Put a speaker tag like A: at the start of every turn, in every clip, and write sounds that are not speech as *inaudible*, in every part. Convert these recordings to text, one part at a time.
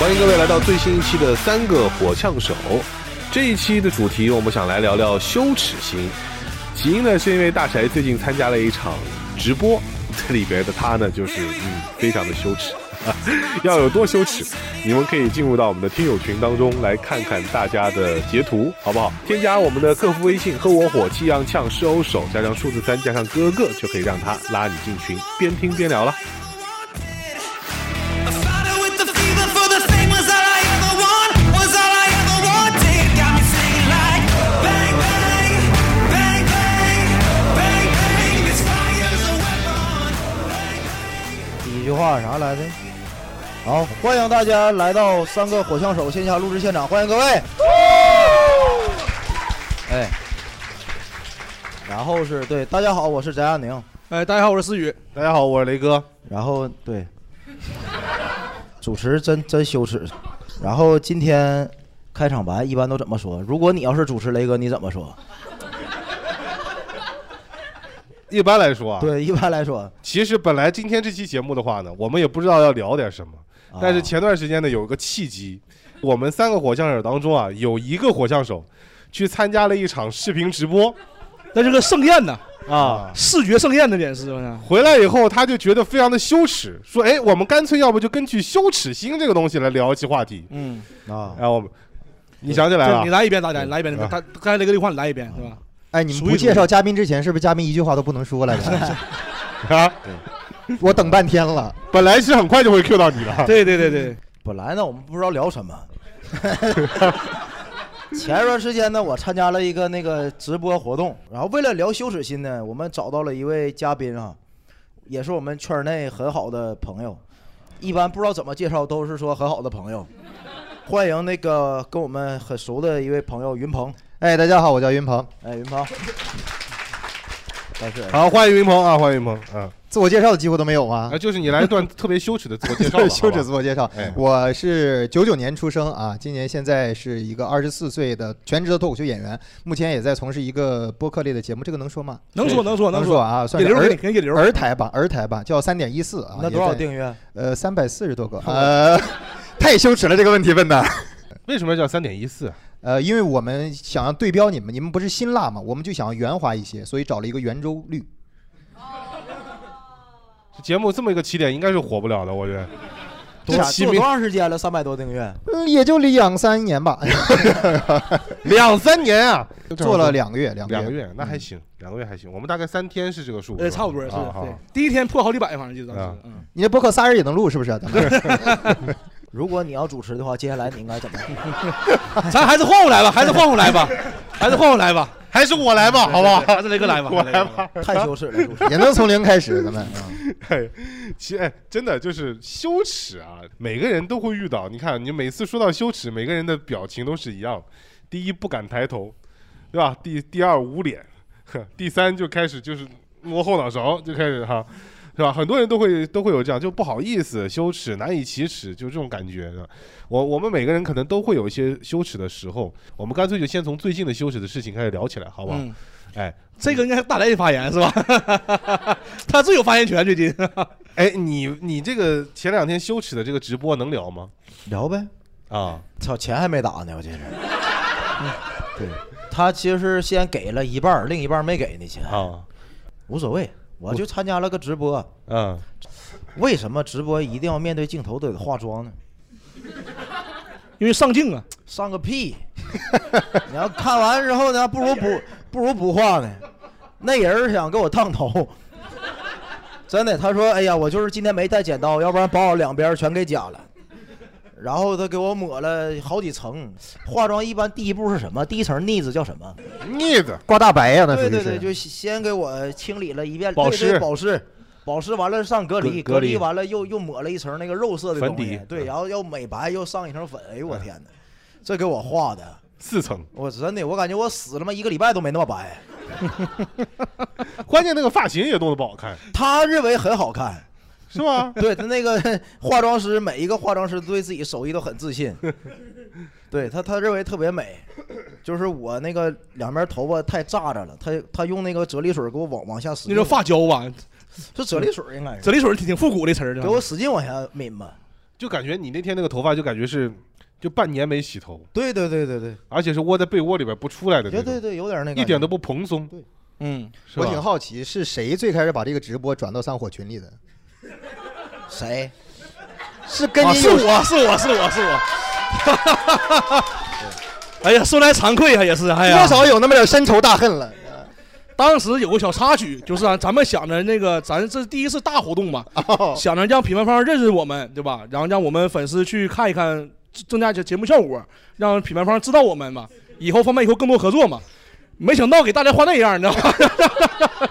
A: 欢迎各位来到最新一期的三个火枪手。这一期的主题，我们想来聊聊羞耻心。起因呢，是因为大柴最近参加了一场直播，这里边的他呢，就是嗯，非常的羞耻。 *laughs* 要有多羞耻？你们可以进入到我们的听友群当中来看看大家的截图，好不好？添加我们的客服微信“和我火气样呛是欧手”，加上数字三，加上哥哥，就可以让他拉你进群，边听边聊了。
B: I fought it with the fever for the fame was all I ever want, was all I ever wanted. Got me singing like bang bang, bang bang, bang bang. This fire's a weapon.
C: 一句话啥来着？好，欢迎大家来到三个火枪手线下录制现场，欢迎各位。哎，然后是对大家好，我是翟亚宁。
D: 哎，大家好，我是思雨。
C: 大家好，我是雷哥。然后对，主持真真羞耻。然后今天开场白一般都怎么说？如果你要是主持雷哥，你怎么说？
E: 一般来说啊，
C: 对，一般来说，
E: 其实本来今天这期节目的话呢，我们也不知道要聊点什么，
D: 啊
E: 但是前段时间呢有个契机，我们三个火象手当中啊，有一个火象手去参加了一场视频直播，
D: 那是个盛宴呢
E: 啊，
D: 视觉盛宴的点是不是？
E: 回来以后他就觉得非常的羞耻，说哎，我们干脆要不就根据羞耻心这个东西来聊一期话题，哎
D: 嗯，
C: 啊，
E: 然后我们你想起来
D: 就
E: 了，
D: 你来一遍，大家你来一遍，
E: 啊
D: 他刚才那个绿话你来一遍是吧？
F: 哎，你们
D: 数一
F: 不
D: 数
F: 介绍嘉宾之前，是不是嘉宾一句话都不
E: *laughs*
F: 能 *laughs* 说来着？
E: 啊，
F: 我等半天了。
E: 本来是很快就会 Q 到你的，
D: 对对对对，
C: 本来呢，我们不知道聊什么。 *laughs* 前一段时间呢，我参加了一个那个直播活动，然后为了聊羞耻心呢，我们找到了一位嘉宾啊，也是我们圈内很好的朋友。一般不知道怎么介绍，都是说很好的朋友。欢迎那个跟我们很熟的一位朋友云鹏，
F: 哎，大家好，我叫云鹏，
C: 哎，云鹏， *laughs* 但是
E: 好，欢迎云鹏啊，欢迎云鹏，嗯，
F: 自我介绍的机会都没有吗
E: 啊，？就是你来一段特别羞耻的自我介绍
D: *laughs*
F: *laughs*
E: 吧，
F: 羞
E: 好
F: 耻
E: 吧
F: 自我介绍
E: 哎，
F: 我是九九年出生啊，今年现在是一个二十四岁的全职的脱口秀演员，目前也在从事一个播客类的节目，这个能说吗？
D: 能说能说
F: 能
D: 说
F: 啊，算
D: 给
F: 是
D: 留给
F: 儿
D: 你给你留。
F: 儿台吧，儿台吧，叫三点一四啊，
C: 那多少
F: 也在
C: 订阅？
F: 呃，三百四十多个，呃， *laughs* 太羞耻了，这个问题问的。
E: 为什么叫三点一四？
F: 呃，因为我们想要对标你们，你们不是辛辣嘛，我们就想要圆滑一些，所以找了一个圆周率。
E: 节目这么一个起点，应该是火不了的，我觉得。
C: 多
E: 这
C: 少
E: 起
C: 做
E: 名
C: 多长时间了？三百多订阅，
F: 嗯，也就两三年吧， *laughs*
E: 两三年啊，
F: 做了两个月，两个月，
E: 两个月，那还行，两个月还行。我们大概三天是这个数，
D: 嗯呃，
E: 吧
D: 差不多是，
E: 啊好
D: 对，第一天破好几百，反正就是当
E: 啊
D: 时，嗯，
F: 你这播客仨人也能录是不是、啊咱们
C: *laughs* 如果你要主持的话，接下来你应该怎么？
D: *laughs* 咱还是换过来吧，还是换过来吧，还是换过来吧，
E: 还是我来吧，好不好？
D: 还是雷哥来吧，
E: 我来
D: 吧
E: 吧。
C: 太羞耻了，主持。
F: *laughs*
E: *laughs*
F: 也能从零开始，咱们。
E: 哎其哎，真的就是羞耻啊，每个人都会遇到。你看，你每次说到羞耻，每个人的表情都是一样的：第一，不敢抬头，对吧？第第二，捂脸；呵第三，就开始就是摸后脑勺，就开始哈，是吧？很多人都会都会有这样，就不好意思、羞耻、难以启齿，就这种感觉。是吧我我们每个人可能都会有一些羞耻的时候，我们干脆就先从最近的羞耻的事情开始聊起来，好不好？
D: 嗯，
E: 哎
D: 这个应该是大雷发言是吧？ *laughs* 他最有发言权，最近
E: *laughs* 哎，你你这个前两天羞耻的这个直播能聊吗？
C: 聊呗。
E: 啊，
C: 操，钱 *laughs* 还没打呢，我这是。对，他其实是先给了一半儿，另一半儿没给呢，钱
E: 啊，
C: 无所谓。我就参加了个直播，
D: 啊
E: 嗯，
C: 为什么直播一定要面对镜头都得化妆呢？
D: 因为上镜啊，
C: 上个屁！ *laughs* 你要看完之后呢，不
D: *laughs*
C: 如不不如不化呢。那人儿想给我烫头，真的，他说：“哎呀，我就是今天没带剪刀，要不然把我两边儿全给剪了。”然后他给我抹了好几层化妆，一般第一步是什么？第一层腻子叫什么？
E: 腻子，
F: 挂大白呀、那属
C: 对
F: 于
C: 对
F: 是。
C: 对，就先给我清理了一遍
E: 保
C: 对对
E: 湿
C: 保湿，保湿完了上隔离，
E: 隔
C: 隔
E: 隔离
C: 离完了又又抹了一层那个肉色的
E: 粉
C: 东西
E: 底
C: 对，
E: 嗯
C: 然后又美白又上一层粉，哎呦我天哪，这给我画的，
E: 四层，
C: 我真的我感觉我死了嘛一个礼拜都没那么白，
E: 关键那个发型也弄得不好看，
C: 他认为很好看。
E: 是吧
C: *laughs* ？对他那个化妆师，每一个化妆师对自己手艺都很自信。 *laughs* 对他他认为特别美，就是我那个两边头发太炸着了，他他用那个啫喱水给我往往下使
D: 那
C: 劲，
D: 叫发胶吧？
C: 是啫喱水
E: 哎
C: 应该
D: 啫
C: 是，
D: 喱水挺挺复古的词儿，
C: 给我使劲往下抿吧。
E: 就感觉你那天那个头发就感觉是就半年没洗头，
C: 对对对对对，
E: 而且是窝在被窝里边不出来的那
C: 对
E: 种，
C: 对对，有点那个，
E: 一点都不蓬松，
D: 嗯，
E: 是
F: 我挺
E: 吧？
F: 好奇是谁最开始把这个直播转到散伙群里的？
C: 谁
F: 是跟
D: 啊，
F: 您
D: 是
F: 有、
D: 我是我是我是我。哎呀，说来惭愧啊，也是，哎呀，
F: 多少有那么点深仇大恨了。
D: 当时有个小插曲，就是啊，咱们想着那个，咱这是第一次大活动
E: *laughs*
D: 嘛，
E: 哦
D: 想着让品牌方认识我们，对吧？然后让我们粉丝去看一看，增加节节目效果，让品牌方知道我们嘛，以后方便以后更多合作嘛。没想到给大家画那样，你知道吗？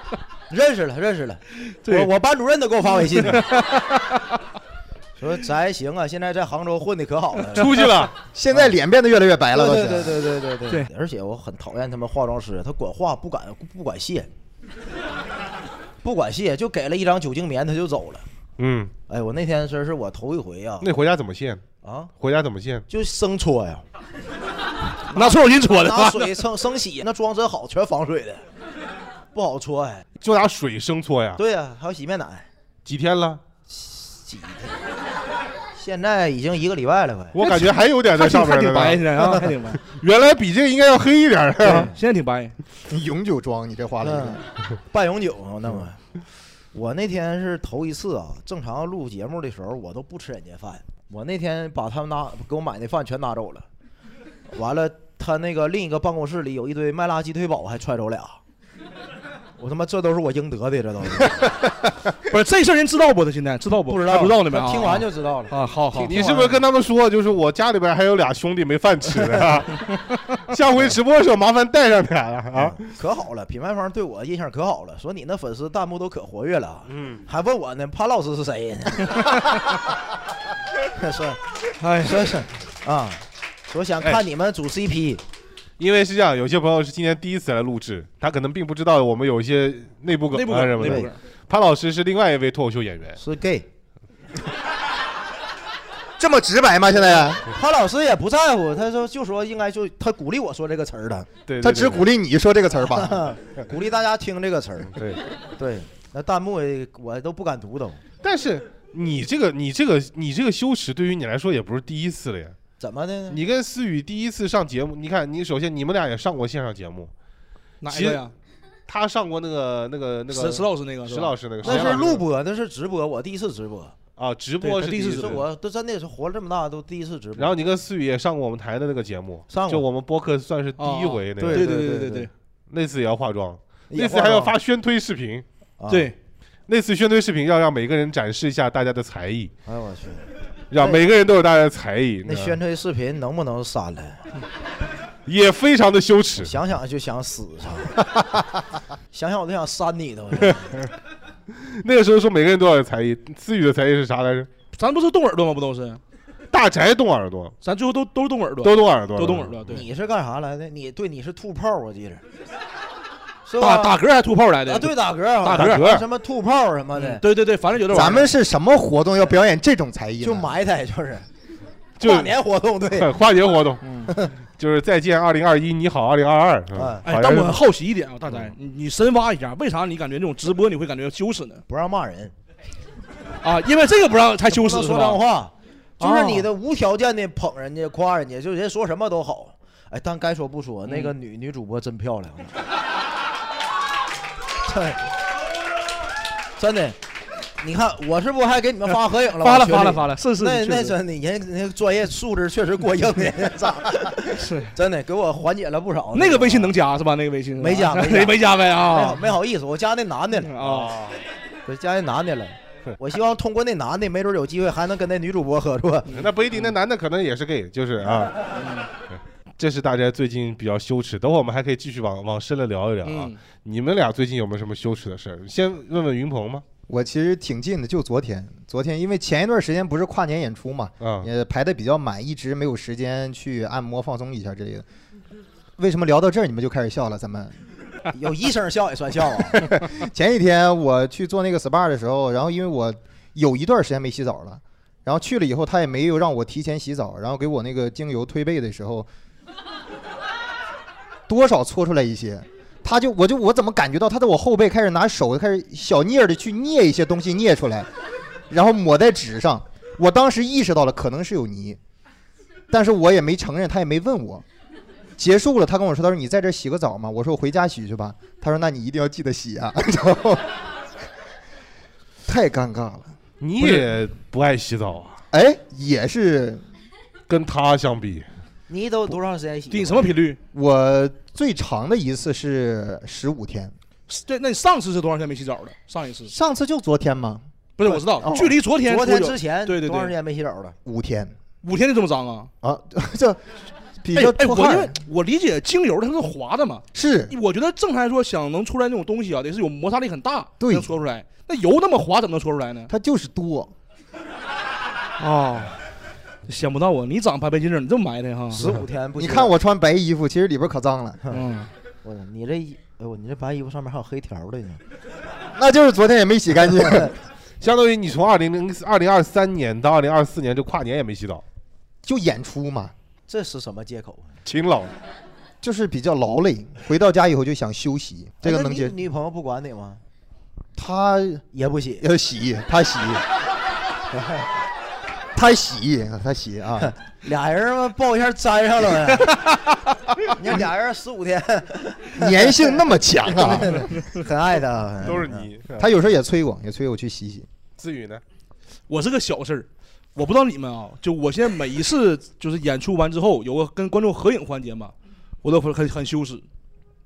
D: *laughs*
C: 认识了认识了，
D: 对
C: 我我班主任都给我发微信呢，说咱行啊，现在在杭州混的可好了。
E: 出去了，
F: 现在脸变得越来越白了，倒
C: 对
F: 是。
C: 对对对对对
D: 对
C: 而且我很讨厌他们化妆师，他管化不敢不管卸，不管卸就给了一张酒精棉他就走了。
E: 嗯，
C: 哎，我那天真是我头一回呀、
E: 那回家怎么现？
C: 啊，
E: 回家怎么现？
C: 就生
E: *laughs*
C: 搓呀，
D: 拿搓手巾搓的，
C: 拿水生生洗，那妆真好，全防水的，不好搓哎。
E: 就拿水生搓呀？
C: 对呀、还有洗面奶，
E: 几天了？
C: 洗的。现在已经一个礼拜了，快。
E: 我感觉还有点在
D: 还挺
E: 上
D: 还
E: 面
D: 挺
E: 呢
D: 白，现在啊，还
E: *laughs*
D: 挺白， *laughs*
E: 原来比这个应该要黑一点儿
D: 对
E: 啊。，
D: 现在挺白。
F: 你永久装，你这话了
C: 嗯，半永久啊，那么。我那天是头一次啊，正常录节目的时候我都不吃人家饭。我那天把他们拿给我买的饭全拿走了，完了他那个另一个办公室里有一堆麦辣鸡腿堡，还揣走俩。我他妈这都是我应得的，这都是
D: *laughs* 不是这事儿人知道不？他现在知道不？
C: 不知
D: 还
C: 道
D: 不知道呢呗
C: 他
D: 啊。
C: 听完就知道了。
D: 啊，好好
E: 你是不是跟他们说，就是我家里边还有俩兄弟没饭吃
C: *laughs*
E: 的啊？下回直播的时候麻烦带上点儿啊！
C: 嗯可好了，品牌方对我印象可好了，说你那粉丝弹幕都可活跃了，啊
E: 嗯，
C: 还问我呢，潘老师是谁？是，
D: 哎，
C: *laughs* 说是啊，说想看你们组 CP，
E: 哎因为是这样，有些朋友是今天第一次来录制，他可能并不知道我们有一些内部梗
D: 内部
E: 啊
D: 梗
E: 什么
D: 内部
E: 的
D: 梗。
E: 潘老师是另外一位脱口秀演员，
C: 是 gay。
F: 这么直白吗？现在
C: 潘老师也不在乎，他说就说应该就他鼓励我说这个词儿的，
E: 对，对
F: 他只鼓。励你说这个词儿吧？
C: 啊 *laughs* 鼓励大家听这个词儿。
E: *laughs* 对对，对
C: 对，那弹幕也我都不敢读都，
E: 但是你这个、你这个、你这个羞耻，对于你来说也不是第一次了呀。
C: 怎么的呢？
E: 你跟思雨第一次上节目，你看，你首先你们俩也上过线上节目，
D: 哪一个呀？
E: 他上过那个、那个、那个
D: 石石老师那个
E: 石老师那个，
C: 那
E: 石老师
C: 是录播，那是直播，我第一次直播，
E: 啊，直
D: 对
E: 播
D: 他
E: 是
D: 第一次
E: 一
D: 直
E: 次
C: 是。我都真的是活了这么大都第一次直播。
E: 然后你跟思雨也上过我们台的那个节目，
C: 上过哦
E: 就我们播客算是第一回那个，
C: 对
D: 对
C: 对
D: 对
C: 对
D: 对
E: 那次也要化妆，
C: 也
E: 那次还要
C: 化
E: 发宣推视频，
C: 啊，
D: 对，
E: 那次宣推视频要让每个人展示一下大家的才艺，
C: 哎呦我去，
E: 让
C: 那
E: 每个人都有大家的才艺，嗯
C: 那
E: 你知道
C: 宣推视频能不能删了？
E: *laughs* 也非常的羞耻。
C: 想想就想死，
E: *laughs*
C: 想想我都想删你都。
E: 那个时候说每个人都要有才艺，思雨的才艺是啥来着？
D: 咱不是动耳朵吗？不都是？
E: 大宅动耳朵，
D: 咱最后都都是动耳朵，
E: 都动耳朵，
D: 都动耳。朵，对。
C: 你是干啥来的？你对你是吐泡，我记着，是吧？
D: 打打嗝还吐泡来的
C: 啊，对打嗝啊，
D: 打嗝
C: 什么什么吐泡什么
D: 嗯
C: 的，
D: 对对对，反正有这玩意儿
F: 咱们是什么活动要表演这种才艺呢？
C: 就埋汰就是
E: 就
C: 跨年活动，
E: *laughs*
C: 对，嗯
E: 跨年活动，就是再见二零二一，你好二零二二。嗯
C: 哎
D: 哎，
E: 好像
D: 但我
E: 是
D: 很好奇一点啊，大宅，
C: 嗯
D: 你你深挖一下，为啥你感觉这种直播你会感觉羞耻呢？
C: 不让骂人，
D: 啊，因为这个不让才羞
C: 不
D: 耻
C: 能
D: 是
C: 说
D: 吧？
C: 脏话，就是
D: 哦
C: 你的无条件的捧人家、夸人家，就人家说什么都好。哎，但该说不
D: 嗯
C: 说，那个女女主播真漂
D: *laughs*
C: 亮，对，真的。你看，我是不是还给你们发合影
D: 呃
C: 了？
D: 发了
C: 往群里
D: 发了发了，是是
C: 那
D: 是，
C: 那
D: 确实
C: 真的，人家那个专业素质确实过
D: *laughs*
C: 硬的，操！
D: 是
C: 真的给我缓解了不少。
D: 那个微信能加是吧？那个微信是吧
C: *laughs* 没
D: *laughs*
C: 加没加
D: 没加呗
C: 没好
D: 啊
C: 没好意思，我加那男的了， *laughs*
D: 啊！
C: 我加那男的了。 *laughs* 我希望通过那男的，没准有机会还能跟那女主播合作。 *laughs*
E: 那不一定，那男的可能也是 gay，就是啊。这是大家最近比较羞耻，等会我们还可以继续往往深了聊一聊啊。
D: 嗯
E: 你们俩最近有没有什么羞耻的事儿？先问问云鹏吧。
F: 我其实挺近的，就昨天。昨天因为前一段时间不是跨年演出嘛，
E: 啊、
F: 也排的比较满，一直没有时间去按摩放松一下之类的。为什么聊到这儿你们就开始笑了？咱们
C: 有医生笑也算笑啊，
F: *laughs* 前几天我去做那个 SPA 的时候，然后因为我有一段时间没洗澡了，然后去了以后，他也没有让我提前洗澡，然后给我那个精油推背的时候，多少搓出来一些。他就我就我怎么感觉到他在我后背开始拿手开始小捏的去捏一些东西捏出来，然后抹在纸上。我当时意识到了可能是有泥，但是我也没承认，他也没问我。结束了，他跟我说：“他说你在这儿洗个澡吗？”我说：“我回家洗去吧。”他说：“那你一定要记得洗啊。” *laughs* 然后太尴尬了。
E: 你也不爱洗澡啊？
F: 哎，也是
E: 跟他相比，
C: 你都多长时间洗？ *laughs*
D: 顶什么频率？
F: 我最长的一次是十五天，
D: 对，那你上次是多长时间没洗澡了？上一次
F: 上次就昨天嘛，
D: 不是我知道
F: 哦，
D: 距离昨天
C: 昨
D: 多
C: 天
D: 久
C: 之前
D: 对对
C: 多长时
D: 对，
C: 间没洗澡了？
F: 五天
D: 五天就这么脏啊？
F: 啊， *laughs* 这比
D: 哎
F: 较
D: 哎，
F: 出
D: 我
F: 汗
D: 因
F: 儿、
D: 为我理解精油它是滑的嘛，
F: 是
D: 我觉得正常来说想能出来那种东西啊，得是有摩擦力很大
F: 对
D: 能搓出来。那油那么滑怎么能搓出来呢？
F: 它就是多，
C: 哦，
D: 想不到啊，你长白白净净，你这么埋汰哈？
C: 十五天不洗
F: 你
C: 澡。
F: 看我穿白衣服，其实里边可脏了，
D: 嗯，
C: 我操，你这衣，哎呦，你这白衣服上面还有黑条的呢。
F: *laughs* 那就是昨天也没洗干净。
E: *laughs* 相当于你从二零零二零二三年到二零二四年这跨年也没洗澡，
F: 就演出嘛，
C: 这是什么借口啊？
E: 勤劳。
F: 就是比较劳累，回到家以后就想休息，这
C: 哎
F: 个
C: 那
F: 能
C: 你
F: 接。
C: 女朋友不管你吗？
F: 他
C: 也不洗，
F: 要洗，他
C: *laughs*
F: 洗，他洗，他洗啊。
C: *laughs* 俩人嘛抱一下粘上了呗。 *laughs* 你看俩人十五天， *laughs*
F: 粘性那么强啊！
C: 很爱的，
E: 都是你。
F: 他有时候也催我，也催我去洗洗。
E: 思雨呢？
D: 我是个小事儿，我不知道你们啊，就我现在每一次就是演出完之后，有个跟观众合影环节嘛，我都很很羞耻，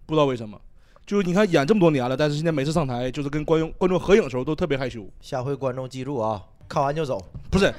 D: 不知道为什么。就是你看演这么多年了，但是现在每次上台就是跟观众观众合影的时候都特别害羞。
C: 下回观众记住啊，看完就走。
D: 不是，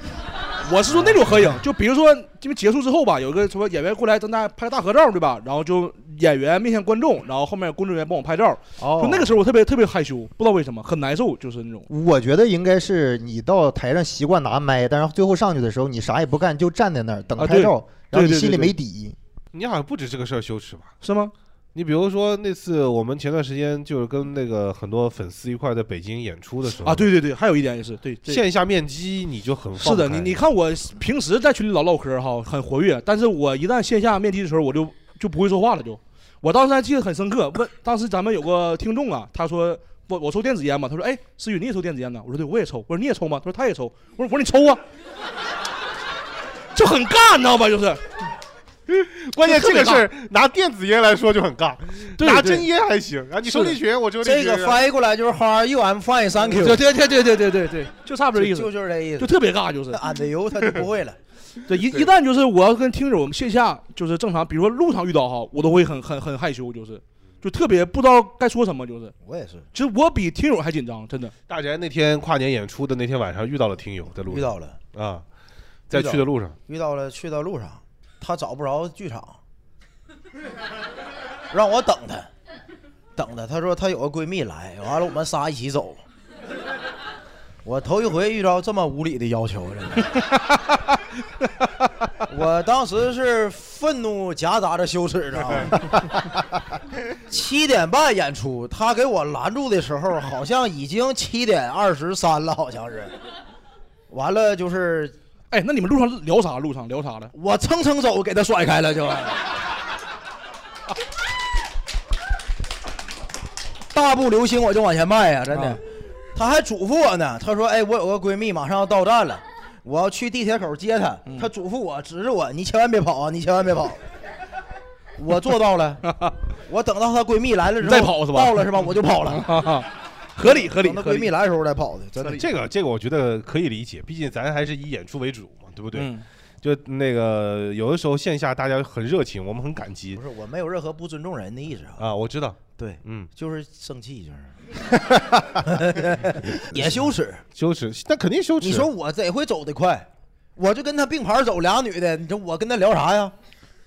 D: 我是说那种合影，就比如说因为结束之后吧，有一个什么演员过来跟大家拍大合照，对吧？然后就演员面向观众，然后后面有工作人员帮我拍照。
F: 哦
D: 就那个时候我特别特别害羞，不知道为什么很难受，就是那种。
F: 我觉得应该是你到台上习惯拿麦，但是最后上去的时候你啥也不干，就站在那儿等
D: 啊
F: 拍
D: 对
F: 照，然后
D: 对
F: 你
D: 对
F: 心里
D: 对对
F: 没底。
E: 你好像不止这个事儿羞耻吧？
D: 是吗？
E: 你比如说那次我们前段时间就是跟那个很多粉丝一块儿在北京演出的时候
D: 啊，对，对对，还有一点也是对，这
E: 嗯线下面基你就很
D: 是
E: 放
D: 的，
E: 开
D: 你你看我平时在群里老唠嗑哈，很活跃，但是我一旦线下面基的时候，我就就不会说话了就。我当时还记得很深刻，问当时咱们有个听众啊，他说我我抽电子烟嘛，他说哎思雨你也抽电子烟呐？我说对，我也抽。我说你也抽吗？他说他也抽。我说我说你抽啊， *laughs* 就很尬，你知道吧？就是
E: *laughs* 关键这个事
D: 特别
E: 儿拿电子烟来说就很尬，
D: 对
E: 拿
D: 对
E: 真烟还行，啊，你抽
D: 是
E: 力学我抽力
C: 这
E: 学，
C: 个翻译过来就是花 U M fine thank
D: 对
C: you，
D: 对对对对对对对，就差不多这意
C: 就
D: 思，
C: 就是这意
D: 就
C: 思。
D: 特别尬，就是
C: 那俺的油他就不会了，
D: *laughs* 对一一旦就是我要跟听友我们线下就是正常，比如说路上遇到哈，我都会很很很害羞，就是就特别不知道该说什么，就是。
C: 我也是
D: 其实我比听友还紧张，真的。
E: 大宅那天跨年演出的那天晚上遇到了听友在路
C: 遇
E: 上
C: 到了，
E: 啊，在
C: 遇到
E: 去的路上，
C: 遇到了，去到路上，他找不着剧场， *laughs* 让我等他，等他。他说他有个闺蜜来，完了我们仨一起走。我头一回遇到这么无理的要求，真的。我当时是愤怒夹杂着羞耻的啊。七点半演出，他给我拦住的时候，好像已经七点二十三了，好像是。完了就是
D: 哎，那你们路上聊啥？路上聊啥了？
C: 我蹭蹭走给他甩开了就。大步流星我就往前迈啊呀、真
D: 啊
C: 的。他还嘱咐我呢，他说：“哎，我有个闺蜜马上要到站了，我要去地铁口接她。
D: 嗯
C: 他嘱咐我，指着我，你千万别跑啊，你千万
D: *laughs*
C: 别跑。我做到了，我等到她闺蜜来了之后
D: 你再跑是吧
C: 到了是吧？我就跑了，
D: 哈哈， *laughs* 合理合理
C: 等她
D: 合
C: 闺蜜
D: 理。
C: 来的时候我再跑的，真的
D: 合。理
E: 这个这个我觉得可以理解，毕竟咱还是以演出为主嘛，对不对？
D: 嗯，
E: 就那个有的时候线下大家很热情，我们很感激
C: 不是，我没有任何不尊重人的意思啊。
E: 啊，我知道，
C: 对，
E: 嗯，
C: 就是生气，啊就是， *laughs* 也羞耻。
E: 羞耻，但肯定羞耻。
C: 你说我哪回走得快？我就跟他并排走，俩女的，你说我跟他聊啥呀？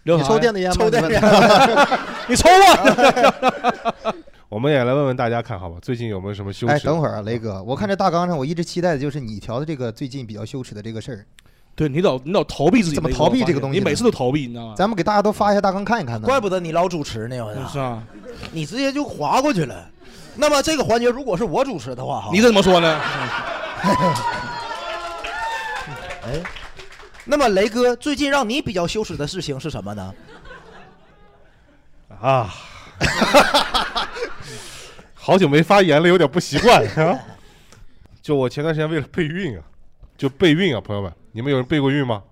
D: 聊
F: 你
D: 啥呀
F: 抽电子烟吗？
C: 抽电
F: 你问
C: 烟
F: 他。
C: *laughs*
D: 你抽
C: 啊
D: 吧。
E: 我们也来问问大家看好吧，最近有没有什么羞耻？
F: 哎，等会儿啊，雷
D: 嗯
F: 哥，我看这大纲上，我一直期待的就是你调的这个最近比较羞耻的这个事儿。
D: 对你老你老逃避自己，
F: 怎么逃避这个东西
D: 你
F: 呢
D: 每次都逃避，你知道吗？
F: 咱们给大家都发一下大纲看一看呢。
C: 怪不得你老主持呢，我
D: 是
C: 操！
D: 啊，
C: 你直接就划过去了。那么这个环节如果是我主持的话，哈，
D: 你怎么说呢？
C: *laughs* 哎，那么雷哥最近让你比较羞耻的事情是什么呢？
E: 啊，好久没发言了，有点不习惯 *laughs* 啊。就我前段时间为了备孕啊，就备孕啊，朋友们，你们有人备过孕吗？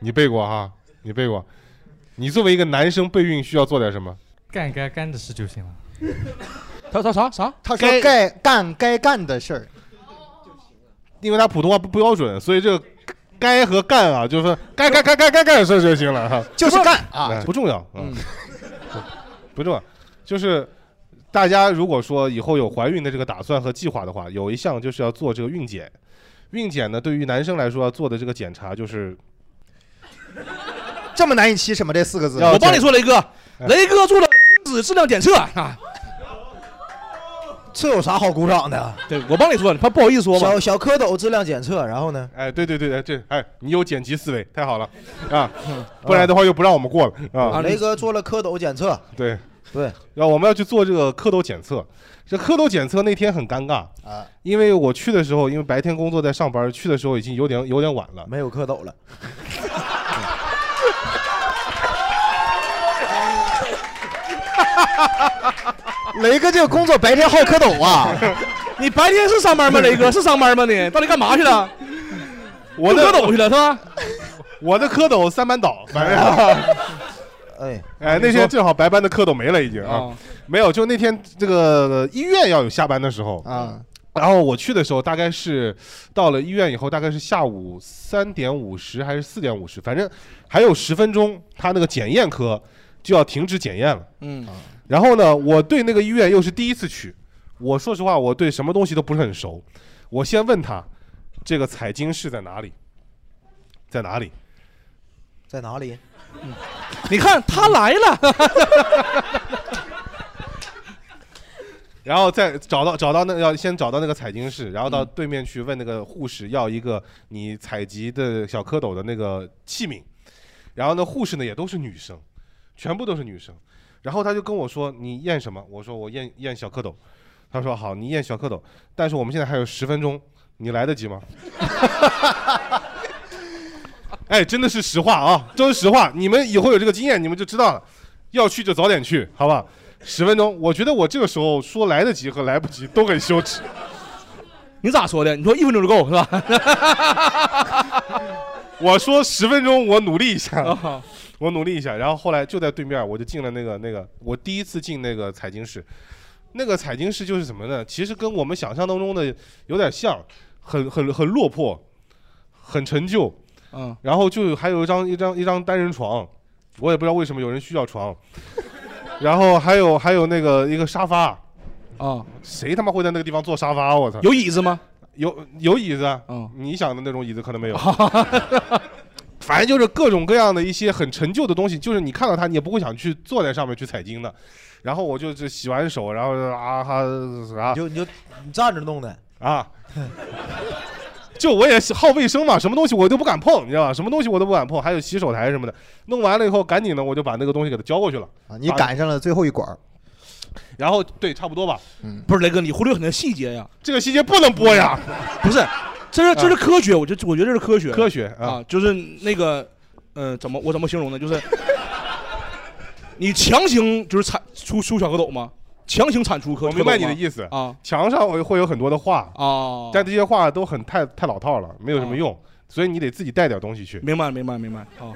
E: 你备过哈、你备过。你作为一个男生备孕需要做点什么？
G: 干该干的事就行了。
D: 他他啥啥？
F: 他说该干该干的事儿，
E: 因为他普通话不标准，所以这个该和干啊，就是该干干干干干的事儿就行了哈。
F: 就是干
E: 哎
F: 啊，
E: 不重要啊， *laughs* 不重要，就是大家如果说以后有怀孕的这个打算和计划的话，有一项就是要做这个孕检。孕检呢，对于男生来说要做的这个检查就是
F: 这么难以启齿吗？这四个字，
E: 要
D: 我帮你
E: 这
D: 说，雷哥，
F: 哎
D: 雷哥做了精子质量检测啊！
C: 这有啥好鼓掌的？
D: 对，我帮你说，他不好意思说嘛。
C: 小小蝌蚪质量检测，然后呢？
E: 哎，对对对，哎这哎，你有剪辑思维，太好了啊，不然的话又不让我们过了啊。
C: 雷哥做了蝌蚪检测，
E: 对，
C: 对，
E: 然后我们要去做这个蝌蚪检测。这蝌蚪检测那天很尴尬
F: 啊，
E: 因为我去的时候，因为白天工作在上班，去的时候已经有点有点晚了。
C: 没有蝌蚪了。
F: 雷哥这个工作白天好蝌蚪啊，
D: *laughs* 你白天是上班吗？雷哥是上班吗？你到底干嘛去了？
E: 我
D: 蝌
E: 的
D: 蚪去了是吧？
E: *laughs* 我的蝌蚪三班倒，反
C: *laughs*
E: 正
C: 哎，
E: 哎，那天正好白班的蝌蚪没了已经啊
D: 啊，，
E: 没有，就那天这个医院要有下班的时候，
F: 啊，
E: 然后我去的时候大概是到了医院以后，大概是下午三点五十还是四点五十，反正还有十分钟，他那个检验科就要停止检验了。
D: 嗯，
E: 然后呢，我对那个医院又是第一次去，我说实话，我对什么东西都不是很熟。我先问他，这个采精室在哪里？在哪里？
C: 在哪里？
D: 嗯你看他来了，
E: 然后再找到找到那个要先找到那个采精室，然后到对面去问那个护士要一个你采集的小蝌蚪的那个器皿，然后呢护士呢也都是女生，全部都是女生，然后他就跟我说你验什么？我说我验验小蝌蚪，他说好你验小蝌蚪，但是我们现在还有十分钟，你来得及吗？ *laughs* 哎，真的是实话啊，都是实话。你们以后有这个经验，你们就知道了。要去就早点去，好不好？十分钟，我觉得我这个时候说来得及和来不及都很羞耻。
D: 你咋说的？你说一分钟就够是吧？
E: *laughs* 我说十分钟，我努力一下，我努力一下。然后后来就在对面，我就进了那个那个，我第一次进那个财经室，那个财经室就是什么呢？其实跟我们想象当中的有点像，很很很落魄，很陈旧。
D: 嗯，
E: 然后就还有一张一张一张单人床，我也不知道为什么有人需要床。然后还有还有那个一个沙发，
D: 啊，
E: 谁他妈会在那个地方坐沙发？啊我操！
D: 有椅子吗？
E: 有有椅子啊，
D: 嗯哦
E: 你想的那种椅子可能没有。反正就是各种各样的一些很陈旧的东西，就是你看到它，你也不会想去坐在上面去采精的。然后我就是洗完手，然后啊哈啥
C: 你就你就你站着弄的，
E: 啊，就我也是好卫生嘛，什么东西我都不敢碰，你知道吧？什么东西我都不敢碰，还有洗手台什么的。弄完了以后，赶紧呢我就把那个东西给它交过去了。
F: 啊你赶上了最后一管儿
E: 然后对，差不多吧。
C: 嗯
D: 不是雷哥，你忽略很多细节呀。
E: 这个细节不能播呀，啊
D: 不是，这是这是科学，我就我觉得这是科学。
E: 科学啊
D: 啊，就是那个，嗯、怎么我怎么形容呢？就是你强行就是产出出小蝌蚪吗？强行产出蝌
E: 我
D: 蝌蚪吗
E: 明白你的意思。
D: 啊
E: 墙上我会有很多的画，
D: 啊！
E: 但这些话都很太太老套了，没有什么用，所以你得自己带点东西去。
D: 哦明白了明白了明白了啊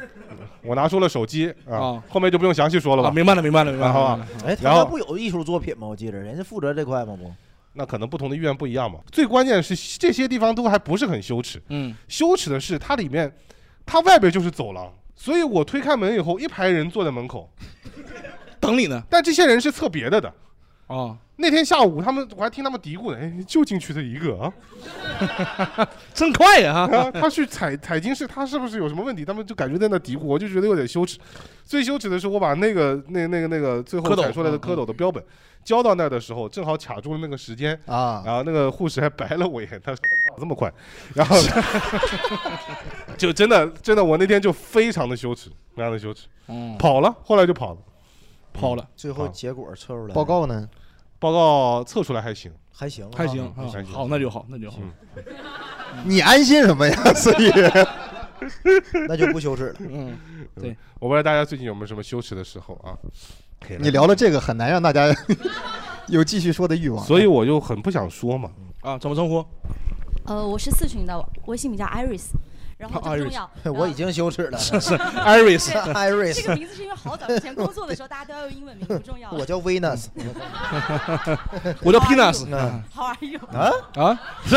E: 我拿出了手机啊
D: 啊，
E: 后面就不用详细说了
D: 啊！
E: 吧？
D: 明白了明白了明白了。嗯
E: 啊好吧
D: 明白了
C: 哎，他
E: 然后
C: 那不有艺术作品吗？我记着，人家负责这块吗？不，
E: 那可能不同的医院不一样嘛。最关键是这些地方都还不是很羞耻，
D: 嗯，
E: 羞耻的是它里面，它外边就是走廊，所以我推开门以后，一排人坐在门口，
D: *laughs* 等你呢
E: 但这些人是测别的的。
D: 啊！
E: 那天下午，他们我还听他们嘀咕呢，哎，就进去的一个啊，
D: *laughs* 真快呀、哈！
E: 啊，他去采采金是他是不是有什么问题？他们就感觉在那嘀咕，我就觉得有点羞耻。最羞耻的是，我把那个那那个那个最后
D: 蝌蚪嗯
E: 采出来的蝌蚪的标本交到那儿的时候，正好卡住了那个时间，
F: 啊，
E: 然后那个护士还白了我一眼，他说：“操这么快。” *laughs*
D: *laughs*
E: 然后就真的真的，我那天就非常的羞耻，非常的羞耻，
D: 嗯，
E: 跑了，后来就跑了。嗯
D: 抛了
C: 嗯最后结果测出来
F: 报告呢？
E: 报告测出来还行，
C: 还行啊，
D: 还行
E: 还行
D: 啊好那就好那就好
E: 嗯。
F: 你安心什么呀？ *laughs* 所以
C: *laughs* 那就不羞耻了。，
D: 嗯，对，
E: 我不知道大家最近有没有什么羞耻的时候啊？可以来
F: 你聊了这个很难让大家 *laughs* 有继续说的欲望。啊
E: 所以我就很不想说嘛。
D: 啊，怎么称呼？
H: 呃，我是四群的，微信名叫 Iris，然后最重要
C: *laughs* 我已经羞耻了。
H: *laughs*
D: 是 Iris，
H: 这个
C: *laughs* Iris，
H: 名字是因为好早之前工作的时候大家都要用英文名，不重要。
C: *laughs* 我叫 Venus
D: *laughs* 我叫 Pinas
H: 嗯
C: 啊
H: How are you？
C: 啊，
D: 啊，是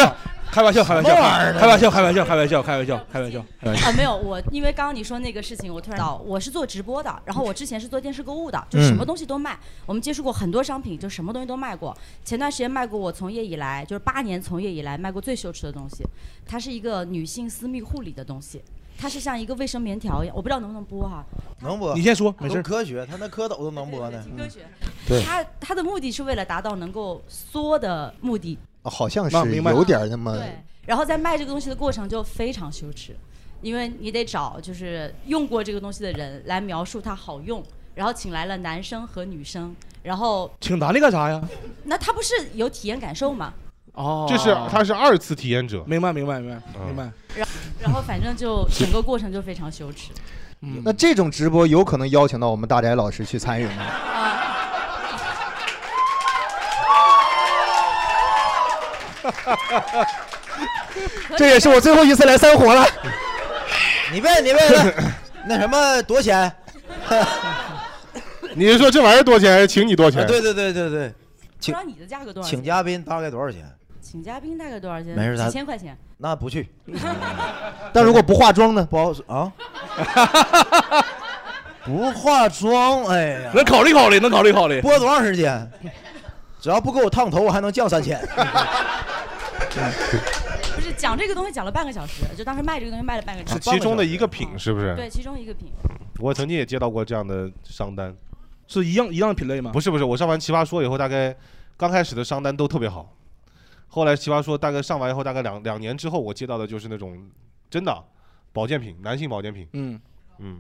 D: 开玩笑，开玩笑，开玩笑，开玩笑，开玩笑，开玩笑，开玩笑， *laughs* 开玩笑。
H: 啊，没有我，因为刚刚你说那个事情，我突然到，我是做直播的，然后我之前是做电视购物的，就什么东西都卖。我们接触过很多商品，就什么东西都卖过。前段时间卖过我从业以来，就是八年从业以来卖过最羞耻的东西，它是一个女性私密护理的东西，它是像一个卫生棉条一样，我不知道能不能播哈、
C: 能播
D: 你？先说，没
C: 都
D: 事。
C: 科学，他那蝌蚪都能播呢。
H: 挺科学。
F: 对
H: 它它的目的是为了达到能够缩的目的，
F: 哦好像
D: 那
F: 是
D: 明白
F: 有点那么，
H: 对。然后在卖这个东西的过程就非常羞耻，因为你得找就是用过这个东西的人来描述它好用，然后请来了男生和女生，然后
D: 请男的干啥呀？
H: 那他不是有体验感受吗？
D: 哦
E: 这是他是二次体验者，嗯
D: 明白，明白，明白，明白。
H: 然后反正就整个过程就非常羞耻。
D: 嗯，
F: 那这种直播有可能邀请到我们大宅老师去参与吗？
H: *laughs* 呃
D: *laughs*
F: 这也是我最后一次来三活了。
C: 你别，你别， *laughs* 那什么多钱？啊
E: 你是说这玩意儿多少钱，还是请你多少钱？
C: 对对对对对，
H: 不知
C: 请
H: 道你的价格多少钱？
C: 请嘉宾大概多少钱？
H: 请嘉宾大概多少钱？
C: 没事咱
H: 几千块钱。嗯
C: 那不去，
F: 但如果不化妆呢？
C: 不好说啊。 *laughs* 不化妆，哎呀，
D: 能考虑考虑，能考虑考虑。
C: 播多长时间？只要不给我烫头，我还能降
H: *laughs*
C: 三千。
H: 不是讲这个东西讲了半个小时，就当时卖这个东西卖了半个小
E: 是
H: 时。
E: 啊其中的一
D: 啊
E: 个品，是不是？
H: 对，其中一个品。
E: 我曾经也接到过这样的商单，
D: 是一样一样品类吗？
E: 不是不是，我上完《奇葩说》以后，大概刚开始的商单都特别好，后来《奇葩说》大概上完以后，大概两两年之后，我接到的就是那种真的保健品，男性保健品，
D: 嗯，
E: 嗯，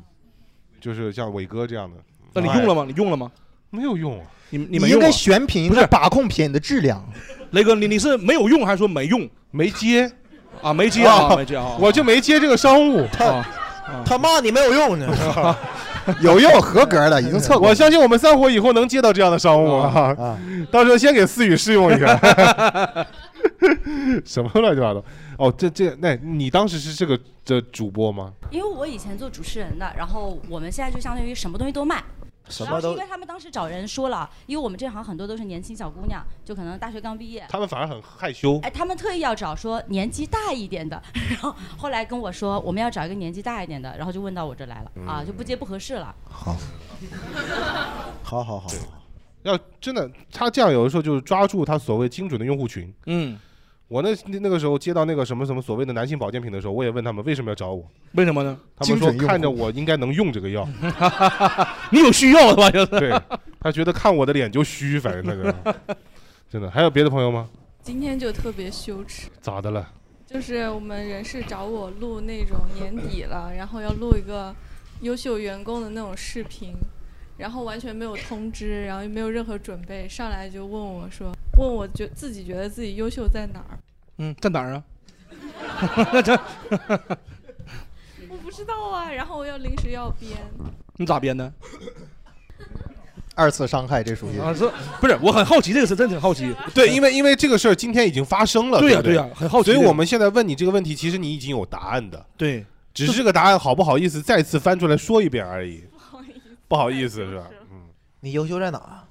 E: 就是像伟哥这样的。
D: 那你用了吗？你用了吗？
E: 没有用啊？
D: 你你
F: 你
D: 没
F: 应
D: 用啊
F: 该？选品，应
D: 不是
F: 该把控品的质量。
D: 雷哥，你你是没有用还是说没用
E: 没接，
D: 啊？没接啊，
F: 哦
E: 啊
D: 没接啊。
E: 我就没接这个商务。
D: 啊，
C: 他骂你没有用呢。
E: *laughs*
F: 有用，合格的，已经测过
E: 我。相信我们散伙以后能接到这样的商务啊，
C: 啊，
E: 到时候先给思雨试用一下。 *laughs* 什么乱七八糟？哦，这这，那你当时是这个的主播吗？
H: 因为我以前做主持人的，然后我们现在就相当于什么东西都卖，
C: 什
H: 主要
C: 么
H: 是因
C: 都
H: 为他们当时找人说了，因为我们这行很多都是年轻小姑娘，就可能大学刚毕业，
E: 他们反而很害羞。
H: 哎，他们特意要找说年纪大一点的， *laughs* 然后后来跟我说我们要找一个年纪大一点的，然后就问到我这来了啊，就不接不合适了。
C: 好好好，
E: 要真的，他这样有的时候就是抓住他所谓精准的用户群。
D: 嗯，
E: 我那那那个时候接到那个什么什么所谓的男性保健品的时候，我也问他们为什么要找我，
D: 为什么呢？
E: 他们说
F: 精准用户
E: 看着我应该能用这个 *laughs* 药，
D: 你有需要的吧？就是
E: 对他觉得看我的脸就虚，反正那个真的。还有别的朋友吗？
I: 今天就特别羞耻，
E: 咋的了？
I: 就是我们人事找我录那种年底了，然后要录一个优秀员工的那种视频，然后完全没有通知，然后也没有任何准备，上来就问我说，问我觉自己觉得自己优秀在哪儿？
D: 嗯，在哪儿啊？ *laughs*
I: 我不知道啊，然后我要临时要编，
D: 你咋编的？
F: 二次伤害，这属于
D: 啊，这不是我很好奇这个事，真挺好奇。
E: 对，因为因为这个事儿今天已经发生了，
D: 对呀
E: 不对
D: 呀，很好奇
E: 所
D: 这
E: 以
D: 个。
E: 我们现在问你这个问题，其实你已经有答案的，
D: 对
E: 只是这个答案好不好意思再次翻出来说一遍而 *laughs* 已。
I: 不好意思，
E: 不好意思是吧？嗯，
C: 你优秀在哪？啊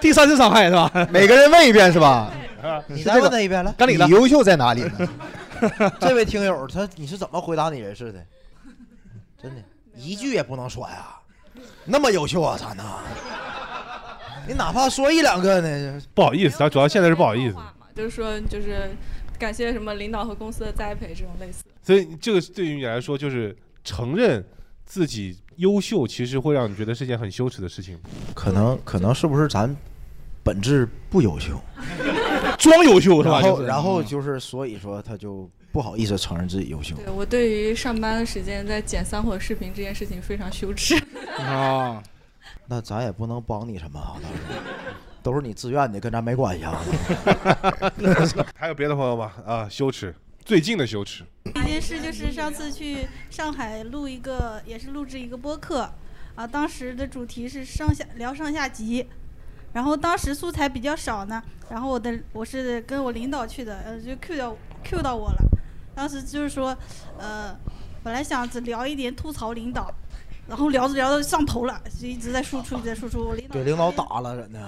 D: 第三次伤害是吧？
F: *laughs* 每个人问一遍是吧？
C: 你
F: 是
C: 再
F: 这个
C: 问他一遍来。
D: 干你了。
F: 优秀在哪里呢？
C: 这位听友，他你是怎么回答你人事的？真的，一句也不能说呀。那么优秀啊，咱呐，你哪怕说一两个呢？
E: 不好意思，他主要现在是不好意思，
I: 话嘛，就是说就是感谢什么领导和公司的栽培这种类似。
E: 所以这个对于你来说就是承认自己优秀，其实会让你觉得是件很羞耻的事情。
C: 可能可能是不是咱本质不优 *laughs* 秀？
D: 装优秀是吧？
C: 然后
D: 就是
C: 然后就是嗯所以说他就不好意思承认自己优秀。
I: 对我对于上班的时间在剪散伙视频这件事情非常羞耻。
D: 啊，
C: *laughs* 那咱也不能帮你什么啊，当时都是你自愿的，跟咱没关系啊。
E: 还有别的朋友吗？啊，羞耻，最近的羞耻，
J: 一件事就是上次去上海录一个，也是录制一个播客，啊，当时的主题是上下聊上下级，然后当时素材比较少呢，然后我的我是跟我领导去的，呃，就 Q 到 Q 到我了，当时就是说，呃，本来想只聊一点吐槽领导，然后聊着聊着上头了，就一直在输出，一直在输出，我领导
C: *laughs* 给领导打了，真的。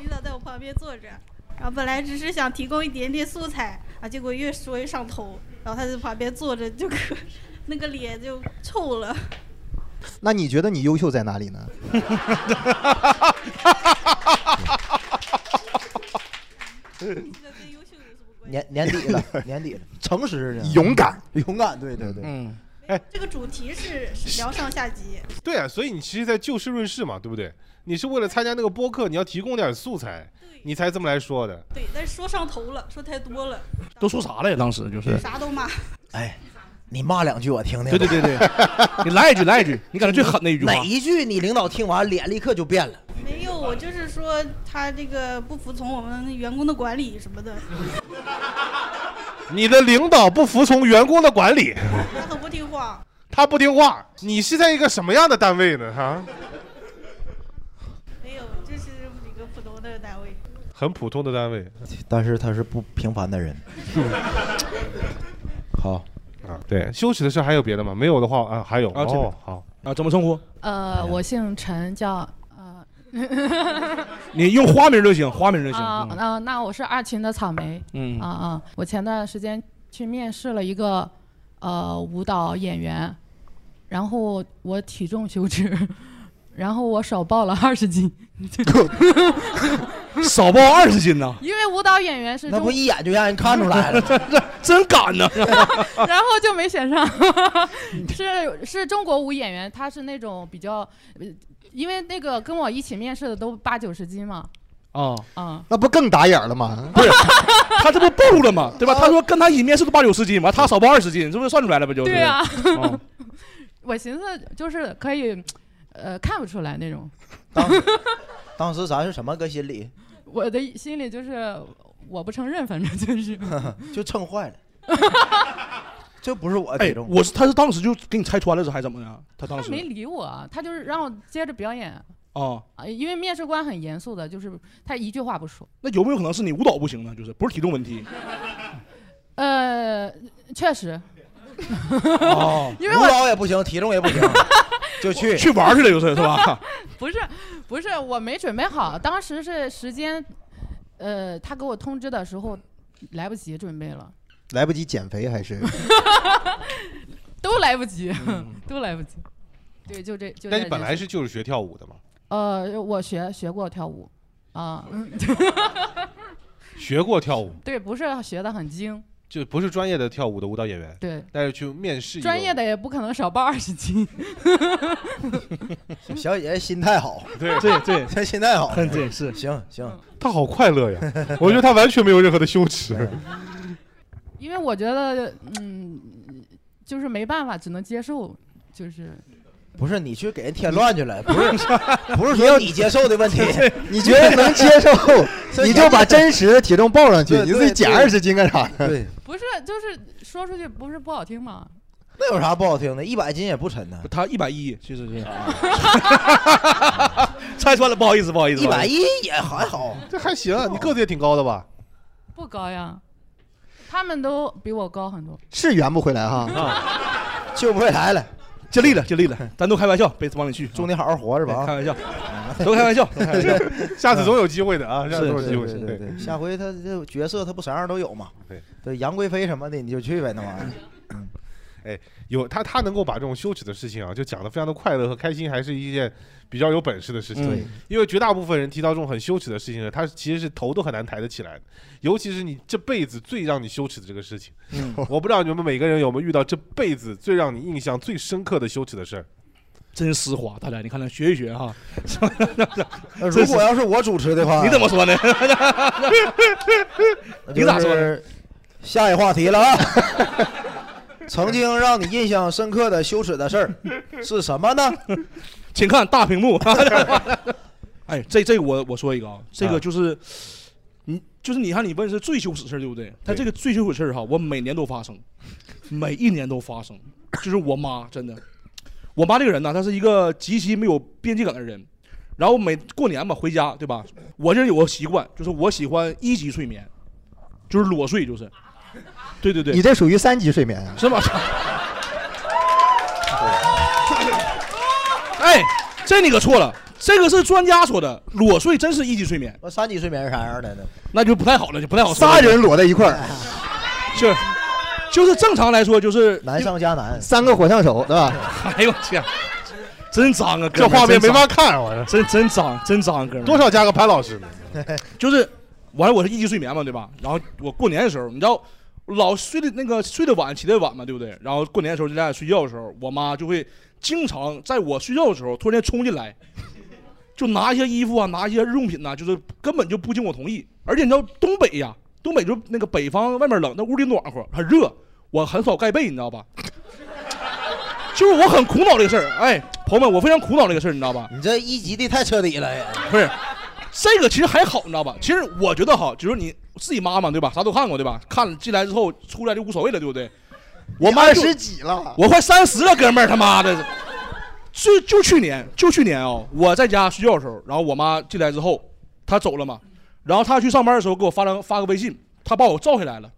J: 领导在我旁边坐着，然后本来只是想提供一点点素材啊，结果越说越上头，然后他在旁边坐着就可 *laughs* 那个脸就臭了。
F: 那你觉得你优秀在哪里呢？
C: 年年
F: *laughs*
C: 底了，年底了，诚实呢，
F: 勇敢，
C: *laughs* 勇敢，对对对，
E: 嗯，
J: 这个主题是是聊上下级，
E: 对啊，所以你其实，在就事论事嘛，对不对？你是为了参加那个播客，你要提供点素材，你才这么来说的。
J: 对，但是说上头了，说太多了，
D: 都说啥了呀？当时就是，
J: 啥都骂。
C: 哎，你骂两句我听
D: 对
C: 听。
D: 对对对， *laughs* 你来一句来一句，你感觉最狠的一句话
C: 哪一句你领导听完脸立刻就变
D: *laughs*
C: 了？
J: 没有，我就是说他这个不服从我们员工的管理什么的，
E: 你的领导不服从员工的管理，
J: 他很不听话。
E: 他不听话，你是在一个什么样的单位呢？哈、
J: 没有，这是一个普通的单位。
E: 很普通的单位。
C: 但是他是不平
E: *laughs*
C: 凡的人。好，
E: 啊，对，羞耻的事还有别的吗？没有的话，啊，还有
D: 啊这边
E: 哦，好
D: 啊，怎么称呼？
C: 哎
K: 呃，我姓陈，叫呃， *laughs*
D: 你用花名就行，花名就行。
K: 啊，
C: 嗯
K: 那那我是二群的草莓，
D: 嗯
K: 啊啊，我前段时间去面试了一个呃舞蹈演员，然后我体重羞耻， *laughs* 然后我少报了二十斤，
D: 少报二十斤呢，
K: *laughs*
D: *laughs*
K: 因为舞蹈演员是
C: 那
K: 中
C: 不一眼就让人看出
F: 哎
C: 来了。
D: 真敢呢！
K: *laughs* 然后就没选上， *laughs* 是是中国舞演员，他是那种比较，呃因为那个跟我一起面试的都八九十斤嘛，
D: 啊，
K: 啊、
F: 那不更打眼儿了吗？
D: *laughs* 他这不暴露了吗？
C: 呃
D: 对吧？他说跟他一起面试都八九十斤，完他少报二十斤，这不算出来了不就是？
K: 对啊，
D: 哦，
K: *laughs* 我寻思就是可以，呃，看不出来那种，
C: 当时咱是什么个心理？
K: 我的心里就是我不承认，反正就是，
C: *laughs* 就蹭坏了。这不是我体
D: 哎，
C: 重，
D: 我是他是当时就给你拆穿了，是还是怎么的？他当
K: 他
D: 时
K: 没理我，啊他就是让我接着表演。
D: 哦，
K: 啊，因为面试官很严肃的，就是他一句话不说。
D: 那有没有可能是你舞蹈不行呢？就是不是体重问题？
K: 呃，确实，
D: 哦，
K: 因为
C: *laughs* 舞
K: 我
C: 蹈也不行，体重也不
D: *laughs*
C: 行，就去
D: 去玩去了就是是吧？
K: 不是不是，我没准备好，当时是时间，呃，他给我通知的时候来不及准备了，
F: 来不及减肥还是？
K: 都来不及， *laughs* 都来不及。对，就这就这件事。
E: 嗯但你本来是就是学跳舞的嘛，
K: 呃，我学学过跳舞，啊、嗯
E: 学过跳舞，
K: 对，不是学的很精，
E: 就不是专业的跳舞的舞蹈演员，
K: 对，
E: 但是去面试一个
K: 专业的也不可能少报二十斤。
C: *laughs*
K: *laughs*
C: 小姐姐心态好，
E: 对，
D: *laughs* 对对，
C: 她心态好，
D: 很对是。嗯
C: 行行，
E: 他好快乐
C: *laughs*
E: 呀！我觉得他完全没有任何的羞耻。
K: 因为我觉得，嗯，就是没办法，只能接受，就是
C: 不是你去给人添乱去了，不是
D: *laughs* 啊
C: 不是说你接受的问题，
F: 你觉得能接
D: *laughs*
C: *laughs*
F: 受，你就把真实的体重报上去，
C: 对
F: 你自己减
C: 对
F: 二十斤干
C: *laughs*
F: 啥呢？
C: 对，
K: 不是就是说出去不是不好听嘛？
C: 那有啥不好听的？一百斤也不沉呢，啊
D: 他一百一，其实是， *laughs* 拆穿了，不好意思，不好意思，
C: 一
D: 不好
C: 百
D: 意思
C: 一 *laughs* 也还好，
E: 这还行，你个子也挺高的吧？
K: 不高呀，他们都比我高很多。
F: 是圆不回来哈。
C: 救不回来了，
D: 尽力了，尽力了，啊嗯咱都开玩笑，别往里去，
C: 祝你好好活着
D: 对
C: 吧
D: 开
C: 啊。
D: 玩笑，都开玩笑，都开玩笑，
E: 下次总有机会的啊，下次
C: 对
E: 总有机
C: 对
E: 会。
C: 对对对，下回他这角色他不啥样都有嘛
E: 对。
C: 对，杨贵妃什么的你就去呗，那玩意
D: *laughs*
C: 儿。
E: 哎有他，他能够把这种羞耻的事情啊，就讲得非常的快乐和开心，还是一件比较有本事的事情。
D: 嗯对
E: 因为绝大部分人提到这种很羞耻的事情呢，他其实是头都很难抬得起来的。尤其是你这辈子最让你羞耻的这个事情，
D: 嗯
E: 我不知道你们每个人有没有遇到这辈子最让你印象最深刻的羞耻的事儿。
D: 真丝滑，大家你看看学一学哈，
C: 那如果要是我主持的话，
D: 你怎么说呢？
C: *laughs*
D: 你咋说
C: 的？下一话题了啊！ *laughs* 曾经让你印象
D: *laughs*
C: 深刻的羞耻的事儿是什么呢？ *laughs*
D: 请看大屏幕，哎，这这个我我说一个啊，这
E: 啊
D: 个就是，你就是你看你问是最羞耻的事儿对不对？他这个最羞耻的事儿哈，我每年都发生， *laughs* 每一年都发生，就是我妈真的，我妈这个人呢，她是一个极其没有边界感的人。然后每过年嘛回家对吧？我这有个习惯，就是我喜欢一级睡眠，就是裸睡，就是，对对对，
F: 你这属于三级睡眠啊？
D: 是吗？ *laughs* 哎，这你可错了，这个是专家说的，裸睡真是一级睡眠。
C: 那三级睡眠是啥样的呢？
D: 那就不太好了，就不太好说了。
F: 仨人裸在一块儿，
D: 就是就是正常来说就是
C: 难上加难，
F: 三个火枪手，对吧？
D: *laughs* 哎呦我天，真脏啊！
F: 这画面没法
E: 看，我
D: 真真脏，真脏，哥们儿
E: 多少
C: *laughs*
E: 加个潘老师呢？
D: 就是完了，我是一级睡眠嘛，对吧？然后我过年的时候，你知道老睡的那个睡得晚，起得晚嘛，对不对？然后过年的时候，咱俩睡觉的时候，我妈就会经常在我睡觉的时候突然间冲进来，就拿一些衣服啊，拿一些日用品呐、就是根本就不经我同意。而且你知道东北呀，东北就那个北方外面冷，那屋里暖和，很热，我很少盖被，你知道吧？ *laughs* 就是我很苦恼这个事儿，哎，朋友们，我非常苦恼这个事儿，你知道吧？
C: 你这一级的太彻底了呀！
D: 不是，这个其实还好，你知道吧？其实我觉得哈，就是你自己妈妈对吧？啥都看过对吧？看了进来之后出来就无所谓了，对不对？我妈
F: 二
D: 就
F: 十几了，
D: *laughs* 我快三十了，哥们儿，他妈的！就就去年，就去年啊、我在家睡觉的时候，然后我妈进来之后，她走了嘛，然后她去上班的时候给我发了发个微信，她把我照下来了，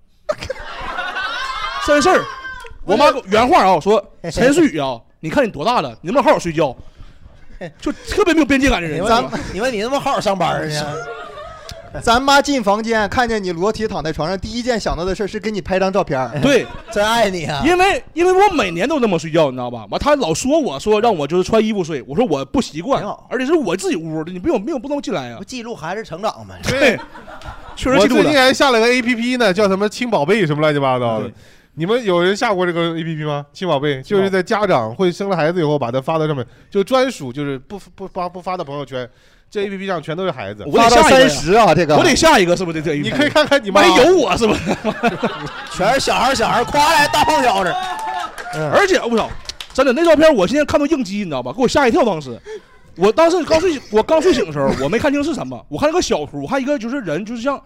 D: 真事儿。我妈给我原话啊、
C: *laughs*
D: 说陈思雨啊、你看你多大了，你能不能好好睡觉？就特别没有边界感的人，
F: 咱们
C: 你问你他妈好好上班啊去？
F: *laughs* 咱妈进房间看见你裸体躺在床上，第一件想到的事是给你拍张照片。
D: *laughs*
F: *laughs*
D: 对，
C: 真爱你啊！
D: 因为因为我每年都那么睡觉，你知道吧？完，他老说我说让我就是穿衣服睡，我说我不习惯，而且是我自己屋的，你不用没有不能进来呀、
C: 不记录还是成长嘛？
D: 对，确实
E: 我
D: 记录
E: 最
D: 了
E: 近。还下了个 A P P 呢，叫什么“亲宝贝”什么乱七八糟的。你们有人下过这个 A P P 吗？亲宝贝就是在家长会生了孩子以后，把它发到上面，就专属，就是不不发不发到朋友圈，这 A P P 上全都是孩子。
D: 我得下一个呀我得下一个是不是？这
E: 啊你可以看
C: *laughs*
E: 看你妈
D: 万一有我是不是？
C: 全是小孩儿小孩儿，夸来大胖小子。嗯
D: 而且我操，真的那照片我今天看到应激，你知道吧？给我吓一跳，当时。我当时刚睡醒，我刚睡醒的时候，我没看清是什么，我看了个小图，我看一个就是人，就是像，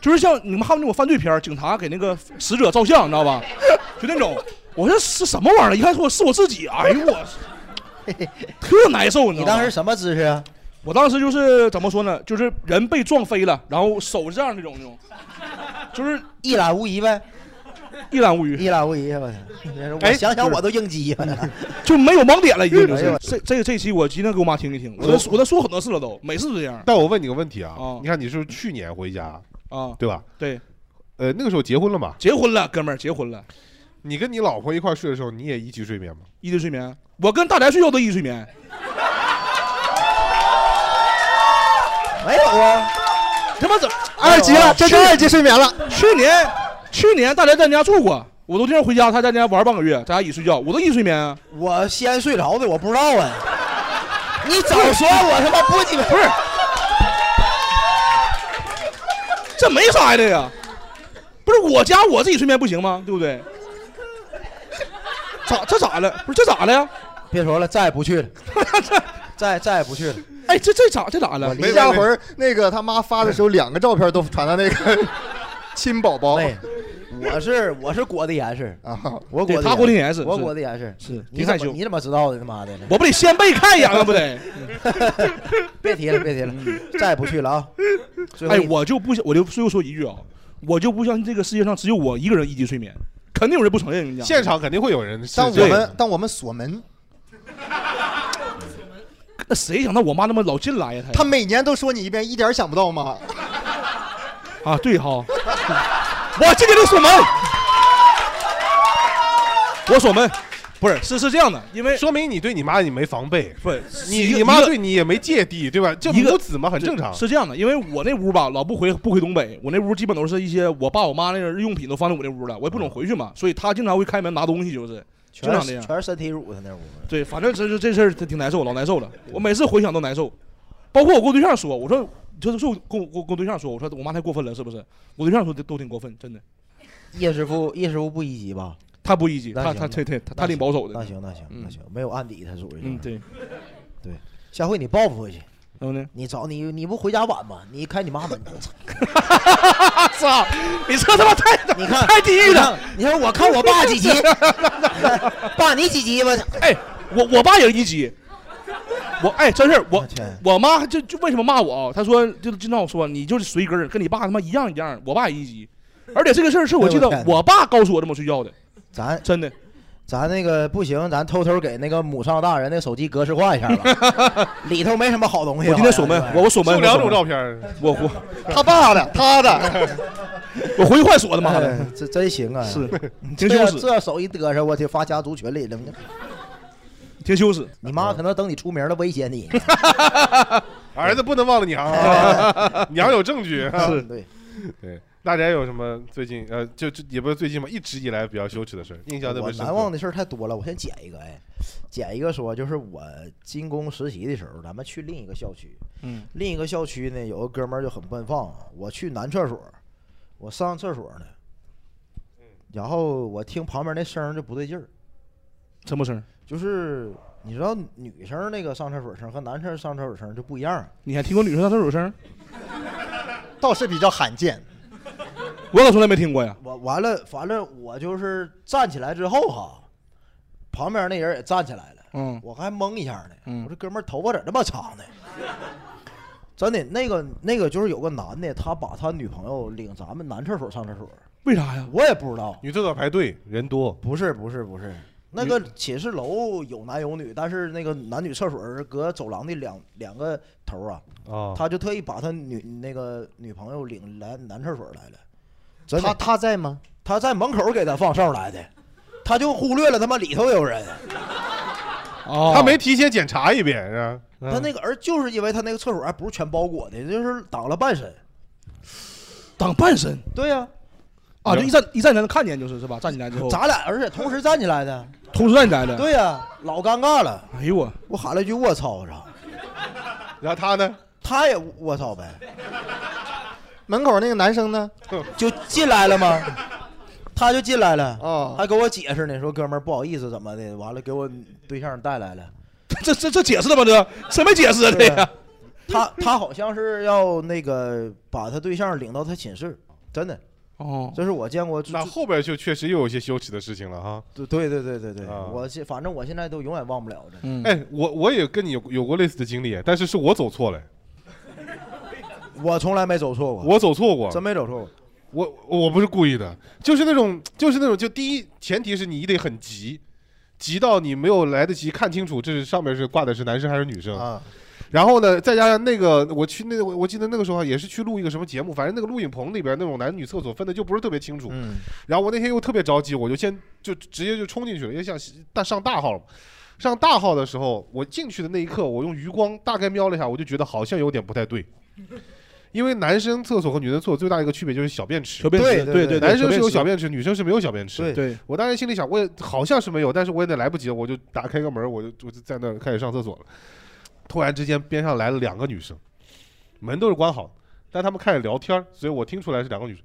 D: 就是像你们看过那种犯罪片儿，警察给那个死者照相，你知道吧？就那种，我说是什么玩意儿？一看说是我自己，哎呦我，特难受，你知道吗？当时
C: 什么姿势啊？
D: 我当时就是怎么说呢？就是人被撞飞了，然后手是这样那种那种，就是
C: 一览无遗呗，
D: 一览无余，
C: 一览无遗，我操！我
D: 哎
C: 想想
D: 就是
C: 我都应激。我操
D: 就没有盲点了，已经就
C: 哎
D: 是
C: 呦。
D: 这这这期我今天给我妈听一听，我都我都说很多次了都，每次都这样。
E: 但我问你个问题啊，你看你是不是去年回家
D: 啊，
E: 对吧？
D: 哦对，
E: 呃，那个时候结婚了嘛？
D: 结婚了，哥们儿，结婚了。
E: 你跟你老婆一块儿睡的时候，你也一起睡眠吗？
D: 一级睡眠，啊我跟大宅睡觉都一级睡眠，
C: 没有啊，
D: *laughs* 他妈怎么
F: 二级了这就二级睡眠了？
D: 哦去去年去年大宅在你家住过，我都经常回家，他在家玩半个月，咱俩一起睡觉，我都一级睡眠啊。
C: 我先睡着的，我不知道啊。你早说，我他妈不你
D: 不是，这没啥呀，这个不是我家我自己睡眠不行吗？对不对？咋这咋了？不是这咋了呀？
C: 别说了，再也不去了，再再也不去了。
D: 哎，这这咋这咋了？
F: 你下回儿那个他妈发的时候，两个照片都传到那个 *laughs* 亲宝宝。
C: 对，我是我是裹的严实
F: *laughs* 啊，
C: 我
D: 对
C: 裹
D: 他裹得严实
C: 我
D: 是
C: 裹的严实，
D: 是
C: 你
D: 挺
C: 怎
D: 害
C: 么
D: 羞
C: 你怎么知道的？他妈的，
D: 我不得先被看一
F: *laughs*
D: 眼吗？啊不得？
C: 别提了，别提了，
F: 嗯
C: 再也不去了啊！最后
D: 哎
C: 一，
D: 我就不，我就最后说一句啊，我就不相信这个世界上只有我一个人一级睡眠，肯定有人不承认。人家
E: 现场肯定会有人是
F: 但
E: 这
F: 我
E: 样
F: 们但我们锁门，
D: 那 *laughs* 谁想到我妈那么老进来呀？
F: 他每年都说你一遍，一点儿想不到
C: *laughs*
F: 吗？
D: 她啊，对哈，我今天就锁门，我锁门，不是是是这样的，因为
E: 说明你对你妈你没防备，
D: 不，一
E: 你
D: 个
E: 你妈
D: 一个
E: 对你也没芥蒂，对吧？这
D: 一个
E: 母子嘛，很正常。
D: 是这样的，因为我那屋吧，老不回不回东北，我那屋基本都是一些我爸我妈那个日用品都放在我那屋了，我也不总回去
E: 嗯
D: 嘛，所以她经常会开门拿东西，就是经
C: 全
D: 常这
C: 是
D: 样。
C: 全是身体乳的那屋。
D: 对，反正这这这事儿挺难受，老难受了。我每次回想都难受，包括我跟我对象说，我说就是说我跟我跟我跟我对象说，我说我妈太过分了，是不是？我对象说的都挺过分，真的。
C: 叶师傅，叶师傅不一级吧？
D: 他不一级，
C: 那
D: 他
C: 行
D: 他
C: 那
D: 对对他
C: 那
D: 他挺保守的。嗯
C: 那行那行那行，没有案底，他属于是
D: 嗯对
C: 对。下回你报复回去，
D: 然后呢？
C: 你早你你不回家晚吗？你开你
D: *laughs*
C: 妈门！
D: 操！你这他妈太
C: 你看
D: 太地狱了！
C: 你看我看我爸
D: *laughs*
C: 几级，爸你几级吧？
D: 哎，我我爸也一级。我哎，真是我我妈就就为什么骂我啊？她说就经常我说你就是随根儿，跟你爸他妈一样一样。我爸也一级，而且这个事儿是我记得
C: 哎我天
D: 我爸告诉我这么睡觉的。
C: 咱
D: 真的，
C: 咱那个不行，咱偷偷给那个母上大人那手机格式化一下吧，里头没什么好东西。
D: 我今天锁门
C: 好像，是
D: 我我锁门，
C: 就两种
D: 我锁门
C: 照
E: 片，
D: 我我
C: *laughs*
F: 他爸的，他的，
D: *laughs* 我回去换锁的，妈
C: 哎
D: 的，
C: 这真行啊！ *laughs*
D: 是
C: 你
D: 挺
C: 这
D: 羞
C: 样
D: 耻，
C: 这手一嘚瑟，我去发家族群里了。
D: 挺羞耻，
C: *laughs* 你妈可能等你出名了威胁
D: *laughs*
C: 你。
E: *laughs*
C: 哎
E: 儿子不能忘了娘 *laughs* 啊，娘有证
D: *laughs*
E: 据。
C: 是对
E: 对，大家有什么最近呃，就就也不是最近吧，一直以来比较羞耻的事儿，印象特
C: 我
E: 别深刻。
C: 难忘的事儿太多了，我先捡一个，哎，捡一个说，就是我进工实习的时候，咱们去另一个校区，
D: 嗯，
C: 另一个校区呢有个哥们儿就很奔放，我去男厕所，我上厕所呢，然后我听旁边那声儿就不对劲儿，
D: 什么声儿？
C: 就是你知道女生那个上厕所声和男生上厕所声就不一样，啊
D: 你还听过女生上厕所声？
F: 倒是比较罕见。
D: 我可从来没听过
F: *laughs*
D: 呀。
C: 我完了，反正我就是站起来之后哈，旁边那人也站起来了，
D: 嗯，
C: 我还懵一下呢，我说哥们儿头发咋这么长呢？ *laughs* 真的，那个那个就是有个男的，他把他女朋友领咱们男厕所上厕所，
D: 为啥呀？
C: 我也不知道。
E: 女厕所排队人多，
C: 不是不是不是，那个寝室楼有男有女，但是那个男女厕所是隔走廊的两两个头啊，
E: 哦
C: 他就特意把他女那个女朋友领来男厕所来了。真的
F: 他他在吗？
C: 他在门口给他放哨来的，他就忽略了他妈里头有人。
D: 哦
E: 他没提前检查一遍是吧？
D: 嗯
C: 他那个而就是因为他那个厕所还哎不是全包裹的，就是挡了半身。
D: 挡半身？
C: 对呀、
D: 啊，就一站一站才能看见，就是是吧？站起来之后，
C: 咱俩而且同时站起来的。
D: 同时站起来的。
C: 对呀、老尴尬了。
D: 哎呦我，
C: 我喊了一句我操，我操。
E: 然后他呢？
C: 他也我操呗。
F: 门口那个男生呢？
C: *laughs* 就进来了吗？他就进来了，
F: 哦
C: 还给我解释呢，说哥们儿不好意思怎么的，完了给我对象带来了。
D: *laughs* 这这这解释了吗？这这没解释啊，这
C: 对
D: 个。
C: 他他好像是要那个把他对象领到他寝室，真的。
D: 哦，
C: 这是我见过最。
E: 嗯那后边就确实又有一些羞耻的事情了哈。
C: 对对对对对对，
E: 啊
C: 我现反正我现在都永远忘不了的。
E: 哎，我我也跟你有有过类似的经历，但是是我走错了，
C: 我从来没走错过，
E: 我走错过，
C: 真没走错过。
E: 我我不是故意的，就是那种就是那种，就第一前提是你得很急，急到你没有来得及看清楚这是上面是挂的是男生还是女生
F: 啊。
E: 然后呢，再加上那个，我去那个，我我记得那个时候啊也是去录一个什么节目，反正那个录影棚里边那种男女厕所分的就不是特别清楚。然后我那天又特别着急，我就先就直接就冲进去了，因为想大上大号了嘛。上大号的时候，我进去的那一刻，我用余光大概瞄了一下，我就觉得好像有点不太对。因为男生厕所和女生厕所最大一个区别就是小便池，
D: 小便池对对对对对
E: 男生是有
D: 小
E: 小
D: 便
E: 便池，女生是没有小便池。
D: 对对
E: 我当时心里想，我也好像是没有，但是我也得来不及了，我就打开个门，我就我就在那儿开始上厕所了。突然之间，边上来了两个女生，门都是关好的，但他们开始聊天儿，所以我听出来是两个女生。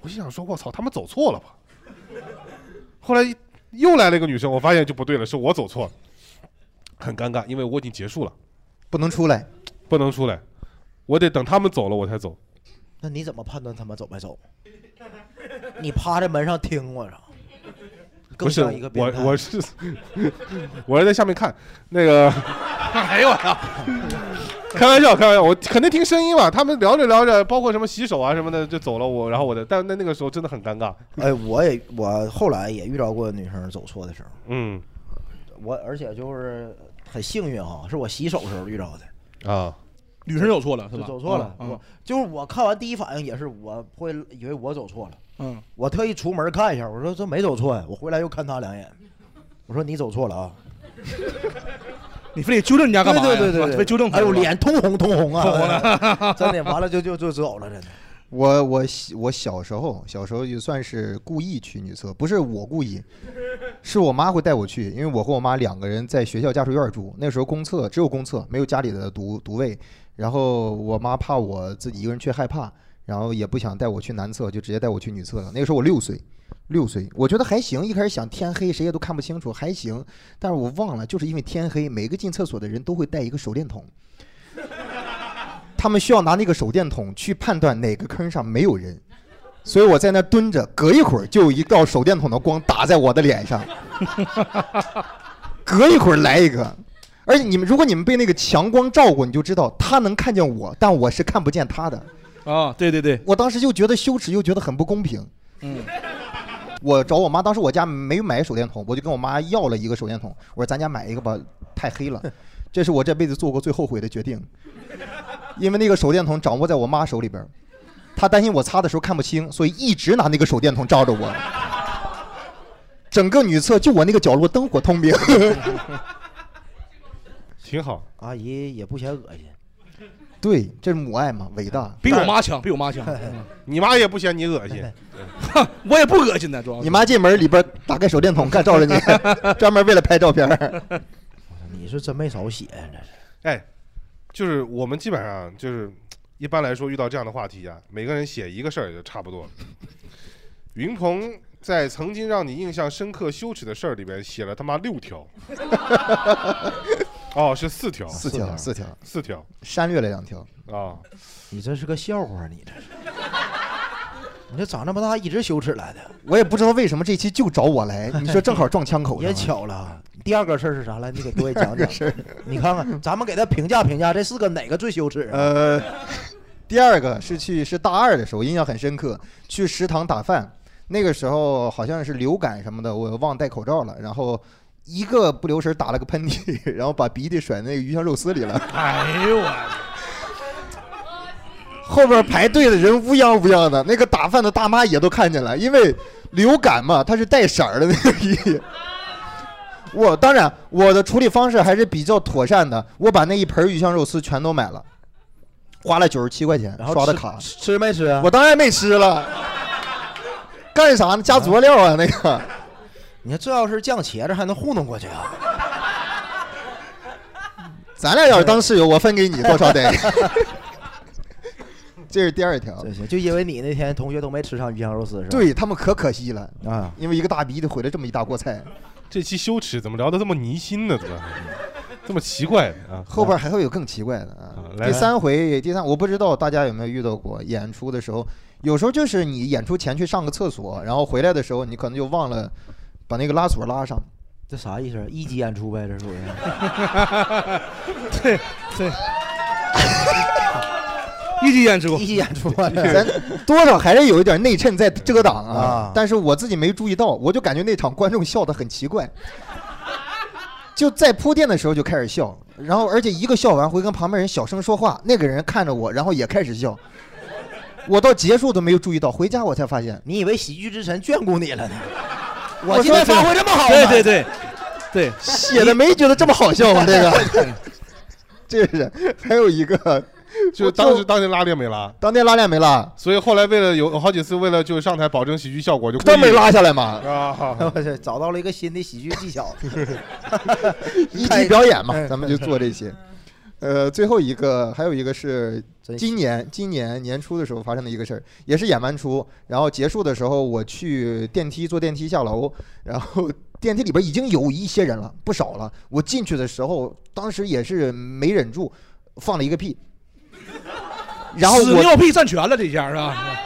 E: 我心想说，我操，他们走错了吧？后来又来了一个女生，我发现就不对了，是我走错了，很尴尬，因为我已经结束了，
F: 不能出来，
E: 不能出来，我得等他们走了我才走。
C: 那你怎么判断他们走没走？你趴在门上听我操，
E: 不
C: 更
E: 是
C: 像一个
E: 我
C: 变态。，
E: 我是 *laughs* 我是在下面看那个，哎呦我
F: 啊
E: 操！开玩笑，开玩笑，我肯定听声音嘛。他们聊着聊着，包括什么洗手啊什么的就走了我，然后我的，但那那个时候真的很尴尬。 *laughs*
C: 哎，我也我后来也遇到过女生走错的时候，
E: 嗯，
C: 我而且就是 *laughs* 很幸运啊，是我洗手时候遇到的。
E: 啊，
D: 女生走错了是
C: 就
D: 吧？
C: 走错了，
D: 嗯
C: 我就是我看完第一反应也是，我会以为我走错了，
D: 嗯，
C: 我特意出门看一下，我说这没走错呀，我回来又看他两眼，我说你走错了啊，
D: 你非得纠正人家干嘛呀？
C: 对对对对
D: 是吧
C: 对
D: 非纠正他。
C: 哎呦
D: 是吧
C: 脸通红通红啊
D: 通红
C: 哎
D: 了，
C: 真的完了就就就走了，真的。
F: 我我小我小时候小时候也算是故意去女厕，不是我故意，是我妈会带我去，因为我和我妈两个人在学校家属院住，那时候公厕只有公厕，没有家里的独独卫，然后我妈怕我自己一个人去害怕，然后也不想带我去男厕，就直接带我去女厕了。那个时候我六岁，六岁，我觉得还行，一开始想天黑谁也都看不清楚还行，但是我忘了，就是因为天黑，每个进厕所的人都会带一个手电筒。他们需要拿那个手电筒去判断哪个坑上没有人，所以我在那蹲着，隔一会儿就有一道手电筒的光打在我的脸上，隔一会儿来一个。而且你们，如果你们被那个强光照过，你就知道他能看见我，但我是看不见他的。
D: 啊，对对对，
F: 我当时就觉得羞耻，又觉得很不公平。
D: 嗯，
F: 我找我妈，当时我家没买手电筒，我就跟我妈要了一个手电筒，我说咱家买一个吧，太黑了。这是我这辈子做过最后悔的决定，因为那个手电筒掌握在我妈手里边儿，她担心我擦的时候看不清，所以一直拿那个手电筒照着我。整个女厕就我那个角落灯火通明，
E: *laughs* 挺好。
C: 阿姨也不嫌恶心，
F: 对，这是母爱嘛，伟大。
D: 比我妈强，比我妈强。
E: 你妈也不嫌你恶心，
D: 我也不恶心的，主要
F: *laughs* 你
D: *laughs*
F: 妈进门里边打开手电筒看照着你， *laughs* 专门为了拍照片儿。
C: 你是真没少写呀，这是。
E: 哎，就是我们基本上就是一般来说遇到这样的话题啊，每个人写一个事儿也就差不多了。云鹏在曾经让你印象深刻、羞耻的事儿里边写了他妈六条， *laughs* 哦，是四条，
F: 四条四条
E: 四条
F: 删略了两条。
E: 啊！
C: 你这是个笑话，你这是。
F: *laughs*
C: 你这长这么大一直羞耻来的，
F: 我也不知道为什么这期就找我
C: *laughs*
F: 来，你说正好撞枪口上了
C: 也巧了。第二个事儿是啥来？你给各位讲
F: 第二 *laughs*
C: 讲
F: 个事儿。
C: 你看看，咱们给他评价评价，这四个哪个最羞耻啊？
F: 呃，第二个是去是大二的时候，印象很深刻，去食堂打饭。那个时候好像是流感什么的，我忘戴口罩了，然后一个不留神打了个喷嚏， *laughs* 然后把鼻涕甩那个鱼香肉丝里了。
D: *laughs* 哎呦我，
F: 后边排队的人乌泱乌泱的，那个打饭的大妈也都看见了，因为流感嘛，它是带色儿的那个鼻涕。我当然我的处理方式还是比较妥善的，我把那一盆鱼香肉丝全都买了，花了九十七块钱
C: 然后
F: 刷的
C: 吃
F: 卡，
C: 吃吃没吃啊？
F: 我当然没吃了，干啥呢？加佐料啊那个。
C: *laughs* 你看这要是酱茄子还能糊弄过去啊？
F: 咱俩要是当室友，我分给你多少
C: *laughs*
F: 得？这是第二条。
C: 这行，就因为你那天同学都没吃上鱼香肉丝是吧？
F: 对他们可可惜了
C: 啊，
F: 因为一个大鼻涕毁了这么一大锅菜。
E: 这期羞耻怎么聊得这么泥心呢？怎么这么奇怪呢啊？
F: 后边还会有更奇怪的啊。
E: 来来
F: 第三回，第三，我不知道大家有没有遇到过，演出的时候，有时候就是你演出前去上个厕所，然后回来的时候，你可能就忘了把那个拉锁拉上。
C: 这啥意思？一级演出呗，这属于。
D: 对对， *laughs* 一级演出，
C: 一级演出，
F: 啊
D: *laughs*
F: 咱多少还是有一点内衬在遮挡啊
C: 啊，
F: 但是我自己没注意到，我就感觉那场观众笑得很奇怪，就在铺垫的时候就开始笑，然后而且一个笑完会跟旁边人小声说话，那个人看着我，然后也开始笑，我到结束都没有注意到，回家我才发现，
C: 你以为喜剧之神眷顾你
F: *laughs*
C: 了呢？
F: 我
C: 我今天发挥这么好吗，
D: 对对
F: *laughs*
D: 对对，
F: 写的没觉得这么好笑吗？
D: *laughs*
F: 这个，这是还有一个，
E: *laughs* 就当时当时拉链没拉，
F: 当天拉链没拉，
E: 所以后来为了有有好几次为了就上台保证喜剧效果，就故意
F: 专门拉下来嘛，
E: 啊。
C: *laughs* 我去，找到了一个新的喜剧技巧。
F: *laughs* 一级表演嘛，
C: 哎
F: 咱们就做这些。呃，最后一个还有一个是
C: 真
F: 今年今年年初的时候发生的一个事儿，也是演完出，然后结束的时候我去电梯坐电梯下楼，然后 *laughs* 电梯里边已经有一些人了，不少了。我进去的时候，当时也是没忍住，放了一个屁。然后
D: 屎
F: 我
D: 尿屁占全了，这下是吧？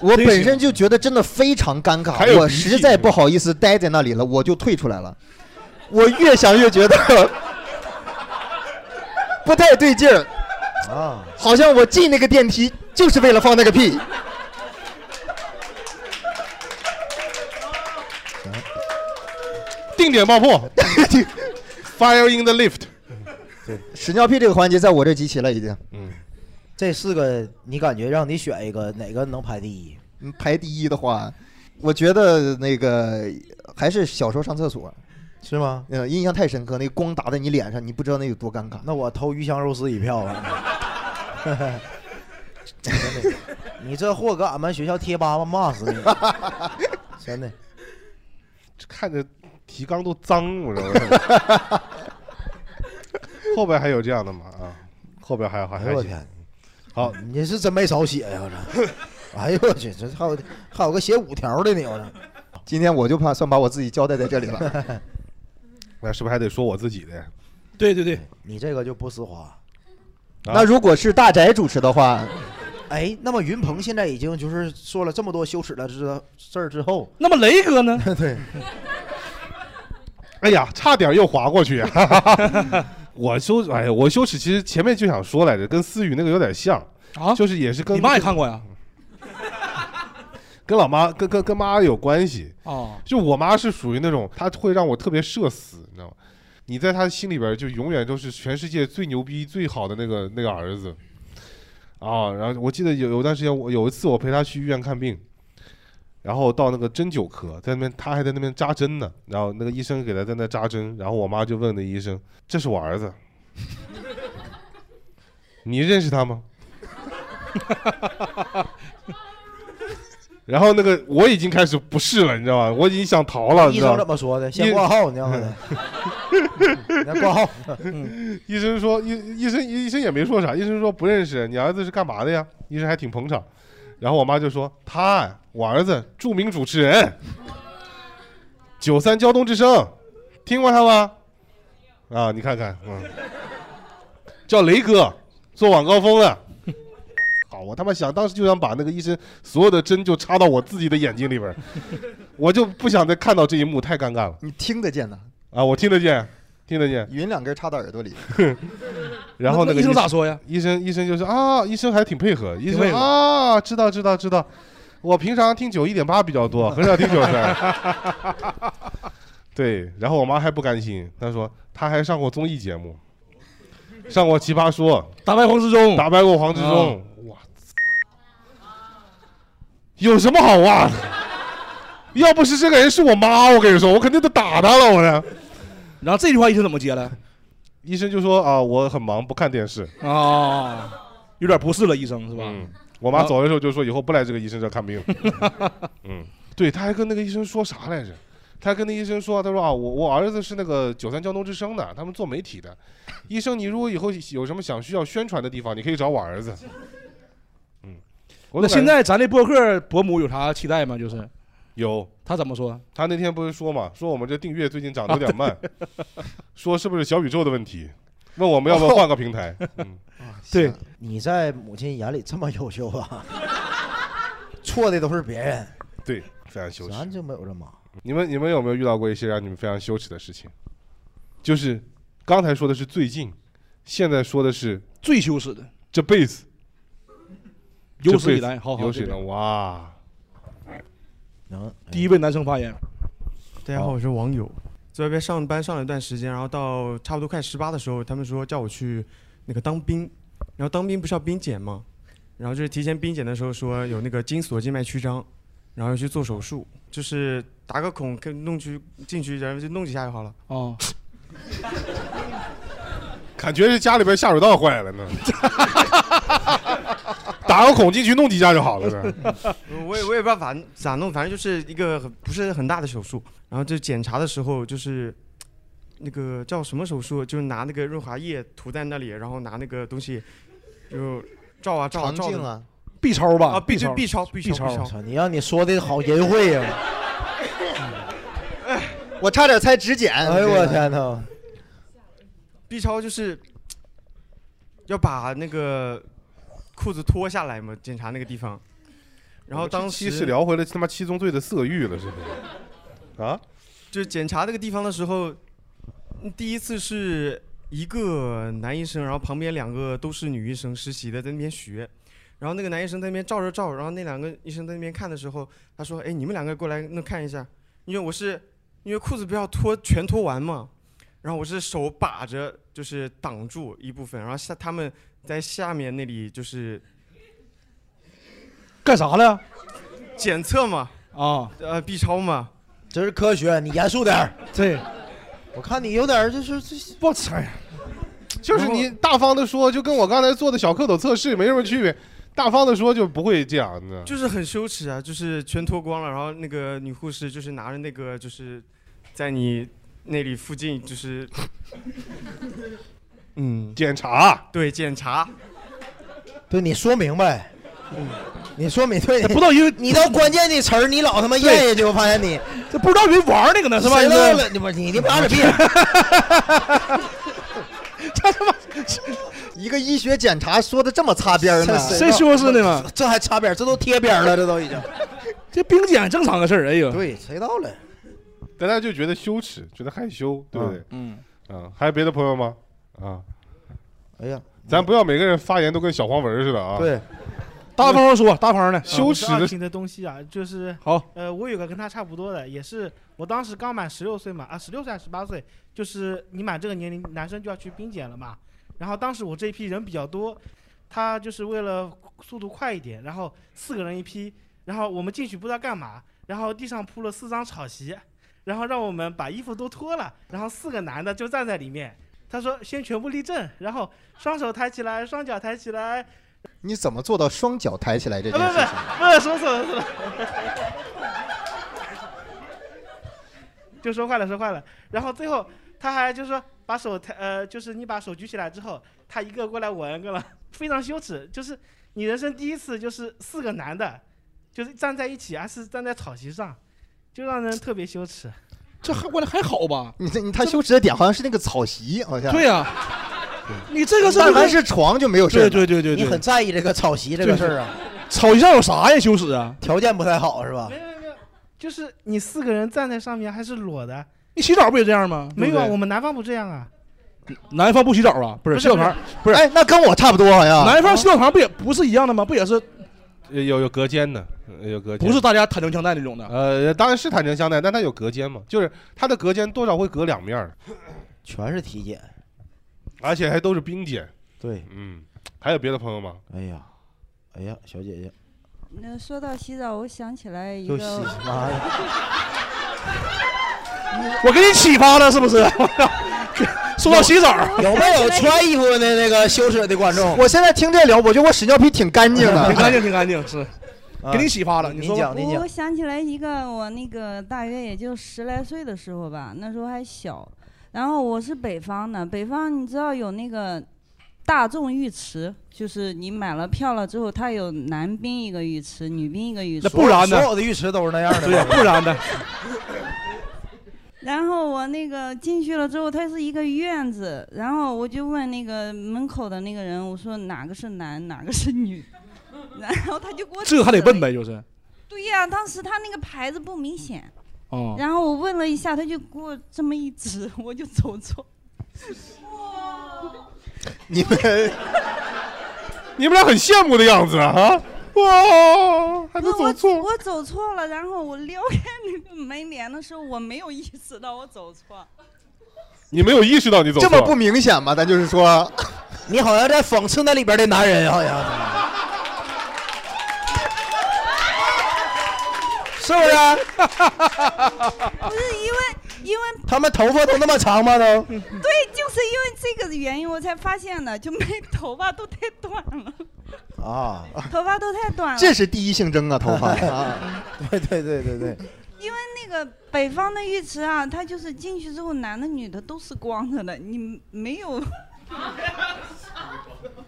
F: 我
D: 真
F: 本
D: 是
F: 身就觉得真的非常尴
E: 还
F: 尬，
E: 有
F: 我
E: 脾气
F: 实在不好意思待在那里了，我就退出来了。我越想越觉得 *laughs* 不太对劲儿，
C: 啊，
F: 好像我进那个电梯就是为了放那个屁。
E: 定点爆
F: *laughs*
E: 破，fire in the lift。
F: 屎尿屁这个环节在我这集齐了，已经
E: 嗯，
C: 这四个你感觉让你选一个，哪个能排第一？
F: 嗯排第一的话，我觉得那个还是小时候上厕所，
C: 是吗？
F: 嗯、印象太深刻，那个光打在你脸上，你不知道那有多尴尬。
C: 那我投鱼香肉丝一票吧。
D: *laughs*
C: 真的，你这货搁俺们学校贴吧吧骂死你！真的，
E: 这看着提纲都脏，我说。 *laughs* 后边还有这样的吗？啊，后边还有还
C: 哎
E: 还
C: 呦我
E: 行
C: 天，
E: 好，
C: 你是真没少写呀！我操，哎呦我去，这还有还有个写五条的呢！我操，
F: 今天我就怕算把我自己交代在这里了。
C: *laughs*
E: *laughs* 那是不是还得说我自己的？
C: 哎
D: 对对对，
C: 你这个就不丝滑，
F: 那如果是大宅主持的话，
C: 哎，那么云鹏现在已经就是说了这么多羞耻的事事儿之后，
D: 那么雷哥呢？
C: 对，
E: 哎呀，差点又滑
D: *laughs*
E: 过去。啊我羞，哎呀，我羞耻，其实前面就想说来着，跟思雨那个有点像
D: 啊，
E: 就是也是跟
D: 你妈也看过呀，
E: 跟老妈跟跟跟妈有关系。
D: 哦，
E: 就我妈是属于那种，她会让我特别社死，你知道吗？你在她心里边就永远都是全世界最牛逼、最好的那个那个儿子啊。然后我记得有有段时间，我有一次我陪她去医院看病，然后到那个针灸科，在那边她还在那边扎针呢，然后那个医生给她在那扎针，然后我妈就问那医生：“这是我儿子， *laughs* 你认识他吗？”然后那个我已经开始不适了，你知道吧？我已经想逃了，你
C: 医
E: 知道
C: 生
E: 吗
C: 怎么说的？
E: 医
C: 先挂号，你让他的，你
D: *laughs*
C: 让挂号。
D: 嗯
E: 医生说，医医生医生也没说啥，医生说不认识，你儿子是干嘛的呀？医生还挺捧场，然后我妈就说他，啊我儿子著名主持人，九三交通之声，听过他吗？啊，你看看，嗯，叫雷哥，做晚高峰的。好，我他妈想当时就想把那个医生所有的针就插到我自己的眼睛里边儿，我就不想再看到这一幕，太尴尬了。
F: 你听得见的，
E: 啊，我听得见，听得见。
F: 云两根插到耳
C: *laughs*
F: 朵里。
E: 然后
F: 那
E: 那个
F: 医生咋说
D: 呀？
E: 医生医生就说啊，医生还挺配合，医生
F: 配合
E: 啊，知道知道知道，我平常听九一点八比较多，很少听九三。 *laughs* 对，然后我妈还不甘心，她说她还上过综艺节目，上过《奇葩说》，
D: 打败黄志忠，
E: 打败过黄志忠
C: 哦
D: 啊，
E: 哇，有什么好啊？ *laughs* 要不是这个人是我妈，我跟你说，我肯定都打他了，我呢。
D: *laughs* 然后这句话医生怎么接了？
E: 医生就说啊，我很忙，不看电视。
D: 哦，有点不适了，医生是吧？
E: 嗯
D: 啊
E: 我妈走的时候就说以后不来这个医生这看
D: *laughs*
E: 病了。嗯，对，她还跟那个医生说啥来着？她还跟那医生说，她说啊，我我儿子是那个九三交通之声的，他们做媒体的。医生，你如果以后有什么想需要宣传的地方，你可以找我儿子。嗯，我
D: 那
E: 就感
D: 现
E: 觉
D: 在咱这播客伯母有啥期待吗？就是
E: 有
D: 他怎么说？
E: 他那天不是说嘛，说我们这订阅最近涨得有点
D: 啊
E: 慢，说是不是小宇宙的问题？ *laughs* 问我们要不要换个
D: *laughs*
E: 平
C: *laughs*
E: 台？嗯，
C: 对，你在母亲眼里这么优秀啊？错的都是别人，
E: 对，非常羞耻。
C: 咱就没有这么。
E: 你们你们有没有遇到过一些让你们非常羞耻的事情？就是刚才说的是最近，现在说的是
D: 最羞耻的
E: 这辈子，
D: 有
E: 这
D: 史
E: 辈
D: 以
E: 子
D: 来好好
E: 有
D: 这
E: 史以来
D: 边
E: 哇！
C: 能
D: 第一位男生发言，哦
L: 大家好，啊我是网友，在外边上班上了一段时间，然后到差不多快十八的时候，他们说叫我去那个当兵，然后当兵不是要兵检吗？然后就是提前兵检的时候说有那个精索静脉曲张，然后要去做手术，就是打个孔跟弄去进去，然后就弄几下就好了。
D: 哦，
E: 感觉是家里边下水道坏了呢，打个孔进去弄几下就好了呢。
L: *laughs* 我也我也不知道咋咋弄，反正就是一个很不是很大的手术。然后就检查的时候，就是那个叫什么手术，就是拿那个润滑液涂在那里，然后拿那个东西就照啊照啊
F: 肠
L: 照
F: 镜
L: 的
F: 啊
D: ，B 超吧
L: 啊 B
D: 超
L: 超 B 超 B 超 B
C: 我
L: 超，
C: 操！你让你说的好淫秽啊呀！
F: 我差点猜指检。
C: 哎呦我天哪！
L: B 超就是要把那个裤子脱下来嘛，检查那个地方。然后当时
E: 我们这期是聊回了他妈七宗罪的色欲了，是不是？啊，
L: 就检查那个地方的时候，嗯第一次是一个男医生，然后旁边两个都是女医生实习的，在那边学。然后那个男医生在那边照着照，然后那两个医生在那边看的时候，他说：“哎，你们两个过来那看一下，因为我是因为裤子不要脱全脱完嘛，然后我是手把着就是挡住一部分，然后下他们在下面那里就是
D: 干啥了？
L: 检测嘛，
D: 啊，
L: 呃，B 超嘛，
C: 这是科学，你严肃点儿。
D: 对，
C: 我看你有点儿就是这，
D: 我操呀！
E: 就是你大方的说，就跟我刚才做的小蝌蚪测试没什么区别，大方的说就不会这样的。
L: *laughs* 就是很羞耻啊，就是全脱光了，然后那个女护士就是拿着那个就是在你那里附近就是嗯
E: 检查，
L: 对检查，
C: 对你说明白。你说明对，
L: 不知道因为
C: 你到关键的词儿，你老他妈咽下去，我发现你
D: 这不知道人玩那个呢是吧
C: 谁
D: 你说
C: 乐了？
F: *laughs*
C: 你不是你你妈了逼！
D: 这他妈
F: 一一个医学检查说的这么擦边儿呢？
D: 谁说是呢嘛？
C: 这还擦边，这都贴边了，这都已经。
D: 这冰检正常个事儿，哎呦。
C: 对，谁到了？
E: 大家就觉得羞耻，觉得害羞，对不对？
D: 嗯。
E: 啊，还有别的朋友吗？啊，
C: 哎呀，
E: 咱不要每个人发言都跟小黄文似的啊。
C: 对，
D: 大方说，大方
M: 呃
D: 的，
E: 羞耻的
M: 的东西啊，就是
D: 好
M: 呃，我有个跟他差不多的，也是我当时刚满十六岁嘛，啊，十六岁还是十八岁，就是你满这个年龄，男生就要去冰检了嘛。然后当时我这一批人比较多，他就是为了速度快一点，然后四个人一批，然后我们进去不知道干嘛，然后地上铺了四张草席，然后让我们把衣服都脱了，然后四个男的就站在里面。他说：“先全部立正，然后双手抬起来，双脚抬起来，
F: 你怎么做到双脚抬起来这
M: 啊，
F: 件
M: 不
F: 事情？
M: 不不，说错了说错了， *laughs* 就说坏了说坏了。然后最后他还就说把手抬呃，就是你把手举起来之后，他一个过来我一个了，非常羞耻。就是你人生第一次，就是四个男的，就是站在一起，还是站在草席上，就让人特别羞耻。
D: 这还过来还好吧？
F: 你这你他羞耻的点好像是那个草席，好像。
D: 对呀、你这个是
F: 但凡是床就没有事儿了
D: 对对对对对，
F: 你很
C: 在意这个草席这个事儿啊？
D: 草席上有啥呀？羞耻啊？
C: 条件不太好是吧？
M: 就是你四个人站在上面还是裸的，
D: 你洗澡不也这样吗？
M: 没有啊，我
D: 们
M: 们南方不这样啊。
D: 南方不洗澡啊？不是
M: 不
D: 洗
M: 是
D: 澡堂，
F: 不是？哎，那跟我差不多好像。
D: 南方洗澡堂不也不是一样的吗？不也是
E: 有有有隔间的，呃有隔间。
D: 不是大家坦诚相待那种的？
E: 呃，当然是坦诚相待，但它有隔间嘛，就是它的隔间多少会隔两面儿，
C: 全是体检，
E: 而且还都是冰检。
C: 对，
E: 嗯，还有别的朋友吗？
C: 哎呀，哎呀，小姐姐，
N: 那说到洗澡，我想起来一
C: 又
N: 个，
C: 洗
N: *laughs*
C: 妈呀！
D: 我给你启发了是不是？ *laughs* 说到洗澡，
C: 有没有穿衣服的那个羞耻的观众？
F: 我现在听这聊，我觉得我屎尿屁挺干净
D: *laughs*
F: 的，
D: 挺干净，挺干净，是给你启发了。
F: 你
D: 说吧
F: 讲你
N: 我想起来一个，我那个大约也就十来岁的时候吧，那时候还小。然后我是北方的，北方你知道有那个大众浴池，就是你买了票了之后，它有男宾一个浴池，女宾一个浴池。
C: 所有的浴池都是那样的，
D: 对呀不然呢？
N: 然后我那个进去了之后，它是一个院子，然后我就问那个门口的那个人，我说哪个是男，哪个是女， *laughs* 然后他就给我
D: 这还得问呗，就是
N: 对呀、当时他那个牌子不明显，
D: 哦。
N: 然后我问了一下，他就给我这么一指， *laughs* 我就走
F: *laughs*
N: 错。
F: 你们
E: *laughs* 你们俩很羡慕的样子啊！哇，还
N: 能走错我？我走错了，然后我撩开那个门帘的时候，我没有意识到我走
F: *laughs*
N: 错。
E: 你没有意识到你走
F: 这
E: 错
F: 么不明显吗？咱就是说，
C: *laughs* 你好像在讽刺那里边的男人，啊好像 *laughs* 是不是？
N: 不是因为因为
C: *laughs* 他们头发都那么长吗？都
N: 对，就是因为这个原因我才发现的，就没头发都太短了，
C: 啊，
N: 头发都太短了。
F: 这是第一性征啊，头
C: *laughs*
F: 发
C: 啊对对对对对，
N: 因为那个北方的浴池啊，它就是进去之后，男的女的都是光着的，你没有。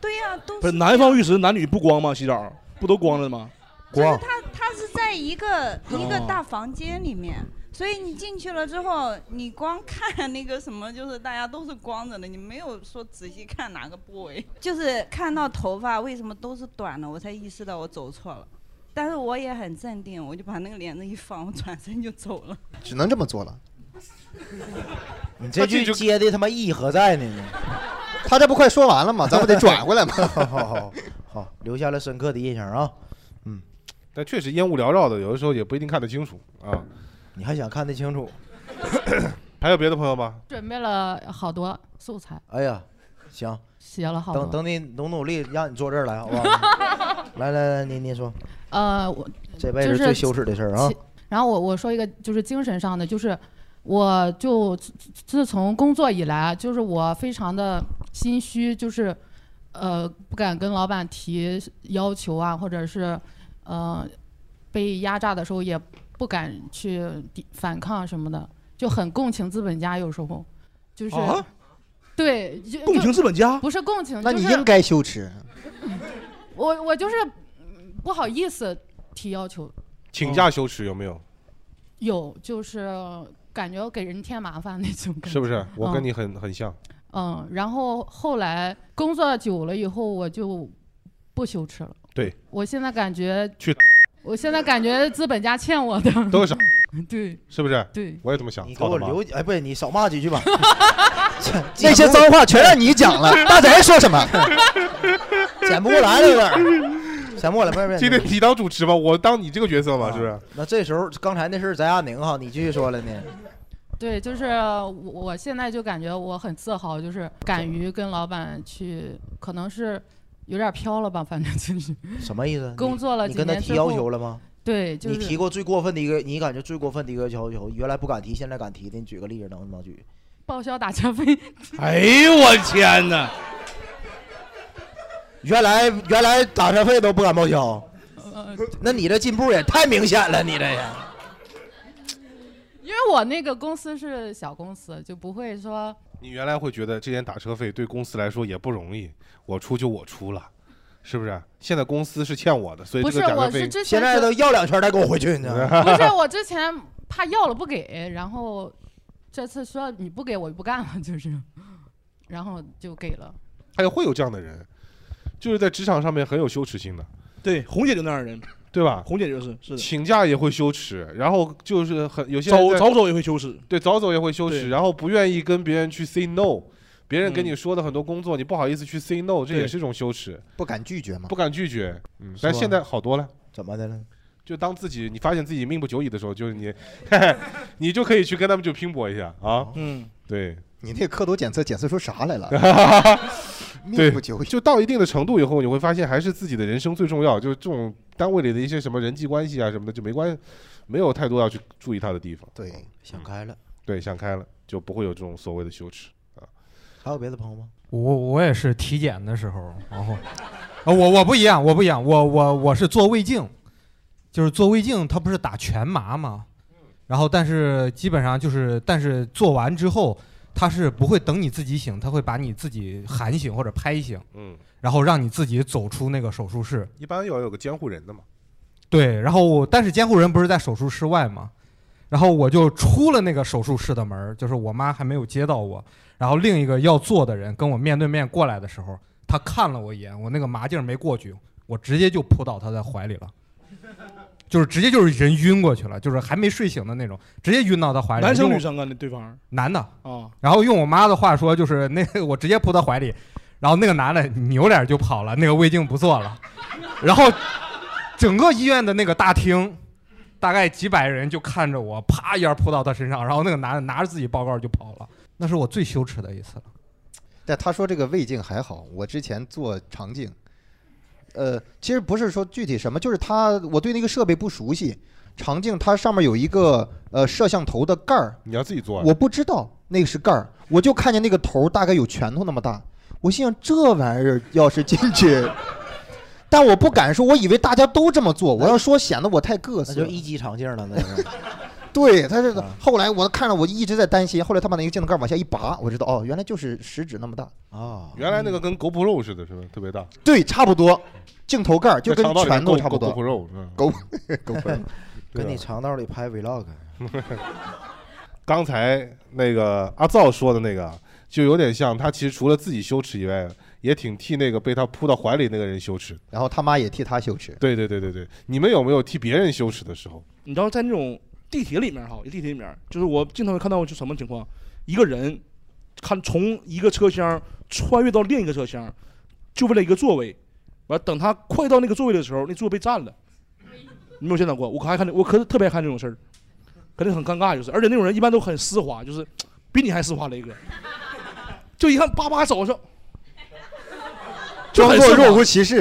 N: 对呀、都
D: 不
N: 是
D: 是南方浴池男女不光吗？洗澡不都光着吗？哦
N: 就是它它是在一个一个大房间里面，所以你进去了之后，你光看那个什么，就是大家都是光着的，你没有说仔细看哪个部位，就是看到头发为什么都是短的，我才意识到我走错了。但是我也很镇定，我就把那个帘子一放，我转身就走了。
F: 只能这么做了。
C: 你这句接的他妈意义何在呢？
F: 他这不快说完了吗？咱不得转过来
C: *laughs*
F: 吗？
C: 好好好，好，留下了深刻的印象啊！
E: 但确实烟雾缭绕的，有的时候也不一定看得清楚啊。
C: 你还想看得清楚？
E: 还有别的朋友吗？
K: 准备了好多素材，
C: 哎呀，行，
K: 写了好多。
C: 等等你努努力，让你坐这儿来，好不好？来来来，您您说，
K: 呃，我
C: 这辈子
K: 就是
C: 最羞耻的事儿啊
K: 其！然后我我说一个就是精神上的，就是我就自自从工作以来，就是我非常的心虚，就是呃不敢跟老板提要求啊，或者是呃被压榨的时候也不敢去抵反抗什么的，就很共情资本家，有时候就是、
D: 啊
K: 对就
D: *laughs* 共情资本家
K: 不是共情，
F: 那你
K: 就是
F: 应该羞耻。
K: 我我就是嗯不好意思提要求，
E: 请假羞耻有没有？
K: 有，就是感觉给人添麻烦那种感觉，
E: 是不是？我跟
K: 嗯
E: 你很很像。
K: 嗯，然后后来工作久了以后，我就不羞耻了。
A: 对，
K: 我现在感觉
A: 去，
K: 我现在感觉资本家欠我的。
A: 都是
K: 对，
A: 是不是？
K: 对，
A: 我也这么想。
C: 你给我留，哎，不是你少骂几句吧。
F: 那些脏话全让你讲了，大宅
E: *laughs*
F: 说什么？
C: 捡不过来了，有点儿捡不过来，不是不是。啊
E: 今天你当主持吧，我当你这个角色吧，是不是？
C: 那这时候刚才那事儿翟亚宁哈，你继续说了
E: *laughs*
C: 呢。
K: 对，就是我我现在就感觉我很自豪，就是敢于跟老板去，可能是有点飘了吧，反正就是。
C: 什么意思？你
K: 工作了
C: 你
K: 几
C: 跟他
K: 年
C: 提
K: 之
C: 要
K: 后
C: 求了吗？
K: 对就是
C: 你提过最过分的一个，你感觉最过分的一个要求，原来不敢提，现在敢提的，你举个例子能不能举？
K: 报销打车费。 *laughs*
D: 哎呦我天哪！
C: 原来原来打车费都不敢报销，
K: 呃，
C: 那你这进步也太明显了，你这也。
K: 因为我那个公司是小公司，就不会说
E: 你原来会觉得这点打车费对公司来说也不容易，我出就我出了，是不是？现在公司是欠我的，所以
K: 不
E: 这
K: 是
E: 个打
K: 我
E: 车
K: 是
E: 费
K: 之前现在觉都要
C: 两圈再给我回去，你
E: *laughs*
C: 知道吗
K: 不是我之前怕要了不给，然后这次说你不给我就不干了，就是，然后就给了。
E: 哎，会有这样的人，就是在职场上面很有羞耻心的。
D: 对，红姐就那样的人，
E: 对吧？
D: 红姐就是是的，
E: 请假也会羞耻，然后就是很有些人
D: 早
E: 在
D: 早走也会羞耻。
E: 对早走也会羞耻，
D: 对
E: 然后不愿意跟别人去 say no，别人跟
D: 嗯
E: 你说的很多工作，你不好意思去 say no，这
F: 对
E: 也是一种羞耻，
F: 不敢拒绝嘛
E: 不敢拒绝。嗯，
F: 是
E: 但
F: 吧
E: 现在好多了。
C: 怎么的呢？
E: 就当自己你发现自己命不久矣的时候，就是你， *laughs* 你就可以去跟他们就拼搏一下啊。
F: 哦
D: 嗯，
E: 对，？
F: 你那刻度检测检测出啥来了命
E: 对
F: 不久，矣。
E: 就到一定的程度以后，你会发现还是自己的人生最重要。就是这种单位里的一些什么人际关系啊什么的，就没关，没有太多要去注意他的地方。
F: 对，
C: 想开了，
E: 对，想开了就不会有这种所谓的羞耻啊。
C: 还有别的朋友吗？
G: 我我也是体检的时候，然后，啊，我我不一样，我不一样，我我我是做胃镜，就是做胃镜，它不是打全麻吗？然后但是基本上就是，但是做完之后，它是不会等你自己醒，它会把你自己喊醒或者拍醒，
E: 嗯，
G: 然后让你自己走出那个手术室。
E: 一般要有个监护人的嘛。
G: 对，然后我但是监护人不是在手术室外嘛，然后我就出了那个手术室的门儿，就是我妈还没有接到我，然后另一个要坐的人跟我面对面过来的时候，他看了我一眼，我那个麻劲儿没过去，我直接就扑倒他在怀里了。就是直接就是人晕过去了，就是还没睡醒的那种，直接晕到他怀
F: 哎
G: 里。
D: 男生
G: 用
D: 女生啊，那对方
G: 男的
D: 哦
G: 然后用我妈的话说，就是那个我直接扑他怀里，然后那个男的扭脸就跑了，那个胃镜不做了，然后整个医院的那个大厅，大概几百人就看着我，啪一下扑到他身上，然后那个男的拿着自己报告就跑了，那是我最羞耻的一次了。
F: 但他说这个胃镜还好，我之前做肠镜，呃，其实不是说具体什么，就是他我对那个设备不熟悉。肠镜它上面有一个呃摄像头的盖儿，
E: 你要自己做啊
F: 我不知道那个是盖儿，我就看见那个头大概有拳头那么大，我心想这玩意儿要是进
E: *laughs*
F: 去，但我不敢说，我以为大家都这么做，我要说显得我太个
C: 那
F: 色
C: 就
F: 了。
C: 一级长镜了，那就是。
F: *laughs* 对，他
E: 嗯
F: 是后来我看着我一直在担心，后来他把那个镜头盖往下一拔，我知道哦，原来就是食指那么大。
E: 嗯
C: 啊，
E: 原来那个跟狗脯肉似的，是吧？特别大， *laughs*
F: 对，差不多，镜头盖儿就
E: 在
F: 跟
E: 肠道里面
F: 拳头
E: 够
F: 差不
E: 够
F: 多。
E: 狗脯肉嗯
F: 狗 *laughs* 狗脯肉
C: 跟你肠道里拍
D: *laughs*
C: vlog，
E: 刚才那个阿造说的那个，就有点像他其实除了自己羞耻以外，也挺替那个被他扑到怀里那个人羞耻。
F: 然后他妈也替他羞耻。
E: 对对对对对，你们有没有替别人羞耻的时候？
D: 你知道在那种地铁里面哈，地铁里面就是我经常会看到就什么情况，一个人看从一个车厢穿越到另一个车厢，就为了一个座位，完了等他快到那个座位的时候，那座位被占了。你没有见到过？我可爱看这，我可特别爱看这种事儿，肯定很尴尬，就是，而且那种人一般都很丝滑，就是比你还丝滑，雷哥，就一看叭叭走上，就很丝滑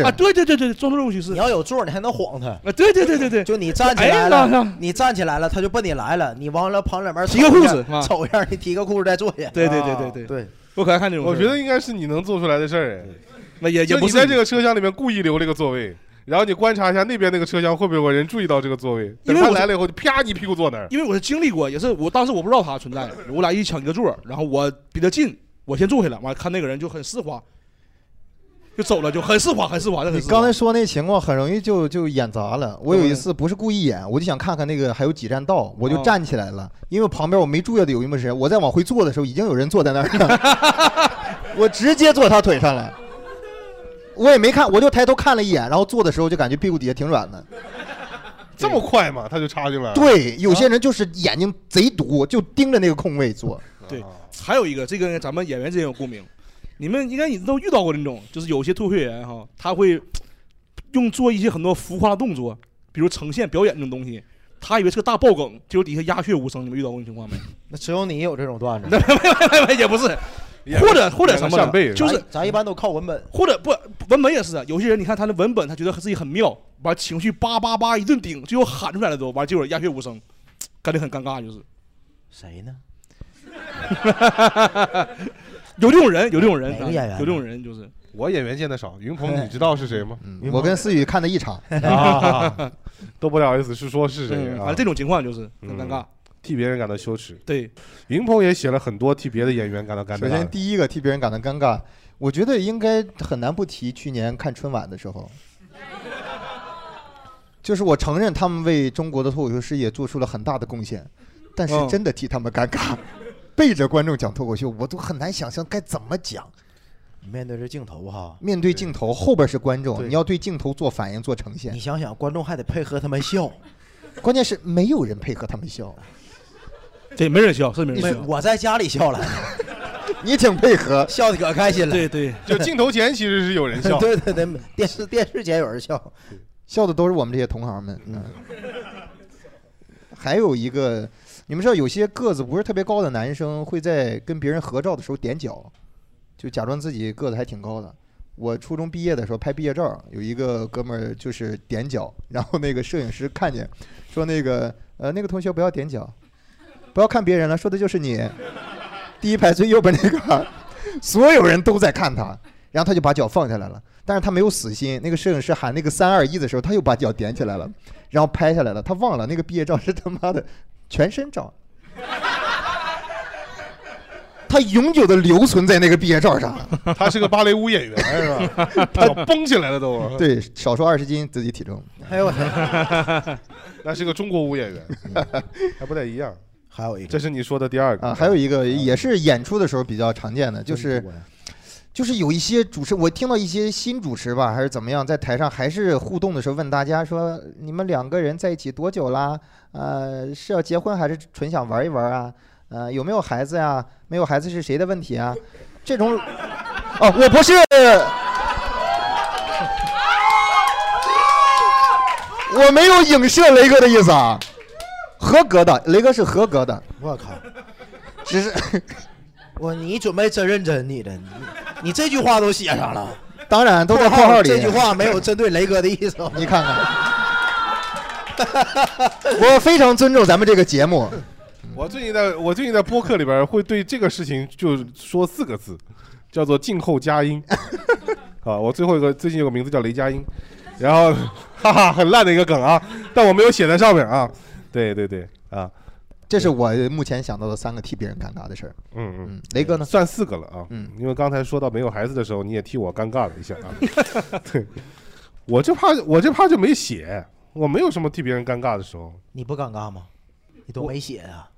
D: 啊！对对对对，装作若无其事。
C: 你要有座儿，你还能晃他。
D: 啊，对对对对对，
C: 就你站起
D: 哎
C: 来
D: 老师
C: 了，你站起来了，他就奔你来了。你往了旁里面
D: 提个裤子
C: 走一下走一下，你提个裤子再坐下。
D: 对对对
E: 啊
D: 对
F: 啊
D: 对
C: 对，
D: 我可爱看这种事儿。
E: 我觉得应该是你能做出来的事儿，哎
D: 那也
E: 就
D: 也不
E: 你
D: 是
E: 在这个车厢里面故意留了一个座位，然后你观察一下那边那个车厢会不会有人注意到这个座位，
D: 因
E: 等
D: 为
E: 他
D: 我是
E: 来了以后，就啪你屁股坐那儿。
D: 因为我是经历过，也是我当时我不知道他存在，我俩一抢一个座儿，然后我比他近，我先坐下来，完了看那个人就很丝滑，就走了，就很丝滑，很丝滑，就很
F: 你
D: 丝滑。
F: 刚才说那情况很容易就就演砸了。我有一
D: 对
F: 次不是故意演，我就想看看那个还有几站到，我就
D: 哦
F: 站起来了，因为旁边我没注意到有没有人。我在往回坐的时候，已经有人坐在那儿了。 *laughs* 我直接坐他腿上来，我也没看，我就抬头看了一眼，然后坐的时候就感觉屁股底下挺软的。
E: 这么快嘛，他就插进来了。
F: 对，有些人就是眼睛贼毒，就盯着那个空位坐。
D: 对，还有一个，这个咱们演员之间有共鸣，你们应该也都遇到过那种，就是有些脱口秀演员哈，他会用做一些很多浮夸的动作，比如呈现表演这种东西，他以为是个大爆梗，结果底下鸦雀无声。你们遇到过这种情况没？
C: 那只有你有这种段
D: *laughs*
C: 子，
D: 也不是，或者或者什么 *laughs* 的，就是
C: 咱咱一般都靠文本。
D: 或者不文本也是啊，有些人你看他的文本，他觉得自己很妙，完情绪叭叭叭一顿顶，最后喊出来了都，完结果鸦雀无声，感觉很尴尬，就是。 *laughs*
C: 谁呢？
D: 有这种人，哎有这种人，啊
F: 哪个演员
D: 有这种人就是。
E: 我演员见的少，云
F: *laughs*
E: 鹏，你知道是谁吗？云鹏
F: 我跟思雨看的
D: *laughs*
E: *laughs*
F: 一场，
E: 啊，都不好意思是说是谁
D: 嗯
E: 啊。
D: 反正这种情况就是很尴尬
E: 嗯，替别人感到羞耻。
D: 对，
E: 云鹏也写了很多替别的演员感到尴尬
F: 首
E: 的。
F: 先第一个替别人感到尴尬，我觉得应该很难不提去年看春晚的时
C: *laughs*
F: 候，就是我承认他们为中国的脱口秀事业做出了很大的贡献，但是
E: 嗯
F: 真的替他们尴尬，背着观众讲脱口秀，我都很难想象该怎么讲。
C: 面对着镜头哈，
F: 面对镜头，后边是观众，
C: 对
F: 你要对镜头做反应、做呈现
C: 你。想想，观众还得配合他们笑，
F: 关键是没有人配合他们笑，
D: 对，没人笑，是没人
C: 没
D: 笑
C: 有。 *laughs* 我在家里笑了，
F: *laughs* 你挺配合，
C: *laughs* 笑的可开心了。
D: 对对，
E: 就镜头前其实
D: *laughs*
E: 是有人笑，
C: *laughs* 对对对，
E: *laughs*
C: 电视电视前有人笑，
F: 笑的都是我们这些同行们。嗯，还有一个，你们知道有些个子不是特别高的男生会在跟别人合照的时候踮脚，就假装自己个子还挺高的。我初中毕业的时候拍毕业照，有一个哥们儿就是踮脚，然后那个摄影师看见，说那个呃那个同学不要踮脚，不要看别人了，说的就是你。第一排最右边那个， *laughs* 所有人都在看他，然后他就把脚放下来了，但是他没有死心。那个摄影师喊那个三二一的时候，他又把脚点起来了，然后拍下来了。他忘了那个毕业照是他妈的全身照，他永久的留存在那个毕业照上。
E: 他是个芭蕾舞演员是
D: *laughs*
E: 吧？他绷起来了都。，
F: *laughs*
E: *laughs*
F: 对，少说二十斤自己体重。
C: 哎呦我天！
E: 那是个中国舞演员，
F: 嗯
E: *laughs* 还不太一样。
C: 还有一个，
E: 这是你说的第二个嗯
F: 啊，还有一个也是演出的时候比较常见的，就
C: 真
F: 是
C: 多呀
F: 就是有一些主持，我听到一些新主持吧，还是怎么样，在台上还是互动的时候问大家说，你们两个人在一起多久啦？呃，是要结婚还是纯想玩一玩啊？呃，有没有孩子呀、没有孩子是谁的问题啊？ *laughs* 这种，哦，我不是。 *laughs* 我没有影射雷哥的意思啊，合格的，雷哥是合格的，
C: 我靠，
F: 只是
C: 我你准备真认真，你的，你你这句话都写上了，
F: *laughs* 当
D: 啊
F: 然都在括号里。
C: 这句话没有针对雷哥的意思。
F: *laughs*
C: *laughs*
F: 你看看，我非常尊重咱们这个节
D: 嗯
F: 目。
E: 我最近在我最近在播客里边会对这个事情就是说四个字，叫做静候佳音。 *laughs* 啊，我最后一个最近有个名字叫雷佳音，然后哈哈，很烂的一个梗啊，但我没有写在上面啊。对对对啊，
F: 这是我目前想到的三个替别人尴尬的事儿。
E: 嗯嗯，
F: 雷哥呢？
E: 算四个了啊。
F: 嗯，
E: 因为刚才说到没有孩子的时候，你也替我尴尬了一下啊。 *laughs* 对，我这趴我这趴就没写，我没有什么替别人尴尬的时候。
C: 你不尴尬吗？你都没写啊，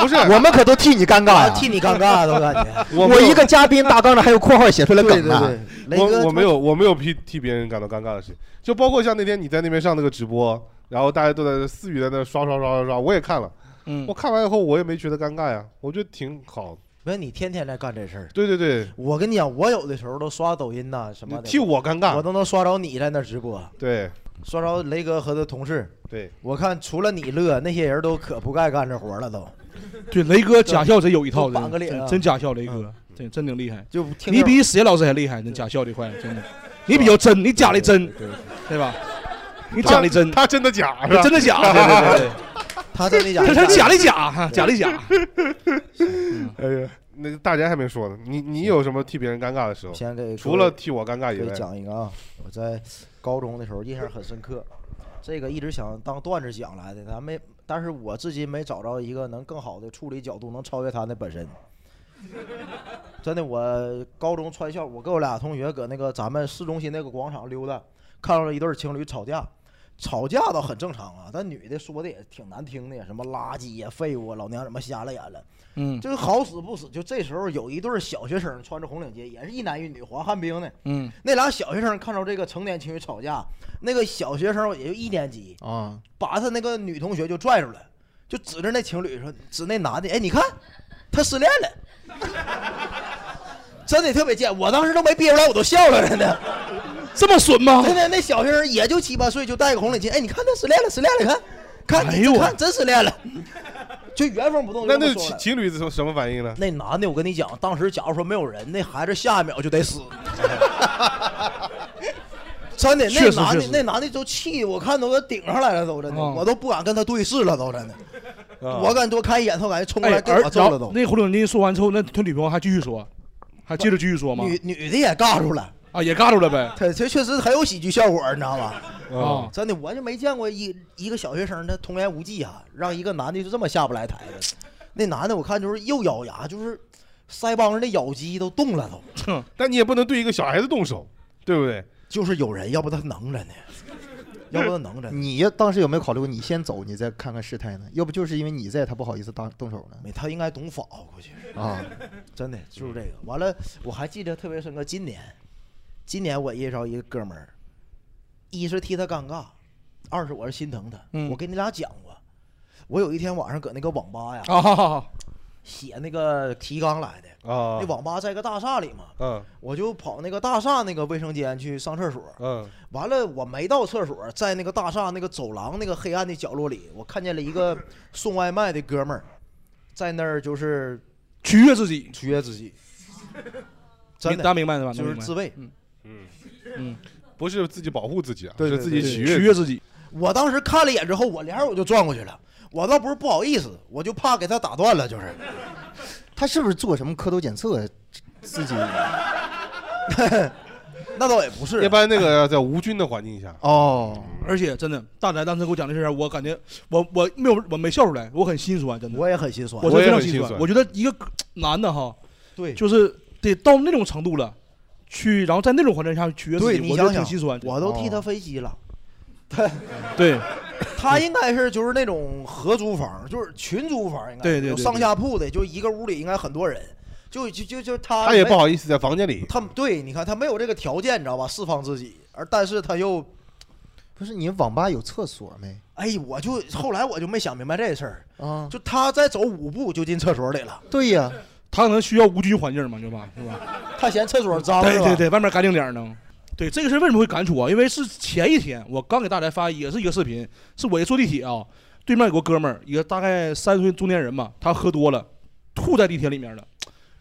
E: 不是，
F: 我们可都替你尴尬、
C: 我
F: 啊，
C: 替你尴
F: *laughs*
C: 尬都感觉。
E: *laughs* 我
F: 我
E: 没有
F: 一个嘉宾大纲上还有括号写出来
C: 对
F: 梗
C: 对
F: 呢。
C: 对，雷哥
E: 我我没有我没有替替别人感到尴尬的事情，就包括像那天你在那边上那个直播，然后大家都在思雨在那刷刷刷刷刷，我也看了，
D: 嗯
E: 我，看完以后我也没觉得尴尬呀，我觉得挺好。
C: 没有你天天在干这事儿。
E: 对对对，
C: 我跟你讲，我有的时候都刷抖音呐、什
E: 你
C: 么的，
E: 替我尴
C: 我
E: 尬，
C: 都能刷着你在那直播，
E: 对
C: 刷着雷哥和他同事。
E: 对，
C: 我看除了你乐，那些人都可不爱干这活了都，
D: 对，雷哥假笑真有一套，
C: 都绑个脸
D: 真
C: 啊
D: 真假笑，雷哥真真挺厉害。
C: 就听
D: 你
C: 着
D: 比史老师还厉害，真假笑的快，真的。你比较真，你假的真，
E: 对，
C: *laughs*
D: 对吧？你假的真，
E: 他真的假是
D: 你
E: 吧？
D: 真的假，对对对
C: 他真的假
D: 对，
C: 的，
D: 他是假的假，假的假。
F: 嗯
E: 哎呀，那个大家还没说呢，你你有什么替别人尴尬的时候？
C: 先给
E: 除了替我尴尬以
C: 给
E: 外，
C: 讲一个啊，我在高中的时候印象很深刻，这个一直想当段子讲来的，咱没，但是我至今没找着一个能更好的处理角度，能超越他的本身。真的，我高中穿校，我跟我俩同学搁那个咱们市中心那个广场溜达，看到了一对儿情侣吵架，吵架倒很正常啊，但女的说的也挺难听的，什么垃圾呀、废物啊，老娘怎么瞎了眼了？
D: *laughs* 嗯
C: 就是好死不死，就这时候有一对儿小学生穿着红领巾，也是一男一女，滑旱冰的。
D: 嗯，
C: 那俩小学生看着这个成年情侣吵架，那个小学生也就一年级
F: 啊，
C: 把他那个女同学就拽出来，就指着那情侣说，指那男的，哎，你看，他失恋了， *laughs* 真的特别贱，我当时都没憋出来，我都笑了，真的。
D: 这么损吗？
C: 真的， *laughs* 那小学生也就七八岁，就戴个红领巾，哎，你看他失恋了，失恋了，看，
D: 哎
C: 看，你看真失恋了， *laughs* 就原封不动。
E: 那
C: 原
E: 那
C: 封不动
E: 情
C: 了
E: 情侣是什么反应呢？
C: 那男的，我跟你讲，当时假如说没有人，那孩子下一秒就得死。 *laughs* 真的，那
B: 确实
C: 男
B: 确
C: 的
B: 实
C: 那男的都气，我看都给顶上来了，都真的，
D: 嗯
C: 我都不敢跟他对视了，都真的。我敢多看一眼，他感觉冲过来
D: 啊哎，
C: 给
D: 而
C: 我揍了
D: 然
C: 都
D: 后。那红领巾说完之后，那他女朋友还继续说，还接着继续说吗？
C: 女女的也尬住了
D: 啊，也尬住了呗。
C: 他这确实很有喜剧效果，你知道吧？
D: 啊
C: *laughs* 真的，我就没见过一一个小学生他童言无忌啊，让一个男的就这么下不来台的。那男的我看就是又咬牙，就是腮帮子那咬肌都动了都。
E: 但你也不能对一个小孩子动手，对不对？
C: 就是有人，要不他能着呢，要不他能着呢。
F: 你当时有没有考虑过，你先走，你再看看事态呢？要不就是因为你在，他不好意思当动手呢？
C: 没，他应该懂法，我估计是
F: 啊，
C: 真的
E: 嗯
C: 就是这个。完了，我还记得特别深刻，今年，今年我介绍一个哥们儿，一是替他尴尬，二是我是心疼他。
E: 嗯
C: 我跟你俩讲过，我有一天晚上搁那个网吧呀，
D: 啊好好好
C: *laughs* 写那个提纲来的。
E: 啊
C: 那网吧在一个大厦里嘛，
E: 嗯
C: 我就跑那个大厦那个卫生间去上厕所。
E: 嗯
C: 完了，我没到厕所，在那个大厦那个走廊那个黑暗的角落里，我看见了一个送外卖的哥们儿，在那儿就是
D: 取悦自己，
C: 取悦自己，真
E: *laughs* 明
C: 的，
E: 大家明白了吧
C: 就
E: 能
C: 是
E: 明白
C: 自慰，
D: 嗯
E: 嗯
D: 嗯，
E: 不是自己保护自己啊，
C: 对
E: 是自己取悦
D: 自己。
C: 我当时看了一眼之后，我脸我就转过去了，我倒不是不好意思，我就怕给他打断了，就是。
F: *laughs* 他是不是做什么蝌蚪检测呀？自己
C: 那倒也不是啊
E: 一般那个在无菌的环境下，
F: 哦，
D: 而且真的，大宅当时给我讲这事儿，我感觉我我没有我没笑出来，我很心酸，真的。
C: 我也很心酸
D: 我
E: 我
D: 是
E: 也
D: 非常
E: 很心
D: 酸。
E: 酸
D: 我觉得一个男的哈，
C: 对
D: 就是得到那种程度了，去然后在那种环境下取悦自
C: 对
D: 己，
C: 你
D: 我觉得挺
C: 想想
D: 心酸。，哦
C: 我都替他分析了，
D: 对，
C: *laughs* 他应该是就是那种合租房，就是群租房，应该
E: 对对
C: 是
E: 对
C: 有
E: 对
C: 上下铺的，就一个屋里应该很多人，就就就就他
E: 他也不好
C: 思，
E: 意思在房间里。
C: 他对，你看他没有这个条件，你知道吧？释放自己，而但是他又
F: 不是你网吧有厕所没？
C: 哎，我就后来我就没想明白这事儿，
F: 啊，
C: 就他再走五步就进厕所里了，
F: 对呀，
D: 他可能需要无菌环境嘛，对吧？是吧？
C: 他嫌厕所脏，
D: 对
C: 是吧
D: 对对，外面干净点儿呢。对，这个事儿为什么会感触啊？因为是前一天我刚给大家发也是一个视频，是我一坐地铁啊，对面有个哥们儿，一个大概三十岁中年人吧，他喝多了，吐在地铁里面了。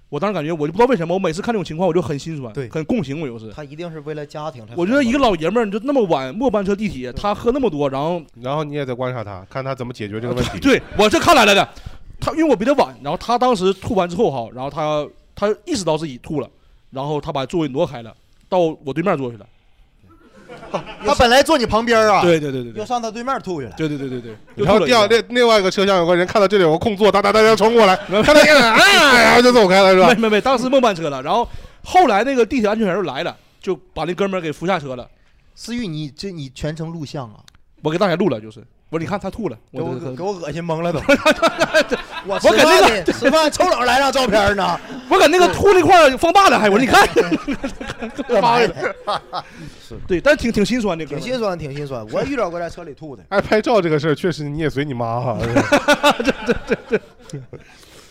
D: 我当时感觉，我就不知道为什么，我每次看这种情况我就很心酸，很共情，我就是。
C: 他一定是为了家庭才。
D: 我觉得一个老爷们儿，你就那么晚末班车地铁，他喝那么多，然后
E: 然后你也在观察他，看他怎么解决这个问
D: *laughs*
E: 题。
D: 对我这看来来的，他因为我比他晚，然后他当时吐完之后哈，然后他他意识到自己吐了，然后他把座位挪开了，到我对面坐去了。
F: *laughs* 他本来坐你旁边
D: *laughs*
F: 啊，
D: 对对对对对
C: 又上他对面吐去了，
D: 对对对对对，
E: 然后第二另另外一个车厢有个人看到这里有个空座，哒哒哒哒冲过来，看到这个人
D: 哎
E: 啊，然后就走开了，是吧
D: *laughs* 没？没没，当时末班车了，然后后来那个地铁安全员就来了，就把那哥们儿给扶下车了。
F: 思玉，你这你全程录像啊？
D: 我给大家录了，就是我说你看他吐了，
C: 给我
D: 我就
C: 给我恶心懵了都。 *laughs* 我吃
D: 我给那
C: 饭
D: 个
C: 呢，吃饭瞅老来张照片呢，
D: *laughs* 我搁那个吐那块儿放大了，还我说你看，妈呀！
C: *laughs*
D: *laughs* 对，但挺挺心酸的，
C: 挺心酸，挺心酸。我也遇到过在车里吐的，
E: 哎，拍照这个事儿确实你也随你妈啊哈，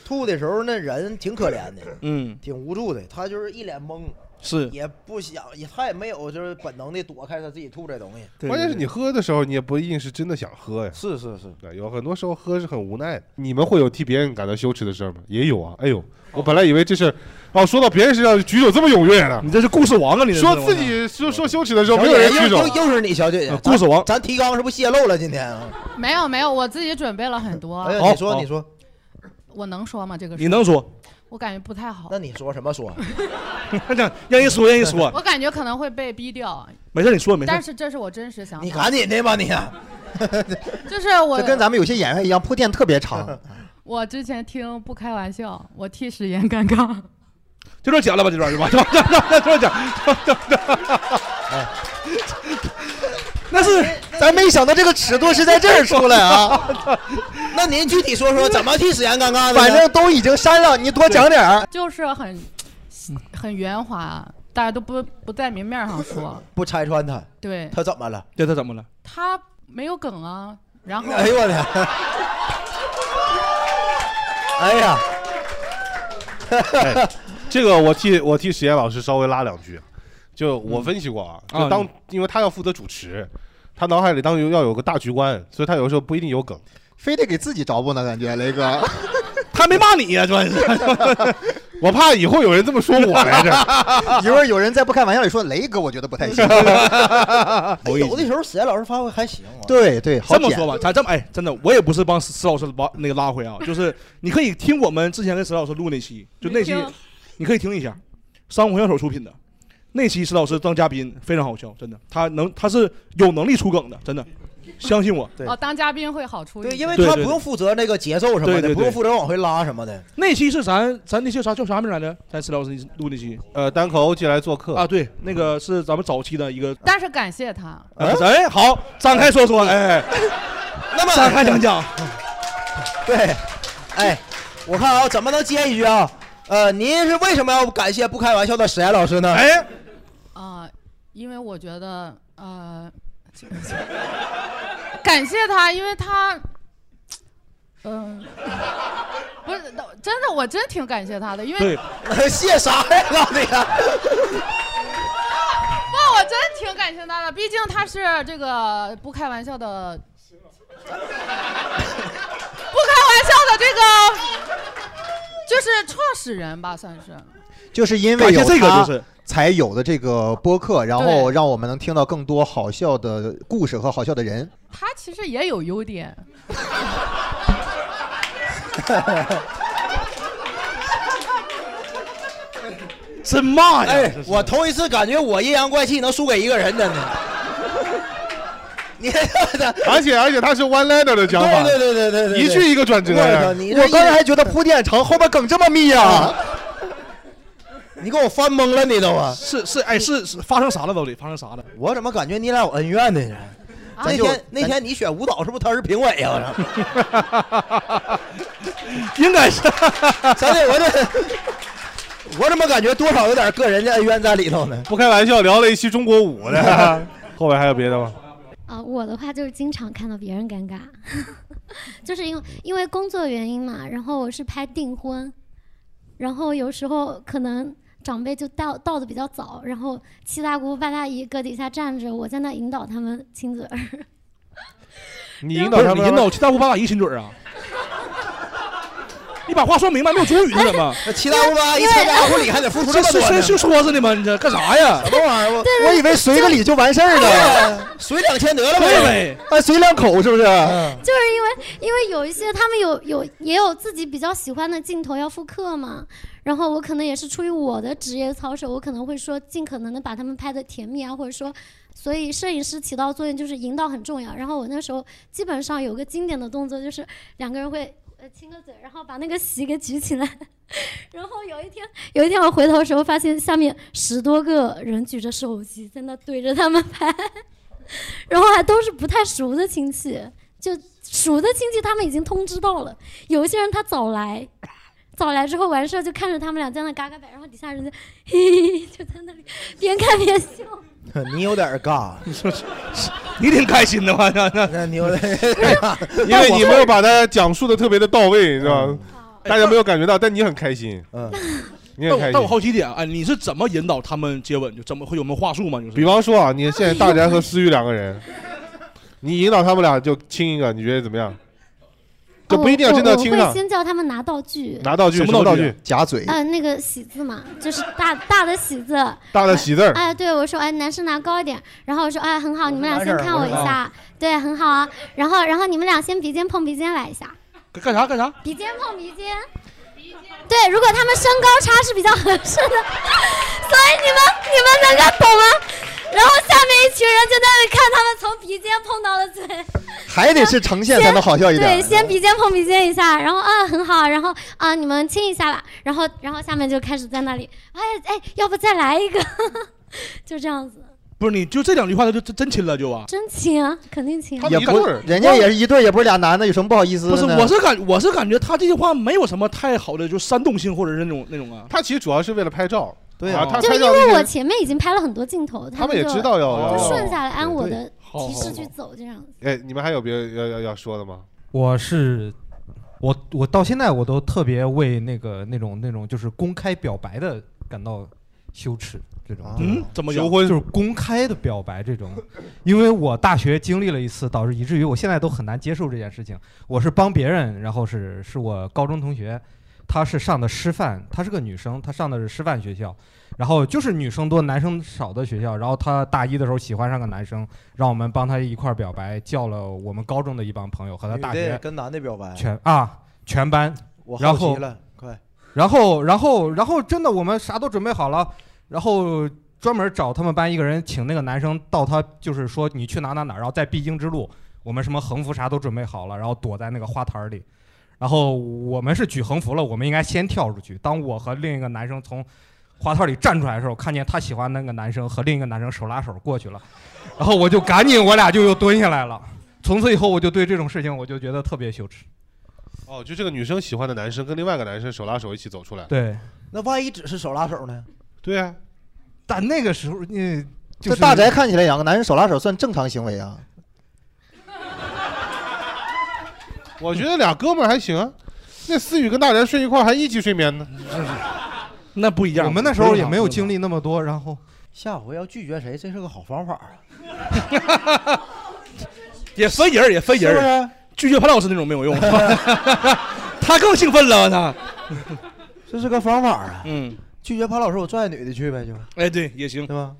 C: 吐的时候那人挺可怜的，
D: 嗯，
C: 挺无助的，他就是一脸懵，
D: 是
C: 也不想，也他也没有就是本能的躲开他自己吐这东西。
E: 关键是你喝的时候，你也不一定是真的想喝呀。
C: 是是是，
E: 对，有很多时候喝是很无奈的。你们会有替别人感到羞耻的事儿吗？也有啊。哎呦，我本来以为这是，哦，说到别人身上举手这么踊跃呢。
D: 你这是故事王啊！你这是
E: 说自己说说羞耻的时候，
C: 小
E: 没
C: 姐
E: 有人
C: 又
E: 举手
C: 又。又是你，小姐
D: 呃
C: 姐，
E: 故事王
C: 咱咱提纲是不是泄露了今天啊？
K: 没有没有，我自己准备了很多。
C: 哎呀，你说你，说，
K: 我能说吗？这个事
D: 你能说？
K: 我感觉不太好。
C: 那你说什
D: *laughs*
C: 么说？
D: 让让人说让人
C: *laughs*
D: 说
K: 我，感觉可能会被逼掉，
D: 没事你
F: 哦
D: 说没
K: 但
D: 事。
K: 是这是我真实想法。
C: 你赶紧的吧你。啊
K: 就是我
F: 这跟咱们有些演员一样，铺垫特别
C: *laughs*
F: 长。
K: 我之前听不开玩笑，我替史岩尴尬。
D: 就这讲了吧，这段是吧？就这这这这讲。
F: 那是咱没想到
D: *laughs*
F: 这个尺度是在这儿出来啊！
C: 那您具体说说怎么替史岩尴尬的
F: *laughs*
C: 呢？
F: 反正都已经删了，你多讲点儿。
K: 就是很很圆滑，大家都不不在明面上说。
C: 不拆穿他，
K: 对
C: 他怎么了？
D: 对他怎么了？
K: 他没有梗啊，然后
C: 哎呦我天！ *laughs* 哎呀，
E: 哎这个我替我替实验老师稍微拉两句，就我
A: 嗯
E: 分析过啊，
A: 啊
E: 就
C: 哦
E: 当
A: 你
E: 因为他要负责主持，他脑海里当时要有个大局观，所以他有的时候不一定有梗，
F: 非得给自己找补呢，感觉雷哥。 *laughs*
D: 他没骂你
E: 啊
D: 呀、主要是。
E: *laughs* 我怕以后有人这么说我来着。
F: *laughs* 一会儿有人在不开玩笑里说雷哥，我觉得不太
E: *laughs*
F: 行。
C: 啊有的时候史岩老师发挥还行啊。
F: 对对，好
D: 这么
F: 剪
D: 说吧，咱这么哎，真的，我也不是帮石石老师把那个拉回啊，就是你可以听我们之前跟石老师录那期，就那期
B: 没听
D: 你可以听一下，三五小手出品的那期，石老师当嘉宾非常好笑，真的，他能他是有能力出梗的，真的，相信我。
K: 哦，当嘉宾会好处理。
C: 对，因为
D: 对
C: 他
D: 对
C: 不用负责那个节奏什么
D: 对对
C: 的，
D: 对
C: 不用负责往回拉什么的。
D: 那期是咱咱那期啥叫啥名来着？咱石老师录那期
E: 呃，单口进来做客
D: 啊，对，那个是咱们早期的一个。
K: 但是感谢他，
C: 嗯
D: 哎，好，展开说说，哎，
C: 那么
D: 展开讲讲，
C: 对，哎，我看啊，怎么能接一句啊？呃，您是为什么要感谢不开玩笑的史岩老师呢？
D: 哎，
K: 啊、因为我觉得呃， *laughs* 感谢他，因为他，嗯、不是真的，我真挺感谢他的，因为
D: 对，
C: *laughs* 谢啥呀，啊老弟呀？
K: 不，我真挺感谢他的，毕竟他是这个不开玩笑的，不开玩笑的这个，就是创始人吧，算是。
F: 就是因为有
D: 感谢这个就是
F: 他才有的这个播客，然后让我们能听到更多好笑的故事和好笑的人。
K: 他其实也有优点，
D: 真骂呀！
C: 哎，我头一次感觉我阴阳怪气能输给一个人，真的。你 *laughs*
E: 而且而且他是 one liner 的讲法，
C: 对对对对对
E: *laughs*
C: 对
E: 一句一个转折
C: 我
E: 呀
C: 靠，你这
F: 我刚才还觉得铺垫长，后边梗这么密啊！
C: *laughs* 你给我翻懵了，你都啊！
D: 是是，哎，是是，发生啥了到底？发生啥了？
C: 我怎么感觉你俩有恩怨呢？啊那
F: 咱就
C: 天那天你选舞蹈是不是他是评委呀？
D: *laughs* 应该
C: *laughs*
D: 是，
C: 真的， *laughs* 我这我怎么感觉多少有点个人的恩怨在里头呢？
E: 不开玩笑聊了一期中国舞
C: *laughs*
E: 呢，后面还有别的吗？
O: 啊、我的话就是经常看到别人尴尬， *laughs* 就是因为因为工作原因嘛，然后我是拍订婚，然后有时候可能长辈就到到的比较早，然后七大姑八大姨搁底下站着，我在那引导他们亲嘴儿。
E: 你引导他
D: 不
E: 们
D: 是你引导七大姑八大姨亲嘴儿啊？你把话说明白，没有主语呢，怎
C: *laughs*
D: 么？
C: 七大姑八大姨参加婚礼还得付出这么多
D: 是
C: 呢
D: 是是说是呢吗？你这干啥呀？哎
C: 什么玩意儿？
F: 我以为随个礼就完事儿了，
C: 随两千得了
D: 对
C: 呗。哎
D: 呗，嗯
F: 啊，随两口是不是？
O: 就是因为因为有一些他们有有也有自己比较喜欢的镜头要复刻嘛，然后我可能也是出于我的职业操守，我可能会说尽可能的把他们拍的甜蜜啊，或者说，所以摄影师起到作用就是引导很重要。然后我那时候基本上有个经典的动作就是两个人会呃亲个嘴，然后把那个席给举起来。 *laughs* 然后有一天，有一天我回头的时候，发现下面十多个人举着手机在那对着他们拍，然后还都是不太熟的亲戚，就熟的亲戚他们已经通知到了，有一些人他早来，早来之后完事儿就看着他们俩在那嘎嘎摆，然后底下人就嘿嘿嘿就在那里边看边
E: *laughs*
O: 笑，
C: *laughs* 你有点尬，
D: *laughs* 你挺开心的
C: *laughs*
D: 吧？那那
C: 你有点，
D: *laughs*
E: 哎因为你没有把它讲述的特别的到位，你知道吗？大家没有感觉到，但你很开心，
C: 嗯，
E: *laughs* 你
D: 但
E: 很
D: 我
E: 开
D: 但我
E: 心。
D: 好奇点，哎，你是怎么引导他们接吻？就怎么会有没有话术吗？就是
E: 比方说啊，你现在大宅和思雨两个人，你引导他们俩就亲一个，你觉得怎么样？这不一定要
O: 我
E: 真的要
O: 哦我
E: 亲
O: 会
E: 上，
O: 先叫他们拿道具，
E: 拿道具
D: 什么
E: 么
D: 道
E: 道
D: 具
E: 具？
F: 夹嘴
O: 呃，那个喜字嘛，就是大大的喜字，
E: 大的喜字儿，
O: 哎，对我说，哎，男生拿高一点，然后我说，哎，很好，你们俩先看我一
E: 我是
O: 下，对，很好啊，然后然后你们俩先鼻尖碰鼻尖来一下，
D: 干干啥干啥？
O: 鼻尖碰鼻尖。对，如果他们身高差是比较合适的， *laughs* 所以你们你们能够懂吗？然后下面一群人就在那里看他们从鼻尖碰到了嘴，
F: *laughs* 还得是呈现才能好笑一
O: 对，
F: 点。
O: 先鼻尖碰鼻尖一下，然后啊很好，然后啊你们亲一下吧，然 *laughs* 后然后下面就开始在那里，哎哎，要不再来一个，就这样子。
D: 不是，你就这两句话，他就真真亲了就啊。
O: 真亲啊，肯定亲啊。
F: 也不，人家也是一对儿，也不是俩男的，有什么不好意思的
D: 不是，
F: 呢
D: 我是感我是感觉他这句话没有什么太好的，就煽动性或者是那种那种啊。
E: 他其实主要是为了拍照，
D: 对
E: 啊他
O: 就
E: 拍
O: 因
E: 照那
O: 为
E: 些
O: 我前面已经拍了很多镜头，
E: 他们也
O: 就
E: 知道要要
O: 就顺下来按我的
E: 好
O: 提
E: 好
O: 示
E: 好
O: 去走，这样。
E: 哎，你们还有别的要要要说的吗？
G: 我是我我到现在我都特别为那个那种那种就是公开表白的感到羞耻。这种啊
D: 嗯怎么讲求 *laughs*
G: 婚就是公开的表白这种，因为我大学经历了一次，导致以至于我现在都很难接受这件事情。我是帮别人，然后是是我高中同学，她是上的师范，她是个女生，她上的是师范学校，然后就是女生多男生少的学校，然后她大一的时候喜欢上个男生，让我们帮她一块儿表白，叫了我们高中的一帮朋友和她
C: 女
G: 大
C: 的也
G: 学
C: 跟男的表白，
G: 全啊全班，
C: 我
G: 然
C: 好
G: 后
C: 奇了，快，
G: 然后，然后，然后，真的，我们啥都准备好了，然后专门找他们班一个人，请那个男生到他，就是说你去哪哪哪，然后在必经之路，我们什么横幅啥都准备好了，然后躲在那个花坛儿里，然后我们是举横幅了，我们应该先跳出去。当我和另一个男生从花坛里站出来的时候，看见他喜欢那个男生和另一个男生手拉手过去了，然后我就赶紧，我俩就又蹲下来了。从此以后，我就对这种事情，我就觉得特别羞耻。
E: 哦，就这个女生喜欢的男生跟另外一个男生手拉手一起走出来。
G: 对，
C: 那万一只是手拉手呢？
E: 对啊，
G: 但那个时候，你就
F: 这
G: 是
F: 大宅看起来两个男人手拉手算正常行为啊。
E: *laughs* 我觉得俩哥们儿还行啊，那思雨跟大宅睡一块儿还一起睡眠呢，
D: *laughs* 那不一
G: 我们那时候也没有经历那么多，然后
C: 下回要拒绝谁，这是个好方法啊！
D: 也分人儿，也分人
C: 是不
D: 儿
C: 是。
D: 拒绝潘老师那种没有用， *laughs* 他更兴奋了，他。
C: 这是个方法啊！
D: 嗯，
C: 拒绝潘老师，我拽女的去呗，就
D: 哎，对，也行，
C: 对吧？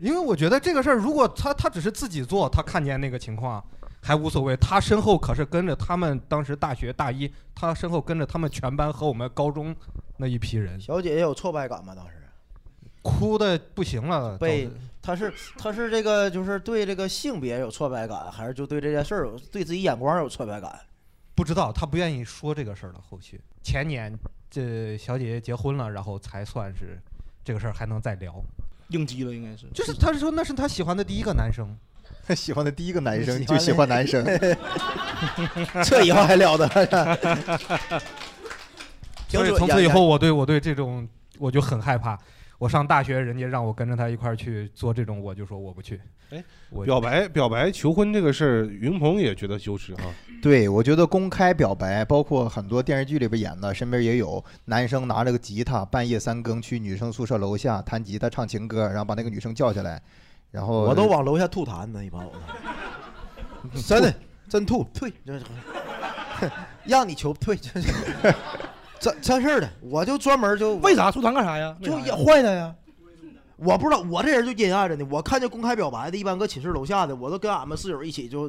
G: 因为我觉得这个事儿，如果他他只是自己做，他看见那个情况还无所谓，他身后可是跟着他们当时大学大一，他身后跟着他们全班和我们高中那一批人，
C: 小姐姐有挫败感吗？当时
G: 哭的不行了，
C: 被
G: 都
C: 她是她是这个就是对这个性别有挫败感，还是就对这件事儿有对自己眼光有挫败感？
G: 不知道他不愿意说这个事儿了。后续前年这小姐姐结婚了，然后才算是这个事儿还能再聊。
D: 应激了应该是。
G: 就是他是说那是他喜欢的第一个男生，
F: 他 *laughs* 喜欢的第一个
G: *laughs*
F: 男生
G: 喜
F: 就
G: 欢，
F: 喜欢男生这以后还了得？
G: *laughs* 所以
C: 挺准
G: 从此以
C: 呀
G: 后，我对我对这种我就很害怕。我上大学，人家让我跟着他一块儿去做这种，我就说我不去。
E: 哎，
G: 我
E: 表白表白求婚这个事儿，云鹏也觉得羞 *laughs* 耻啊。
F: 对，我觉得公开表白，包括很多电视剧里边演的，身边也有男生拿着个吉他，半夜三更去女生宿舍楼下弹吉他唱情歌，然后把那个女生叫下来，然
G: 哦
F: 后
C: 我都往楼下吐痰呢，一帮
G: *laughs*
C: 我都真的真吐退，这 *laughs* 让你求退，这是 *laughs* 真真事儿的，我就专门就
D: 为啥吐痰干啥呀？
C: 就
D: 为啥
C: 也
D: 呀
C: 坏他呀。我不知道，我这人就阴暗着呢。我看见公开表白的，一般搁寝室楼下的，我都跟俺们室友一起就，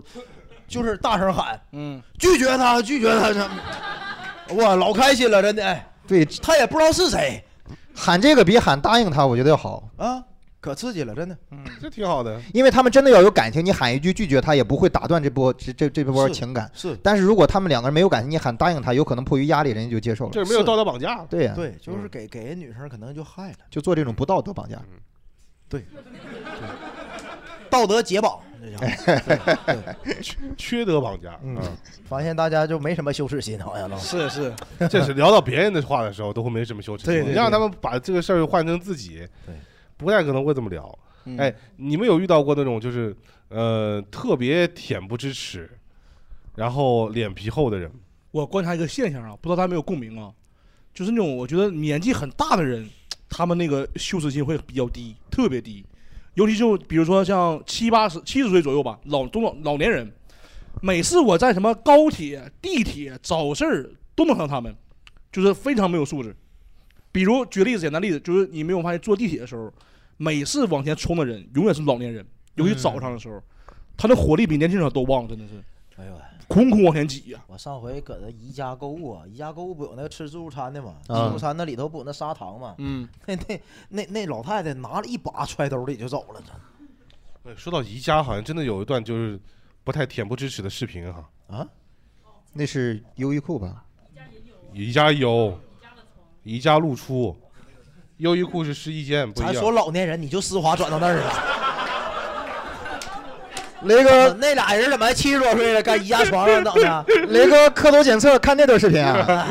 C: 就是大声喊， *laughs*
D: 嗯，
C: 拒绝他，拒绝他，这，哇，老开心了，真的，哎，
F: 对
C: 他也不知道是谁
F: 喊这个比喊答应他，我觉得要好。
C: 啊，可刺激了，真的，
E: 嗯这挺好的。
F: 因为他们真的要有感情，你喊一句拒绝他也不会打断这波这这这波
C: 是
F: 情感。
C: 是
F: 但是如果他们两个人没有感情，你喊答应他，有可能迫于压力，人家就接受了。
E: 这是没有道德绑架。
F: 对呀
C: 对，就是给给人女生可能就害了，
F: 就做这种不道德绑架。
C: 道德解绑，这叫。
E: 缺哎缺德绑架。嗯，
C: 发现大家就没什么羞耻心，好像都
D: 是
C: *laughs*
D: 是，
E: 这是聊到别人的话的时候，都会没什么羞耻心。
D: 对对对
E: 你让他们把这个事儿换成自己，
C: 对，
E: 不太可能会这么聊。
D: 嗯
E: 哎，你们有遇到过那种就是呃特别恬不知耻，然后脸皮厚的人吗？
D: 我观察一个现象啊，不知道大家有没有共鸣啊，就是那种我觉得年纪很大的人，他们那个羞耻心会比较低，特别低。尤其就比如说像七八十、七十岁左右吧，老中老老年人，每次我在什么高铁、地铁找事儿都能看到他们，就是非常没有素质。比如举例子，简单例子，就是你没有发现坐地铁的时候，每次往前冲的人永远是老年人，尤其早上的时候，他的火力比年轻人都旺，真的是
C: 哎呦喂，
D: 哐哐往前挤呀、
C: 我上回搁那宜家购物啊，宜家购物不有那个吃自助餐的嘛？自
D: 啊
C: 助餐那里头不有那砂糖嘛？
D: 嗯，
C: *laughs* 那那那那老太太拿了一把揣兜里就走了，
E: 对，哎说到宜家，好像真的有一段就是不太恬不知耻的视频哈。
C: 啊，
F: 那是优衣库吧？
E: 宜家有，宜家露出，优衣库是试衣间，不一
C: 咱
E: 样。
C: 说老年人你就丝滑转到那儿了，
F: 雷哥
C: 那俩人怎么还七十多岁了，干宜家床上等
E: *laughs*
C: 着？
F: *laughs* 雷哥磕头检测看那段视频啊？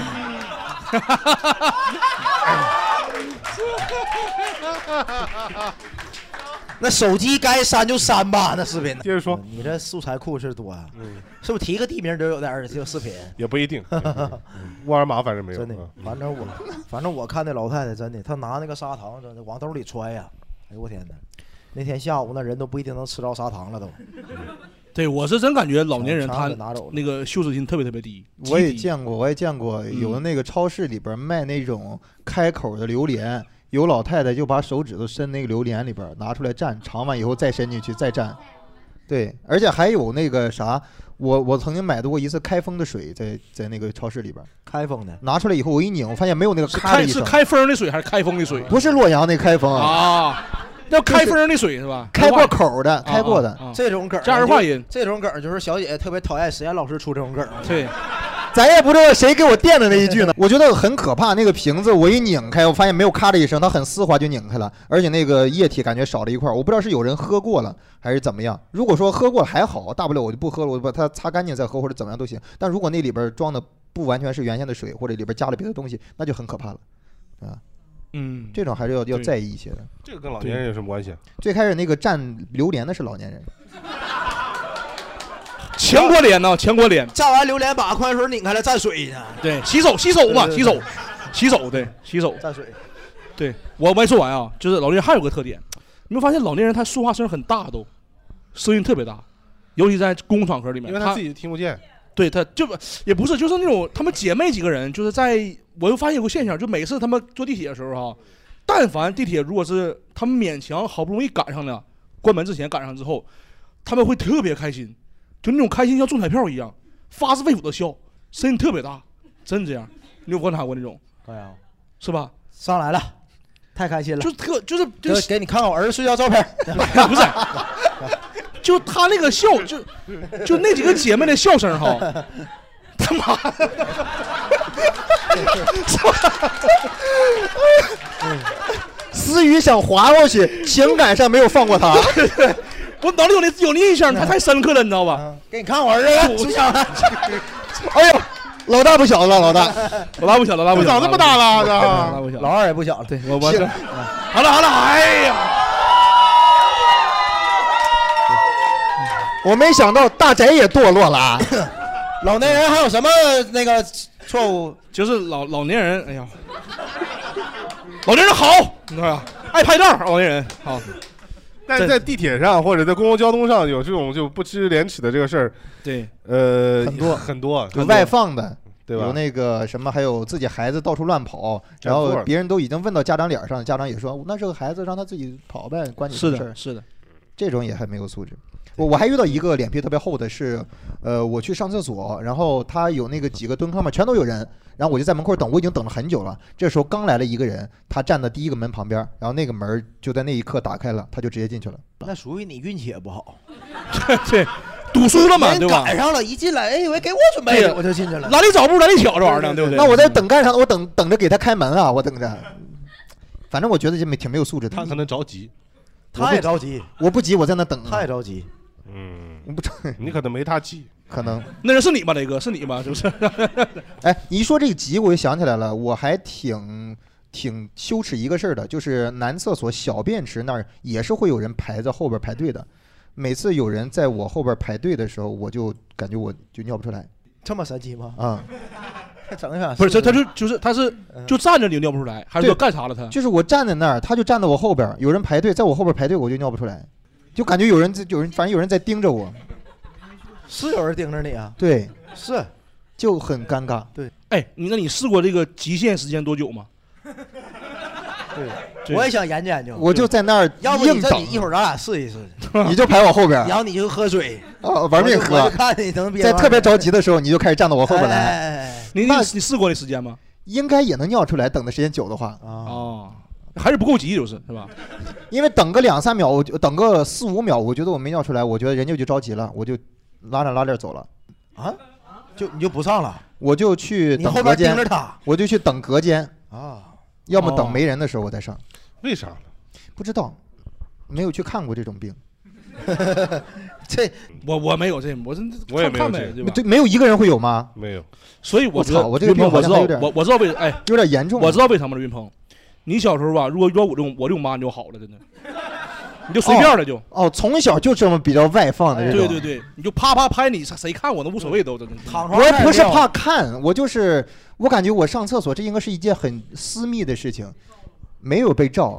C: 那手机该删就删吧，那视频。
E: 接着说，嗯
C: 你这素材库是多啊？是不是提个地名都有点儿有视频？
E: 也不一
F: *laughs*
E: 定。沃尔玛反正没有。嗯
C: 真的，反正我， *laughs* 反正我看那老太太真的，她拿那个砂糖真的往兜里揣呀、哎呦我天哪！那天下午那人都不一定能吃着砂糖了都。
D: 对，我是真感觉老年人
C: 啥
D: 他
C: 也拿走了
D: 那个羞耻心特别特别低。
F: 我也
D: 极低
F: 见过，我也见过，
D: 嗯
F: 有的那个超市里边卖那种开口的榴莲，有老太太就把手指头伸那个榴莲里边，拿出来蘸，尝完以后再伸进去再蘸。对，而且还有那个啥，我我曾经买到过一次开封的水在，在那个超市里边，
C: 开封的，
F: 拿出来以后我一拧，我发现没有那个咔的
D: 开
F: 一
D: 是
F: 声，
D: 开封的水还是开封的水
F: 不是洛阳那开封啊，
D: 啊？要开封的水是吧？
F: 开过口
D: 啊
F: 的，开过
E: 啊
F: 的，
C: 这种梗儿
D: 加儿化音
C: 就这种梗儿就是小姐姐特别讨厌实验老师出这种梗儿。
D: 对，
F: 咱也不知道谁给我垫的那一句呢。我觉得很可怕，那个瓶子我一拧开，我发现没有咔的一声，它很丝滑就拧开了，而且那个液体感觉少了一块儿，我不知道是有人喝过了还是怎么样。如果说喝过了还好，大不了我就不喝了，我就把它擦干净再喝或者怎么样都行。但如果那里边装的不完全是原先的水，或者里边加了别的东西，那就很可怕了，啊。
D: 嗯，
F: 这种还是要要
E: 对
F: 在意一些的。
E: 这个跟老年人有什么关系？啊
F: 最开始那个蘸榴莲的是老年人，
D: 全国脸呢？全国脸。
C: 蘸完榴莲把矿泉水拧开了蘸水去。
D: 对，洗手洗手嘛，
C: 对
D: 洗
C: 对对
D: 手，洗手，对，洗手。
C: 蘸水。
D: 对我没说完啊，就是老年人还有个特点，你没发现老年人他说话声很大都，声音特别大，尤其在公共场合里面，
E: 因为他自己听不见。
D: 对，他就不也不是，就是那种他们姐妹几个人，就是在我又发现有个现象，就每次他们坐地铁的时候哈、但凡地铁如果是他们勉强好不容易赶上了，关门之前赶上之后，他们会特别开心，就那种开心像中彩票一样，发自肺腑的笑，声音特别大，真这样，你有观察过那种？
C: 哎
F: 啊
C: 呀，
D: 是吧？
C: 上来了，太开心了。
D: 就特就是
C: 给我给你看看我儿子睡觉照片
D: 儿， *laughs* 不是，就他那个笑，就就那几个姐妹的笑声哈，他妈的，
F: 思雨想滑过去，情感上没有放过他。
D: *laughs*
F: 嗯
D: 我脑里有那有那印象，他太深刻了，你知道吧？
C: *laughs* 给你看我儿子
D: *laughs*
C: 啊来睡觉了。
F: 哎呦，老大不小了，老大，
D: 老大不小，老大不小，
F: 长这么大了
D: 老大
F: 这
D: 不小，
C: 老二也不小了。
D: 对我我
F: 是
D: 好了好了，哎呀，
F: 我没想到大宅也堕落
D: *coughs*
F: 了啊！
C: 老年人还有什么那个错误？
D: 就是老老年人，哎呀，老年人好，你知道吧？
E: 哎
D: 爱拍照，老年人好。
E: 但是在地铁上或者在公共交通上有这种就不知廉耻的这个事儿，
D: 对，
E: 呃，
F: 很多
E: 很多，
F: 有外放的，
E: 对吧
F: 有那个什么，还有自己孩子到处乱跑，
E: 占
F: 然
E: 座儿
F: 后别人都已经问到家长脸儿上，家长也说那是个孩子，让他自己跑呗，关你什
D: 是
F: 么事儿
D: 的，？是的，
F: 这种也很没有素质。我我还遇到一个脸皮特别厚的是，呃，我去上厕所，然后他有那个几个蹲坑嘛，全都有人，然后我就在门口等，我已经等了很久了。这时候刚来了一个人，他站在第一个门旁边，然后那个门儿就在那一刻打开了，他就直接进去了。
C: 那属于你运气也不好，
D: 对，赌输了嘛，
C: 人
D: 对吧？
C: 赶上了，一进来，哎，以为给我准备
D: 对
C: 的，我就进去了。
D: 来得早不如来得巧，这玩意儿呢，对不对？
F: 那我在等干啥？我等等着给他开门啊！我等着。反正我觉得这没挺没有素质的。
E: 他可能着急，
C: 他也着急，
F: 我不急，我在那等、
C: 他
F: 啊。
C: 也着急。
E: 嗯，
F: 我不着，
E: 你可能没他急。
F: 可能。
D: 那人是你吧，雷哥？是你吧？是不是？
F: 哎，你一说这个急，我就想起来了，我还挺挺羞耻一个事儿的，就是男厕所小便池那儿也是会有人排在后边排队的。每次有人在我后边排队的时候，我就感觉我就尿不出来
C: 这么神奇吗？
F: 啊。
C: *laughs* 整一下
D: 不是，他他 *laughs* 就就是他是
C: 嗯
D: 就站着你尿不出来，还是说
F: 对
D: 干啥了他？
F: 就是我站在那儿，他就站在我后边儿，有人排队，在我后边儿排队，我就尿不出来，就感觉有人在有人，反正有人在盯着我，
C: 是有人盯着你啊？
F: 对，
C: 是
D: *laughs*
F: 就很尴尬。
D: 哎，你那你试过这个极限时间多久吗？
C: 对，
D: 对
C: 我也想研究研究。
F: 我就在那儿
C: 要不
F: 呃硬
C: 你这
F: 等
C: 你，一会儿咱俩试一试，
F: 你就排我后边儿，
C: 然后你就喝水，
F: 啊，玩命
C: 我就我
F: 喝
C: 就，看你能憋
F: 在
C: 多少
F: 特别着急的时候，你就开始站到我后边
C: 哎
F: 来，
C: 哎哎哎
D: 你你
F: 那
D: 你试过那时间吗？
F: 应该也能尿出来，等的时间久的话，
C: 啊，
D: 哦，还是不够急，就是是吧？
F: *laughs* 因为等个两三秒，我就等个四五秒，我觉得我没尿出来，我觉得人家就着急了，我就拉着拉链走了，
C: 啊就你就不上了，
F: 我就去
C: 你
F: 等
C: 后
F: 隔
C: 边盯
F: 间
C: 着，他
F: 我就去等隔间，
C: 啊。
F: 要么
D: 哦
E: 哦
F: 等没人的时候我再上，
E: 为啥呢？
F: 不知道，没有去看过这种病。
C: 这
D: 嗯我我没有这，我是
F: 我也
D: 看
F: 没
D: 看
F: 有这
D: 呗，对吧？
F: 对，没有一个人会有吗？
E: 没有，
D: 所以我知道，
F: 我操我这个病
D: 云鹏我知
F: 好像
D: 道
F: 还有点，
D: 我我知道为哎
F: 有点严重啊
D: 我知道为什么了，云鹏。你小时候吧，如果遇到我这种我这种妈，你就好了，真的，你就随便了就。
F: 哦哦，从小就这么比较外放的这
D: 对
F: 种。
D: 对对，你就啪啪拍你，谁看我都无所谓都真的。躺
F: 我不是怕看，我就是我感觉我上厕所这应该是一件很私密的事情，没有被照，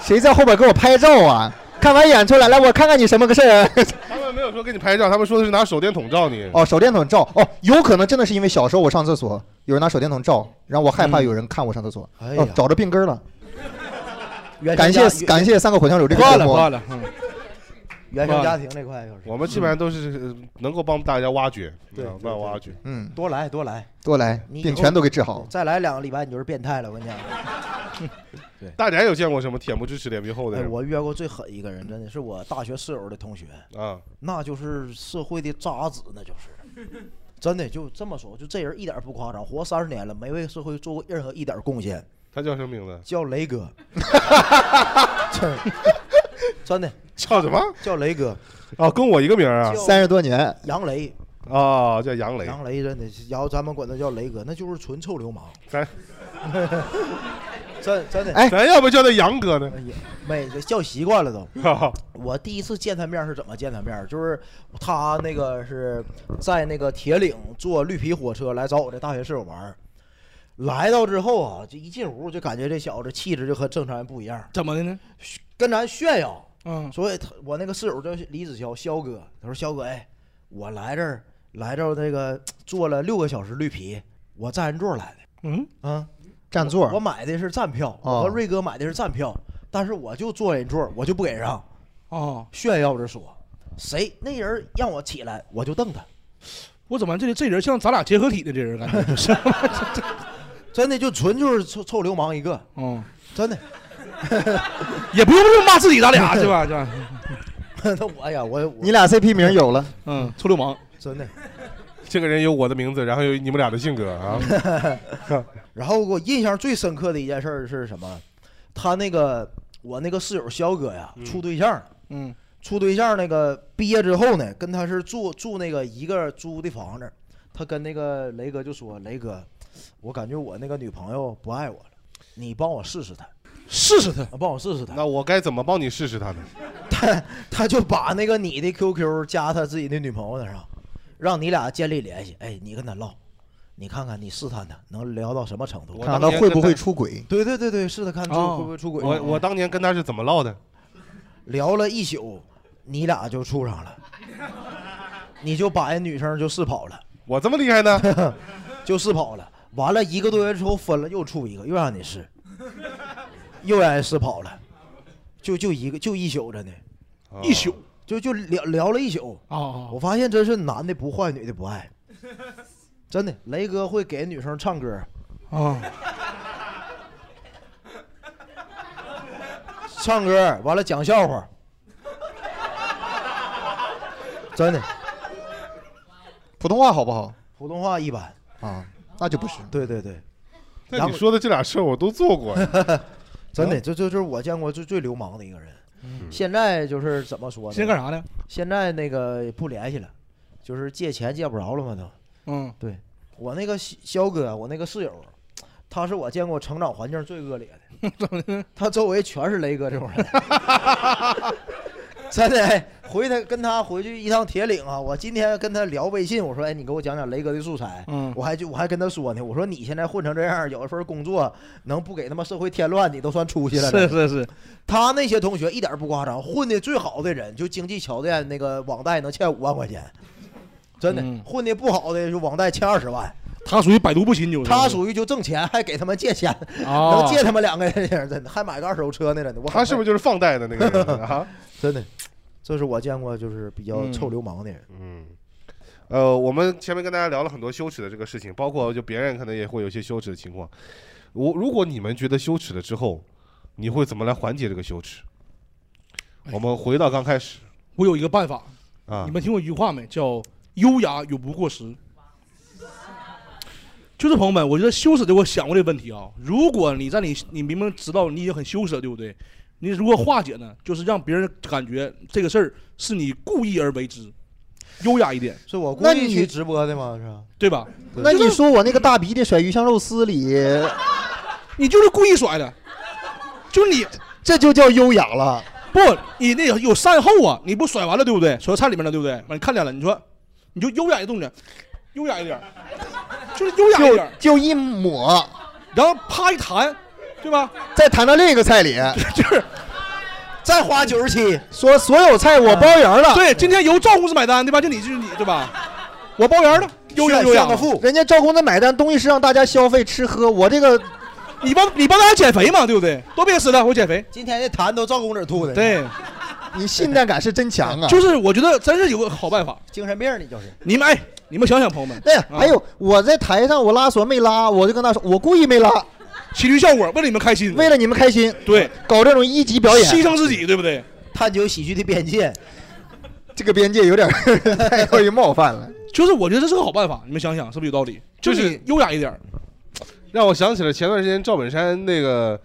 F: 谁在后边给我拍照啊？看完演出来，来我看看你什么个事儿。啊
E: 他们没有说给你拍照，他们说的是拿手电筒照你。
F: *laughs* 哦，手电筒照哦，有可能真的是因为小时候我上厕所，有人拿手电筒照，然后我害怕
D: 嗯
F: 有人看我上厕所，
C: 哎
F: 哦
C: 呀，
F: 找着病根儿了。
C: 原
F: 感
C: 生
F: 谢
C: 家
F: 感谢三个火枪手这个节目。
C: 原生家庭这块就是
E: 嗯我们基本上都是呃能够帮大家挖掘，
C: 对
E: 啊帮大家挖掘。
F: 嗯，
C: 多来多来
F: 多来
C: 你以
F: 病
C: 后
F: 全都给治好。
C: 再来两个礼拜你就是变态了，我跟你讲。
E: 大家有见过什么恬不知耻、脸皮厚的
C: 哎，
E: 人？
C: 我遇到过最狠一个人，真
E: *laughs*
C: 的是我大学室友的同学
E: 啊，
C: 那就是社会的渣子，那就是真的就这么说，就这人一点儿不夸张，活三十年了，没为社会做过任何一点儿贡献。
E: 他叫什么名字？
C: 叫
E: *laughs*
C: 雷哥，真真的
E: 叫什么？
C: 叫雷哥
E: 啊，跟我一个名儿啊，
F: 三十多年
C: 杨雷，
E: 啊，叫杨雷。
C: 杨雷真的，然后咱们管他叫雷哥，那就是纯臭流氓。 *laughs*
E: 咱
C: 真真的，
E: 咱要不叫他杨哥呢？
C: 哎没叫习惯了都。
E: *laughs*
C: 我第一次见他面儿是怎么见他面儿？就是他那个是在那个铁岭坐绿皮火车来找我这大学室友玩儿来到之后啊，就一进屋就感觉这小子气质就和正常人不一样。
D: 怎么的呢？
C: 跟咱炫耀，
D: 嗯，
C: 所以他我那个室友叫李子潇，潇哥，他说潇哥，哎，我来这儿来这儿那个坐了六个小时绿皮，我占人座来的。
D: 嗯
C: 啊，
F: 占座
C: 我买的是站票，
F: 哦
C: 我和瑞哥买的是站票，但是我就坐人座，我就不给让。
D: 哦，
C: 炫耀着说，谁那人让我起来，我就瞪他。
D: 我怎么这这人像咱俩结合体的这人感觉
C: *laughs*
D: 就是，
C: 真的就纯就是臭臭流氓一个。
D: 嗯，
C: 真的，
D: *laughs* 也不用这么骂自己，咱俩是吧？是吧？
C: *laughs* 那我哎呀，我我
F: 你俩 CP 名有了，
D: 嗯，臭流氓，
C: 真的。
E: 这个人有我的名字，然后有你们俩的性格
C: *laughs*
E: 啊。
C: 然后给我印象最深刻的一件事儿是什么？他那个我那个室友肖哥呀，处对象，
D: 嗯，
C: 处对象那个毕业之后呢，跟他是住住那个一个租的房子，他跟那个雷哥就说：“雷哥，我感觉我那个女朋友不爱我了，你帮我试试她，啊
D: 试试她，
C: 帮我试试她。”
E: 那我该怎么帮你试试他呢？
C: *laughs* 他就把那个你的 QQ 加他自己的女朋友那上，让你俩建立联系。哎，你跟他唠，你看看你试探他能聊到什么程度，
E: 我看当他年会不跟会他出哦
F: 轨。
C: 对对对对，试探看出会不会出轨。
E: 我我当年跟他是怎么唠的？
C: 聊了一宿，你俩就处上
E: *laughs*
C: 了，你就把人女生就试跑了。
E: 我这么厉害呢？
C: *laughs* 就试跑了。完了一个多月之后分了，又处一个，又让你试，又让人试跑了，就就一个就一宿真的，
E: 哦
B: *laughs*
D: 一宿
C: 就就聊聊了一宿。
D: 哦，
C: 我发现真是男的不坏，女的不爱，真的。雷哥会给女生唱歌，
E: 哦
D: 啊，
C: 唱歌完了讲笑话，真的。
F: 普通话好不好？
C: 普通话一般
F: 啊，那就不是。
C: 对对对，
E: 那
C: 然
E: 你
C: 后
E: 说的这俩事儿我都做过呀，
C: *laughs* 真的，这这这是我见过最最流氓的一个人。
E: 嗯
C: 现在就是怎么说呢？
D: 现在干啥呢？
C: 现在那个不联系了，就是借钱借不着了嘛都。
D: 嗯，
C: 对我那个肖肖哥，我那个室友，他是我见过成长环境最恶劣
D: *laughs*
C: 的，他周围全是雷哥这种人。 *laughs* 真的，哎回他跟他回去一趟铁岭啊！我今天跟他聊微信，我说：“哎，你给我讲讲雷哥的素材。”
D: 嗯
C: 我还就我还跟他说呢，我说你现在混成这样，有一份工作能不给他妈社会添乱，你都算出息了。
D: 是是是，
C: 他那些同学一点儿不夸张，混的最好的人，就经济条件那个网贷能欠五万块钱，真的；
D: 嗯
C: 混的不好的就网贷欠二十万。
D: 他属于百毒不侵，就是
C: 他属于就挣钱，还给他们借钱，
D: 哦
C: 能借他们两个人，真的还买个二手车呢，真的。我
E: 他是不是就是放贷的那个人啊？
C: *laughs* 真的，这是我见过就是比较
E: 嗯
C: 臭流氓的人。
E: 嗯，呃，我们前面跟大家聊了很多羞耻的这个事情，包括就别人可能也会有一些羞耻的情况。我如果你们觉得羞耻了之后，你会怎么来缓解这个羞耻？我们回到刚开始
D: 哎我有一个办法
E: 啊
D: 你们听过一句话没？叫“优雅永不过时”。就是朋友们，我觉得羞耻的，我想过这个问题啊。如果你在你你明明知道你已经很羞耻了，对不对？你如何化解呢？就是让别人感觉这个事儿是你故意而为之，优雅一点。
C: 是我
F: 故意去
C: 直播的吗？是吧？
D: 对吧？
F: 那你说我那个大鼻涕甩鱼香肉丝里，
D: 你就是故意甩的，就是你
F: *laughs* 这就叫优雅了。
D: 不，你那有有善后啊！你不甩完了对不对？甩到菜里面了对不对？完你看见了，你说你就优雅一动作，优雅一点，就是优雅一点，
F: 就一抹，
D: 然后啪一弹，对吧？
F: 再谈到另一个菜里，
D: *laughs* 就是
C: 再花九十七，
F: 说所有菜我包圆了。
D: 啊对，今天由赵公子买单对吧？就你就是你对吧？我包圆了，优雅
F: 炫
D: 优雅
F: 炫个富。人家赵公子买单，东西是让大家消费吃喝，我这个
D: 你帮你帮大家减肥嘛，对不对？多别吃了，我减肥。
C: 今天这痰都赵公子吐的。
D: 对，
F: 你信念感是真强啊。
D: 就是我觉得真是有个好办法，
C: 精神病儿，你就是。
D: 你们哎，你们想想，朋友们，
F: 哎呀，还有我在台上我拉锁没拉，我就跟他说，我故意没拉，
D: 喜剧效果为了你们开心，
F: 为了你们开心，
D: 对，
F: 搞这种一级表演，
D: 牺牲自己，对不对？
C: 探究喜剧的边界，
F: 这个边界有点儿 *laughs* 太过于冒犯了。
D: 就是我觉得这是个好办法，你们想想是不是有道理？就是你优雅一点儿，
E: 让我想起了前段时间赵本山那个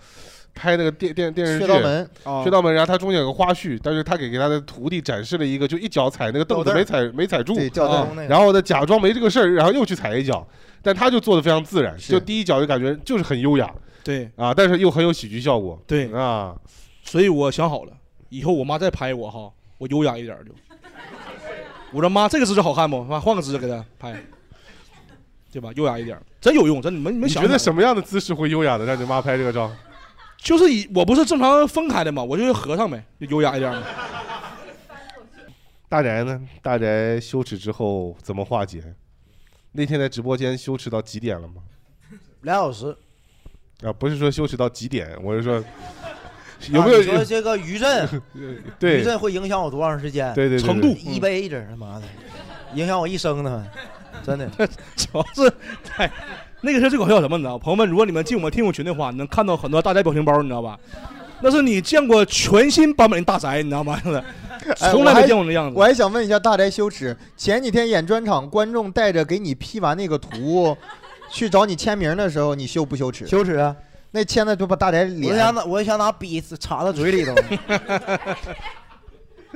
E: 拍那个电电电视剧《
F: 穴道门
D: 啊
E: 哦穴道门》，然后他中间有个花絮，但是他给给他的徒弟展示了一个，就一脚踩那个凳子
F: 吊带儿
E: 没踩没踩住，
F: 对吊带儿
E: 啊
F: 那个
E: 然后呢假装没这个事儿，然后又去踩一脚，但他就做的非常自然，
F: 是
E: 就第一脚就感觉就是很优雅，
D: 对
E: 啊，但是又很有喜剧效果，
D: 对
E: 啊，
D: 所以我想好了，以后我妈再拍我哈，我优雅一点儿就。我说妈，这个姿势好看不？妈换个姿势给她拍，对吧？优雅一点儿，真有用，真你们你
E: 你
D: 们想
E: 觉得
D: 想
E: 什么样的姿势会优雅的让你妈拍这个照？
D: 就是以我不是正常分开的嘛，我就是合上呗，就优雅一点嘛。
E: 大宅呢？大宅羞耻之后怎么化解？那天在直播间羞耻到几点了吗？
C: 俩小时。
E: 啊，不是说羞耻到几点，我是说有
C: 啊
E: 没有？
C: 你说这个余震
E: *laughs* 对
C: 余震会影响我多长时间？
E: 对对对程度
C: 一杯一针，他妈的，影响我一生呢， *laughs* 真的。
D: *laughs* 主要是太那个事儿最搞笑什么？你知道吗？朋友们，如果你们进我们听友群的话，你能看到很多大宅表情包，你知道吧？那是你见过全新版本的大宅，你知道吗？ *laughs*
F: 哎
D: 从来没见
F: 我
D: 过
F: 还
D: 那样子。
F: 我还想问一下大宅羞耻，前几天演专场，观众带着给你 P 完那个图，去找你签名的时候，你羞不羞耻？
C: 羞耻啊！
F: 那签的就把大宅
C: 我
F: 脸
C: 想拿，我想拿笔插到嘴里头。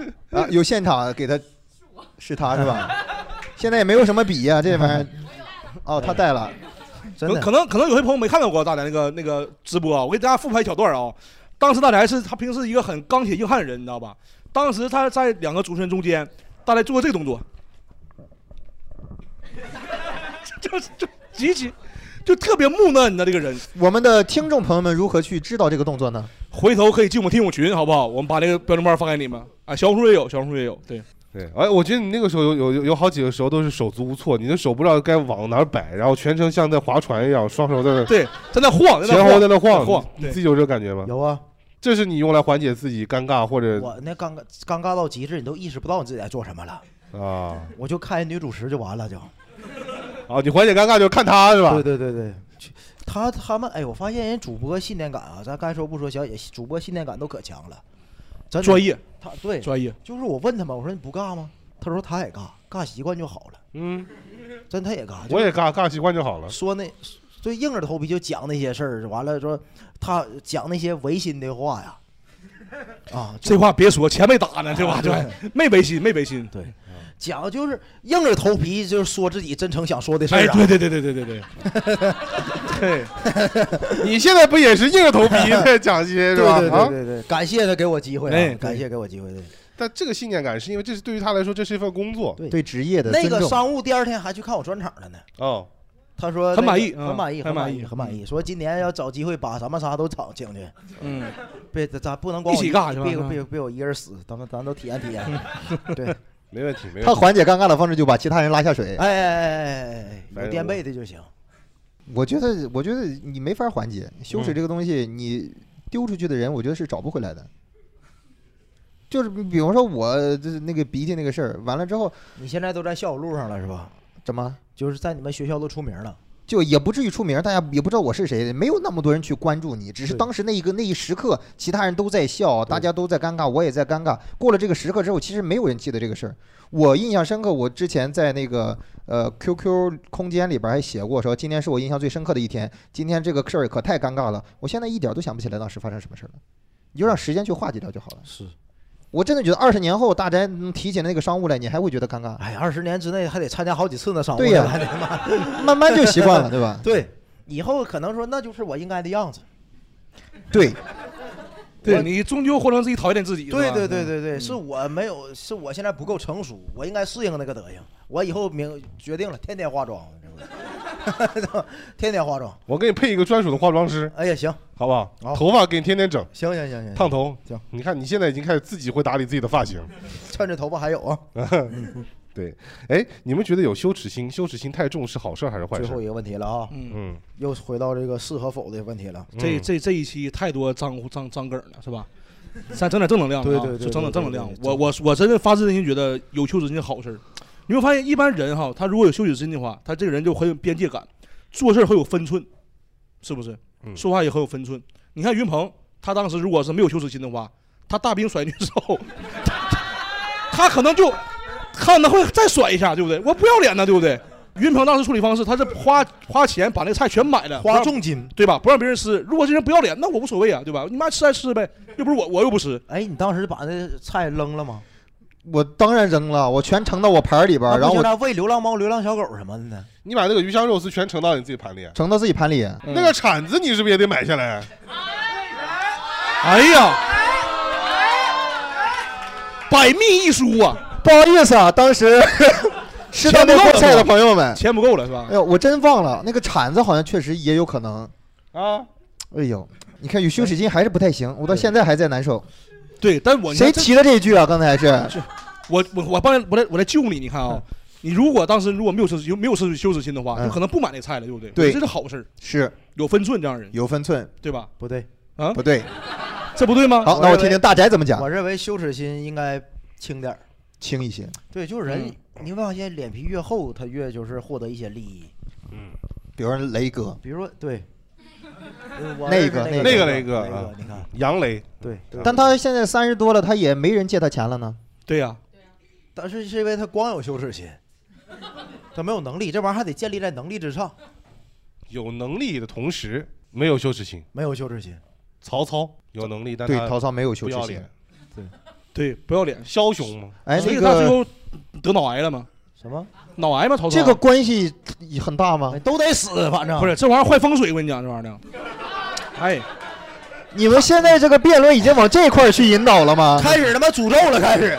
F: *laughs* 啊，有现场给他，是他是吧？现在也没有什么笔呀、这玩意儿。哦，他带了，
D: 可可能可能有些朋友没看到过大宅那个那个直播啊，我给大家复盘一小段啊、当时大宅是他平时一个很钢铁硬汉的人，你知道吧？当时他在两个主持人中间，大宅做过这个动作， *laughs* 就是就极其就特别木讷，你知道这个人。
F: 我们的听众朋友们如何去知道这个动作呢？
D: 回头可以进我们听友群，好不好？我们把那个标准包发给你们。啊，小红书也有，小红书也有。对，
E: 对，哎，我觉得你那个时候有有有有好几个时候都是手足无措，你的手不知道该往哪儿摆，然后全程像在划船一样，双手在那
D: 对，在那晃在那
E: 前
D: 晃
E: 后在那
D: 在晃
E: 你
D: 对
E: 自己有这个感觉吗？
C: 有啊，
E: 这是你用来缓解自己尴尬或者
C: 我那尴尬尴尬到极致，你都意识不到你自己在做什么了。
E: 啊
C: 我就看人女主持就完了，就。
E: 啊，你缓解尴尬就是看他是吧？
C: 对对对对，他他们哎，我发现人主播信念感啊，咱该说不说，小姐主播信念感都可强了，真的
D: 专业。
C: 他对
D: 专业，
C: 就是我问他嘛，我说你不尬吗？他说他也尬，尬习惯就好了。
E: 嗯，
C: *laughs* 真他也尬，
E: 啊我也尬，尬习惯就好了。
C: 说那就硬着头皮就讲那些事儿，完了说他讲那些违心的话呀，啊，
D: 这话别说，钱没打呢，对吧？对吧，没违心，没违心。
C: 对，讲就是硬着头皮就是说自己真诚想说的事
D: 哎，
C: 儿啊。
D: 对对对对对对对，对，
C: *laughs*
E: 你现在不也是硬着头皮在讲些是吧？
C: 对
E: 啊
C: 对对对，感谢他给我机会、
E: 哎对
C: 啊，感谢给我机会。对，
E: 但这个信念感是因为这是对于他来说，这是一份工作，
F: 对职业
C: 那个商务第二天还去看我专场了呢，
E: 哦，
C: 他说
E: 很
C: 那个
E: 满意
C: 很满意，
E: 嗯很
C: 很
E: 满
C: 满
E: 意
C: 意，很满意。说今年要找机会把咱们仨都请请去，
D: 嗯，
C: 别咱不能光我
F: 一起尬是吧
C: 别别别我一个人死，咱们咱都体验体验。对，
E: 没问题，没问题。
F: 他缓解尴尬的方式就把其他人拉下水。
C: 哎哎哎哎哎，有垫背的就行。
F: 我觉得，我觉得你没法缓解羞耻
C: 嗯
F: 这个东西，你丢出去的人，我觉得是找不回来的。就是比方说我就是那个鼻涕那个事儿，完了之后
C: 你现在都在校友路上了是吧？
F: 怎么
C: 就是在你们学校都出名了，
F: 就也不至于出名，大家也不知道我是谁，没有那么多人去关注你，只是
C: 对
F: 当时那一个那一时刻，其他人都在笑，大家都在尴尬，我也在尴尬。过了这个时刻之后，其实没有人记得这个事儿。我印象深刻，我之前在那个呃 QQ 空间里边还写过，说今天是我印象最深刻的一天，今天这个事儿可太尴尬了，我现在一点都想不起来当时发生什么事儿了。你就让时间去化解掉就好了。
D: 是，
F: 我真的觉得二十年后大宅能提起那个商务来，你还会觉得尴尬。
C: 哎，二十年之内还得参加好几次呢，商务
F: 对呀
C: 还得妈
F: 慢慢就习惯了对吧
C: *laughs* 对，以后可能说那就是我应该的样子。
F: 对，
D: 对你终究活成自己讨厌自己。
C: 对
D: 是吧
C: 对对对对，
D: 嗯
C: 是我没有，是我现在不够成熟，我应该适应那个德行。我以后明决定了，天天化妆， *laughs* 天天化妆。
E: 我给你配一个专属的化妆师。
C: 哎呀，行，
E: 好不好？头发给你天天整。
C: 行行行行，
E: 烫头。
C: 行，
E: 你看你现在已经开始自己会打理自己的发型。 *laughs*
C: 趁着头发还有啊。
E: 对，哎，你们觉得有羞耻心，羞耻心太重是好事儿还是坏事？
C: 最后一个问题了啊，
E: 嗯，
C: 又回到这个是和否的问题了。
D: 这这这一期太多脏脏脏梗了，是吧？咱整点正能量的啊，
C: 对对对
D: 就整点
C: 对对
D: 正能量
C: 对。对
D: 我我我真的发自内心觉得有羞耻心是好事儿。你会发现，一般人哈，他如果有羞耻心的话，他这个人就很有边界感，做事儿很有分寸，是不是？
C: 嗯
D: 说话也很有分寸。你看云鹏，他当时如果是没有羞耻心的话，他大兵甩你之后， *laughs* 他可能就看他会再甩一下，对不对？我不要脸呢，对不对？云鹏当时处理方式，他是花花钱把那个菜全买了，
C: 花
D: 不让
C: 重金，
D: 对吧？不让别人吃。如果这人不要脸，那我无所谓啊，对吧？你妈吃还吃呗，又不是我，我又不吃。
C: 哎，你当时把那菜扔了吗？
F: 我当然扔了，我全盛到我盘儿里边啊儿，然后
C: 啊那不就
F: 我
C: 是喂流浪猫、流浪小狗什么的呢？
E: 你把那个鱼香肉丝全盛到你自己盘里，啊
F: 盛到自己盘里。
E: 那个铲子你是不是也得买下来？啊
D: 哎呀，百密一疏啊！
F: 不好意思啊，当
C: *laughs*
F: 时吃到那锅菜的朋友们，
D: 钱不够了是吧
F: 哎？呦，我真忘了那个铲子好像确实也有可能。
E: 啊，
F: 哎呦，你看有羞耻心还是不太行，我到现在还在难受。
D: 对，但我
F: 谁提的这句啊？刚才是
D: 我我我帮我来我来救你，你看啊、你如果当时如果没有羞耻没有羞耻羞耻心的话，
F: 嗯
D: 就可能不买那菜了，对不对？
F: 对
D: 我觉得这是好事儿，
F: 是
D: 有分寸这样人，
F: 有分寸，
D: 对吧？
C: 不对
D: 啊，
F: 不对，
D: 这不对吗？
F: 好，那我听听大宅怎么讲，
C: 我认为羞耻心应该轻点儿。嗯
F: 轻一些。
C: 对，就是人，你会发现脸皮越厚，他越就是获得一些利益。
F: 比如说雷哥，
C: 比如说，
F: *laughs*
C: 对，呃我
F: 那
C: 认识
F: 个
C: 那
E: 那个
C: 雷
E: 雷哥
C: 雷
E: 啊
C: 你看，
E: 杨雷，
C: 对，
F: 但他现在三十多了，他也没人借他钱了呢。
D: 对呀、
C: 但是是因为他光有羞耻心，他没有能力，这玩意儿还得建立在能力之上，
E: 有能力的同时没有羞耻心。
C: 没有羞耻心。
E: 曹操有能力，但
F: 对
E: 他
F: 曹操没有羞耻
E: 不要
F: 心
E: 脸，
C: 对
D: 对，不要脸，
E: 枭雄嘛。
F: 哎
D: 所以
F: 那个
D: 他最后得脑癌了吗？
C: 什么
D: 脑癌吗？曹操
F: 这个关系很大吗？
C: 哎都得死，反正
D: 不是这玩意儿坏风水，我跟你讲，这玩意儿，哎，
F: 你们现在这个辩论已经往这块儿去引导了吗？
C: 开始他妈诅咒了，开始，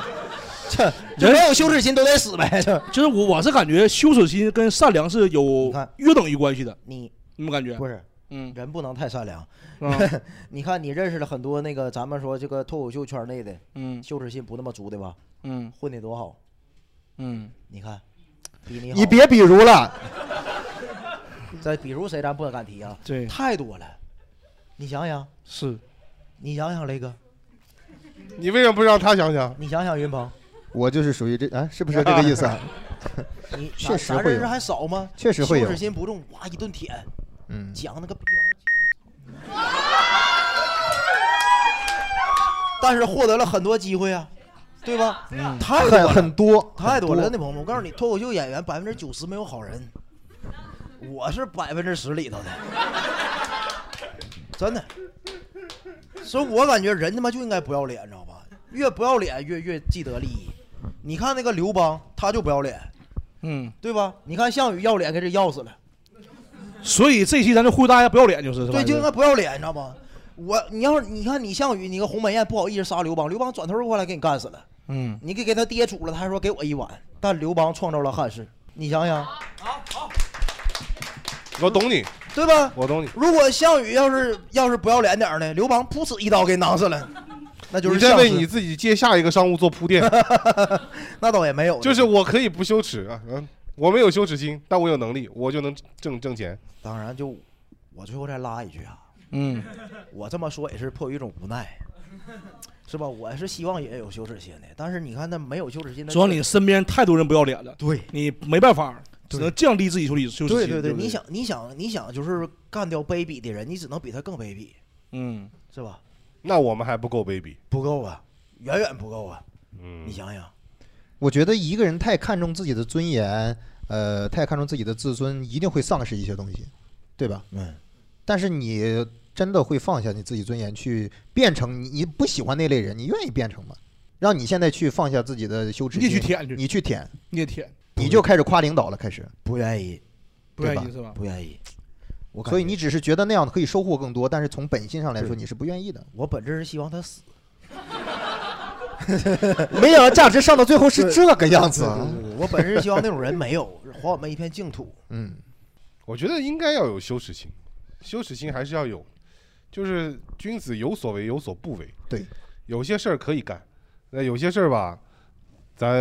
C: 这就没有羞耻心都得死呗，这
D: *laughs* 就是我我是感觉羞耻心跟善良是有约等于关系的，
C: 你
D: 你们感觉？
C: 不是，
D: 嗯，
C: 人不能太善良。
D: 啊
C: *laughs* 你看，你认识了很多那个咱们说这个脱口秀圈内的，
D: 嗯，
C: 羞耻心不那么足的吧？
D: 嗯，
C: 混的多好，
D: 嗯，
C: 你看，比你好
F: 你别比如了，
C: *laughs* 再比如谁咱不敢提啊，
D: 对
C: 太多了。你想想，
D: 是，
C: 你想想雷哥，
E: 你为什么不让他想想？
C: 你想想云鹏，
F: 我就是属于这啊，是不是这个意思啊？
C: 你
F: *laughs* 确
C: 咱
F: 实
C: 啊咱
F: 会
C: 认识
F: 有
C: 还少吗？
F: 确实会有
C: 羞耻心不重，哇一顿舔，
F: 嗯，
C: 讲那个逼玩意儿讲但是获得了很多机会啊，对吧？
B: *laughs*
C: 太多
F: 很
C: 了
F: 很多
C: 太多
F: 很
C: 了，真的朋友们，我告诉你，脱口秀演员百分之九十没有好人，我是百分之十里头的，真的。所以我感觉人他妈就应该不要脸，你知道吧？越不要脸越越既得利益。你看那个刘邦，他就不要脸，
D: 嗯，
C: 对吧？你看项羽要脸给这要死了，
D: 所以这期咱就呼吁大家不要脸，就是是吧
C: 对，就应该不要脸，你知道吗？我你要是你看你项羽，你个鸿门宴不好意思杀刘邦，刘邦转头过来给你干死了，
D: 嗯，
C: 你给给他爹煮了，他还说给我一碗，但刘邦创造了汉室，你想想。
E: 我懂你，
C: 对吧？
E: 我懂你。
C: 如果项羽要是要是不要脸点儿呢，刘邦噗呲一刀给囊死了，那就是
E: 你在为
C: 项氏
E: 你自己接下一个商务做铺垫。
C: *laughs* 那倒也没有，
E: 就是我可以不羞耻啊，嗯，我没有羞耻心，但我有能力，我就能挣挣钱。
C: 当然就我最后再拉一句啊，
D: 嗯，
C: 我这么说也是迫于一种无奈，是吧？我是希望也有羞耻心的，但是你看那没有羞耻心的，
D: 主要你身边太多人不要脸了，
C: 对
D: 你没办法，只能降低自己羞耻羞耻
C: 对
D: 心。
C: 对
D: 对不，
C: 你想你想你想就是干掉卑鄙的人，你只能比他更卑鄙，
D: 嗯，
C: 是吧？
E: 那我们还不够卑鄙，
C: 不够啊，远远不够啊！你想想，
F: 我觉得一个人太看重自己的尊严，呃，太看重自己的自尊，一定会丧失一些东西，对吧？
C: 嗯。
F: 但是你真的会放下你自己尊严，去变成你你不喜欢那类人，你愿意变成吗？让你现在去放下自己的羞耻心，你去舔，你去舔，
D: 你也舔，
F: 你就开始夸领导了，开始
C: 不愿意，
D: 不愿意是吧？
C: 不愿意。我
F: 所以你只是觉得那样可以收获更多，但是从本心上来说，
C: 对
F: 你是不愿意的。
C: 我本质是希望他死。
F: *laughs* 没想到价值上到最后是这个样子啊
C: 对对对对我本身希望那种人没有， *laughs* 还我们一片净土。
F: 嗯，
E: 我觉得应该要有羞耻心，羞耻心还是要有，就是君子有所为有所不为。
F: 对，
E: 有些事儿可以干，那有些事儿吧，咱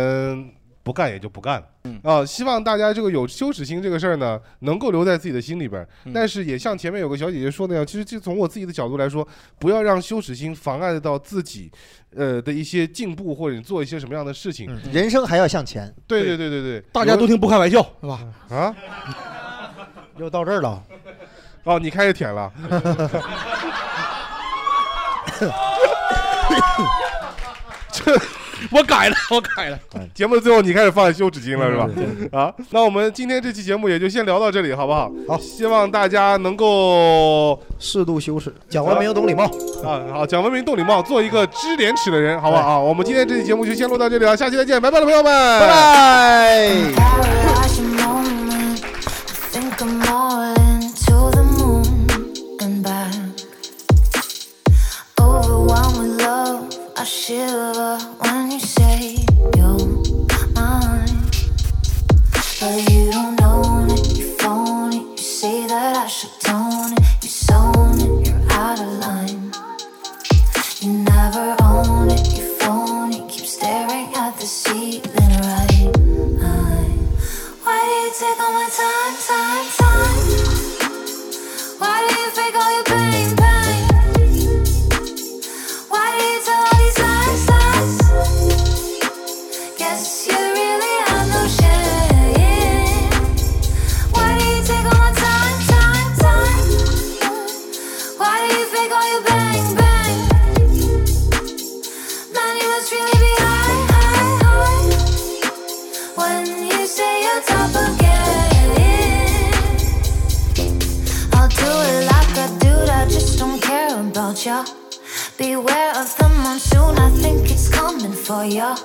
E: 不干也就不干了。啊，希望大家这个有羞耻心这个事儿呢，能够留在自己的心里边儿。但是也像前面有个小姐姐说那样，其实就从我自己的角度来说，不要让羞耻心妨碍到自己，呃的一些进步或者你做一些什么样的事情。
F: *laughs*
C: 嗯
F: 人生还要向前。
E: 对对对对对，
D: 大家都听不开玩笑是吧？
E: 啊，
F: 又到这儿了。
E: 哦，你开始舔了。 *laughs* 这
D: 我改了，我改了。
E: 节目的最后，你开始放羞纸巾了是
D: 嗯
E: 吧？啊，那我们今天这期节目也就先聊到这里，好不好？好，希望大家能够
C: 适度羞耻，讲文明懂礼貌
E: 啊。好，讲文明懂礼貌，做一个知廉耻的人，好不好啊？我们今天这期节目就先录到这里了，下期再见，拜拜了，朋友们，拜
F: 拜。
P: Paralyzed moment. I think I'm all into the moon and back. Overwhelmed with love, I shiver when you say you're mine. But you don't own it, you phone it. You say that I should tone it. You sewn it, you're out of line. You never own it, you phone it. Keep staring at the ceiling, right? Why do you take all my time, time, time? Why do you fake all your pain, pain? Why do you tell all these lies, lies? Guess you really have no shame. Why do you take all my time, time, time? Why do you fake all your bang, bang? Man, you must really be high, high, high. When you say you're top again, I'll do it like I do it. I just don't care about ya. Beware of the monsoon, I think it's coming for ya.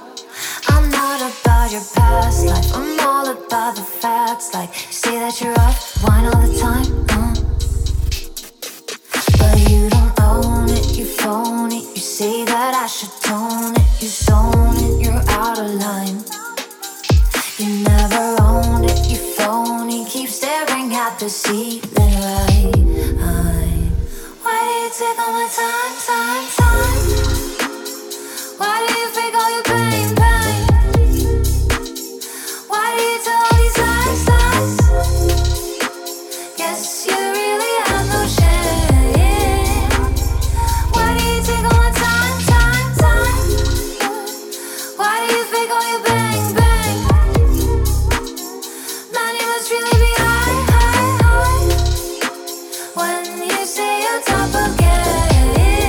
P: I'm not about your past life, I'm all about the facts. Like, you say that you're off wine all the time. uh. But you don't own it, you phone it. You say that I should tone it, you zone it, you're out of line. You never own it, you phone it. Keep staring at the ceiling, right? eye. Why do you take all my time, time, time? Why do you fake all your pain, pain? Why do you tell all these lies, lies? Guess you really have no shame. Why do you take all my time, time, time? Why do you fake all your bang, bang? Man, you must really be high, high, high. When you say you're top again.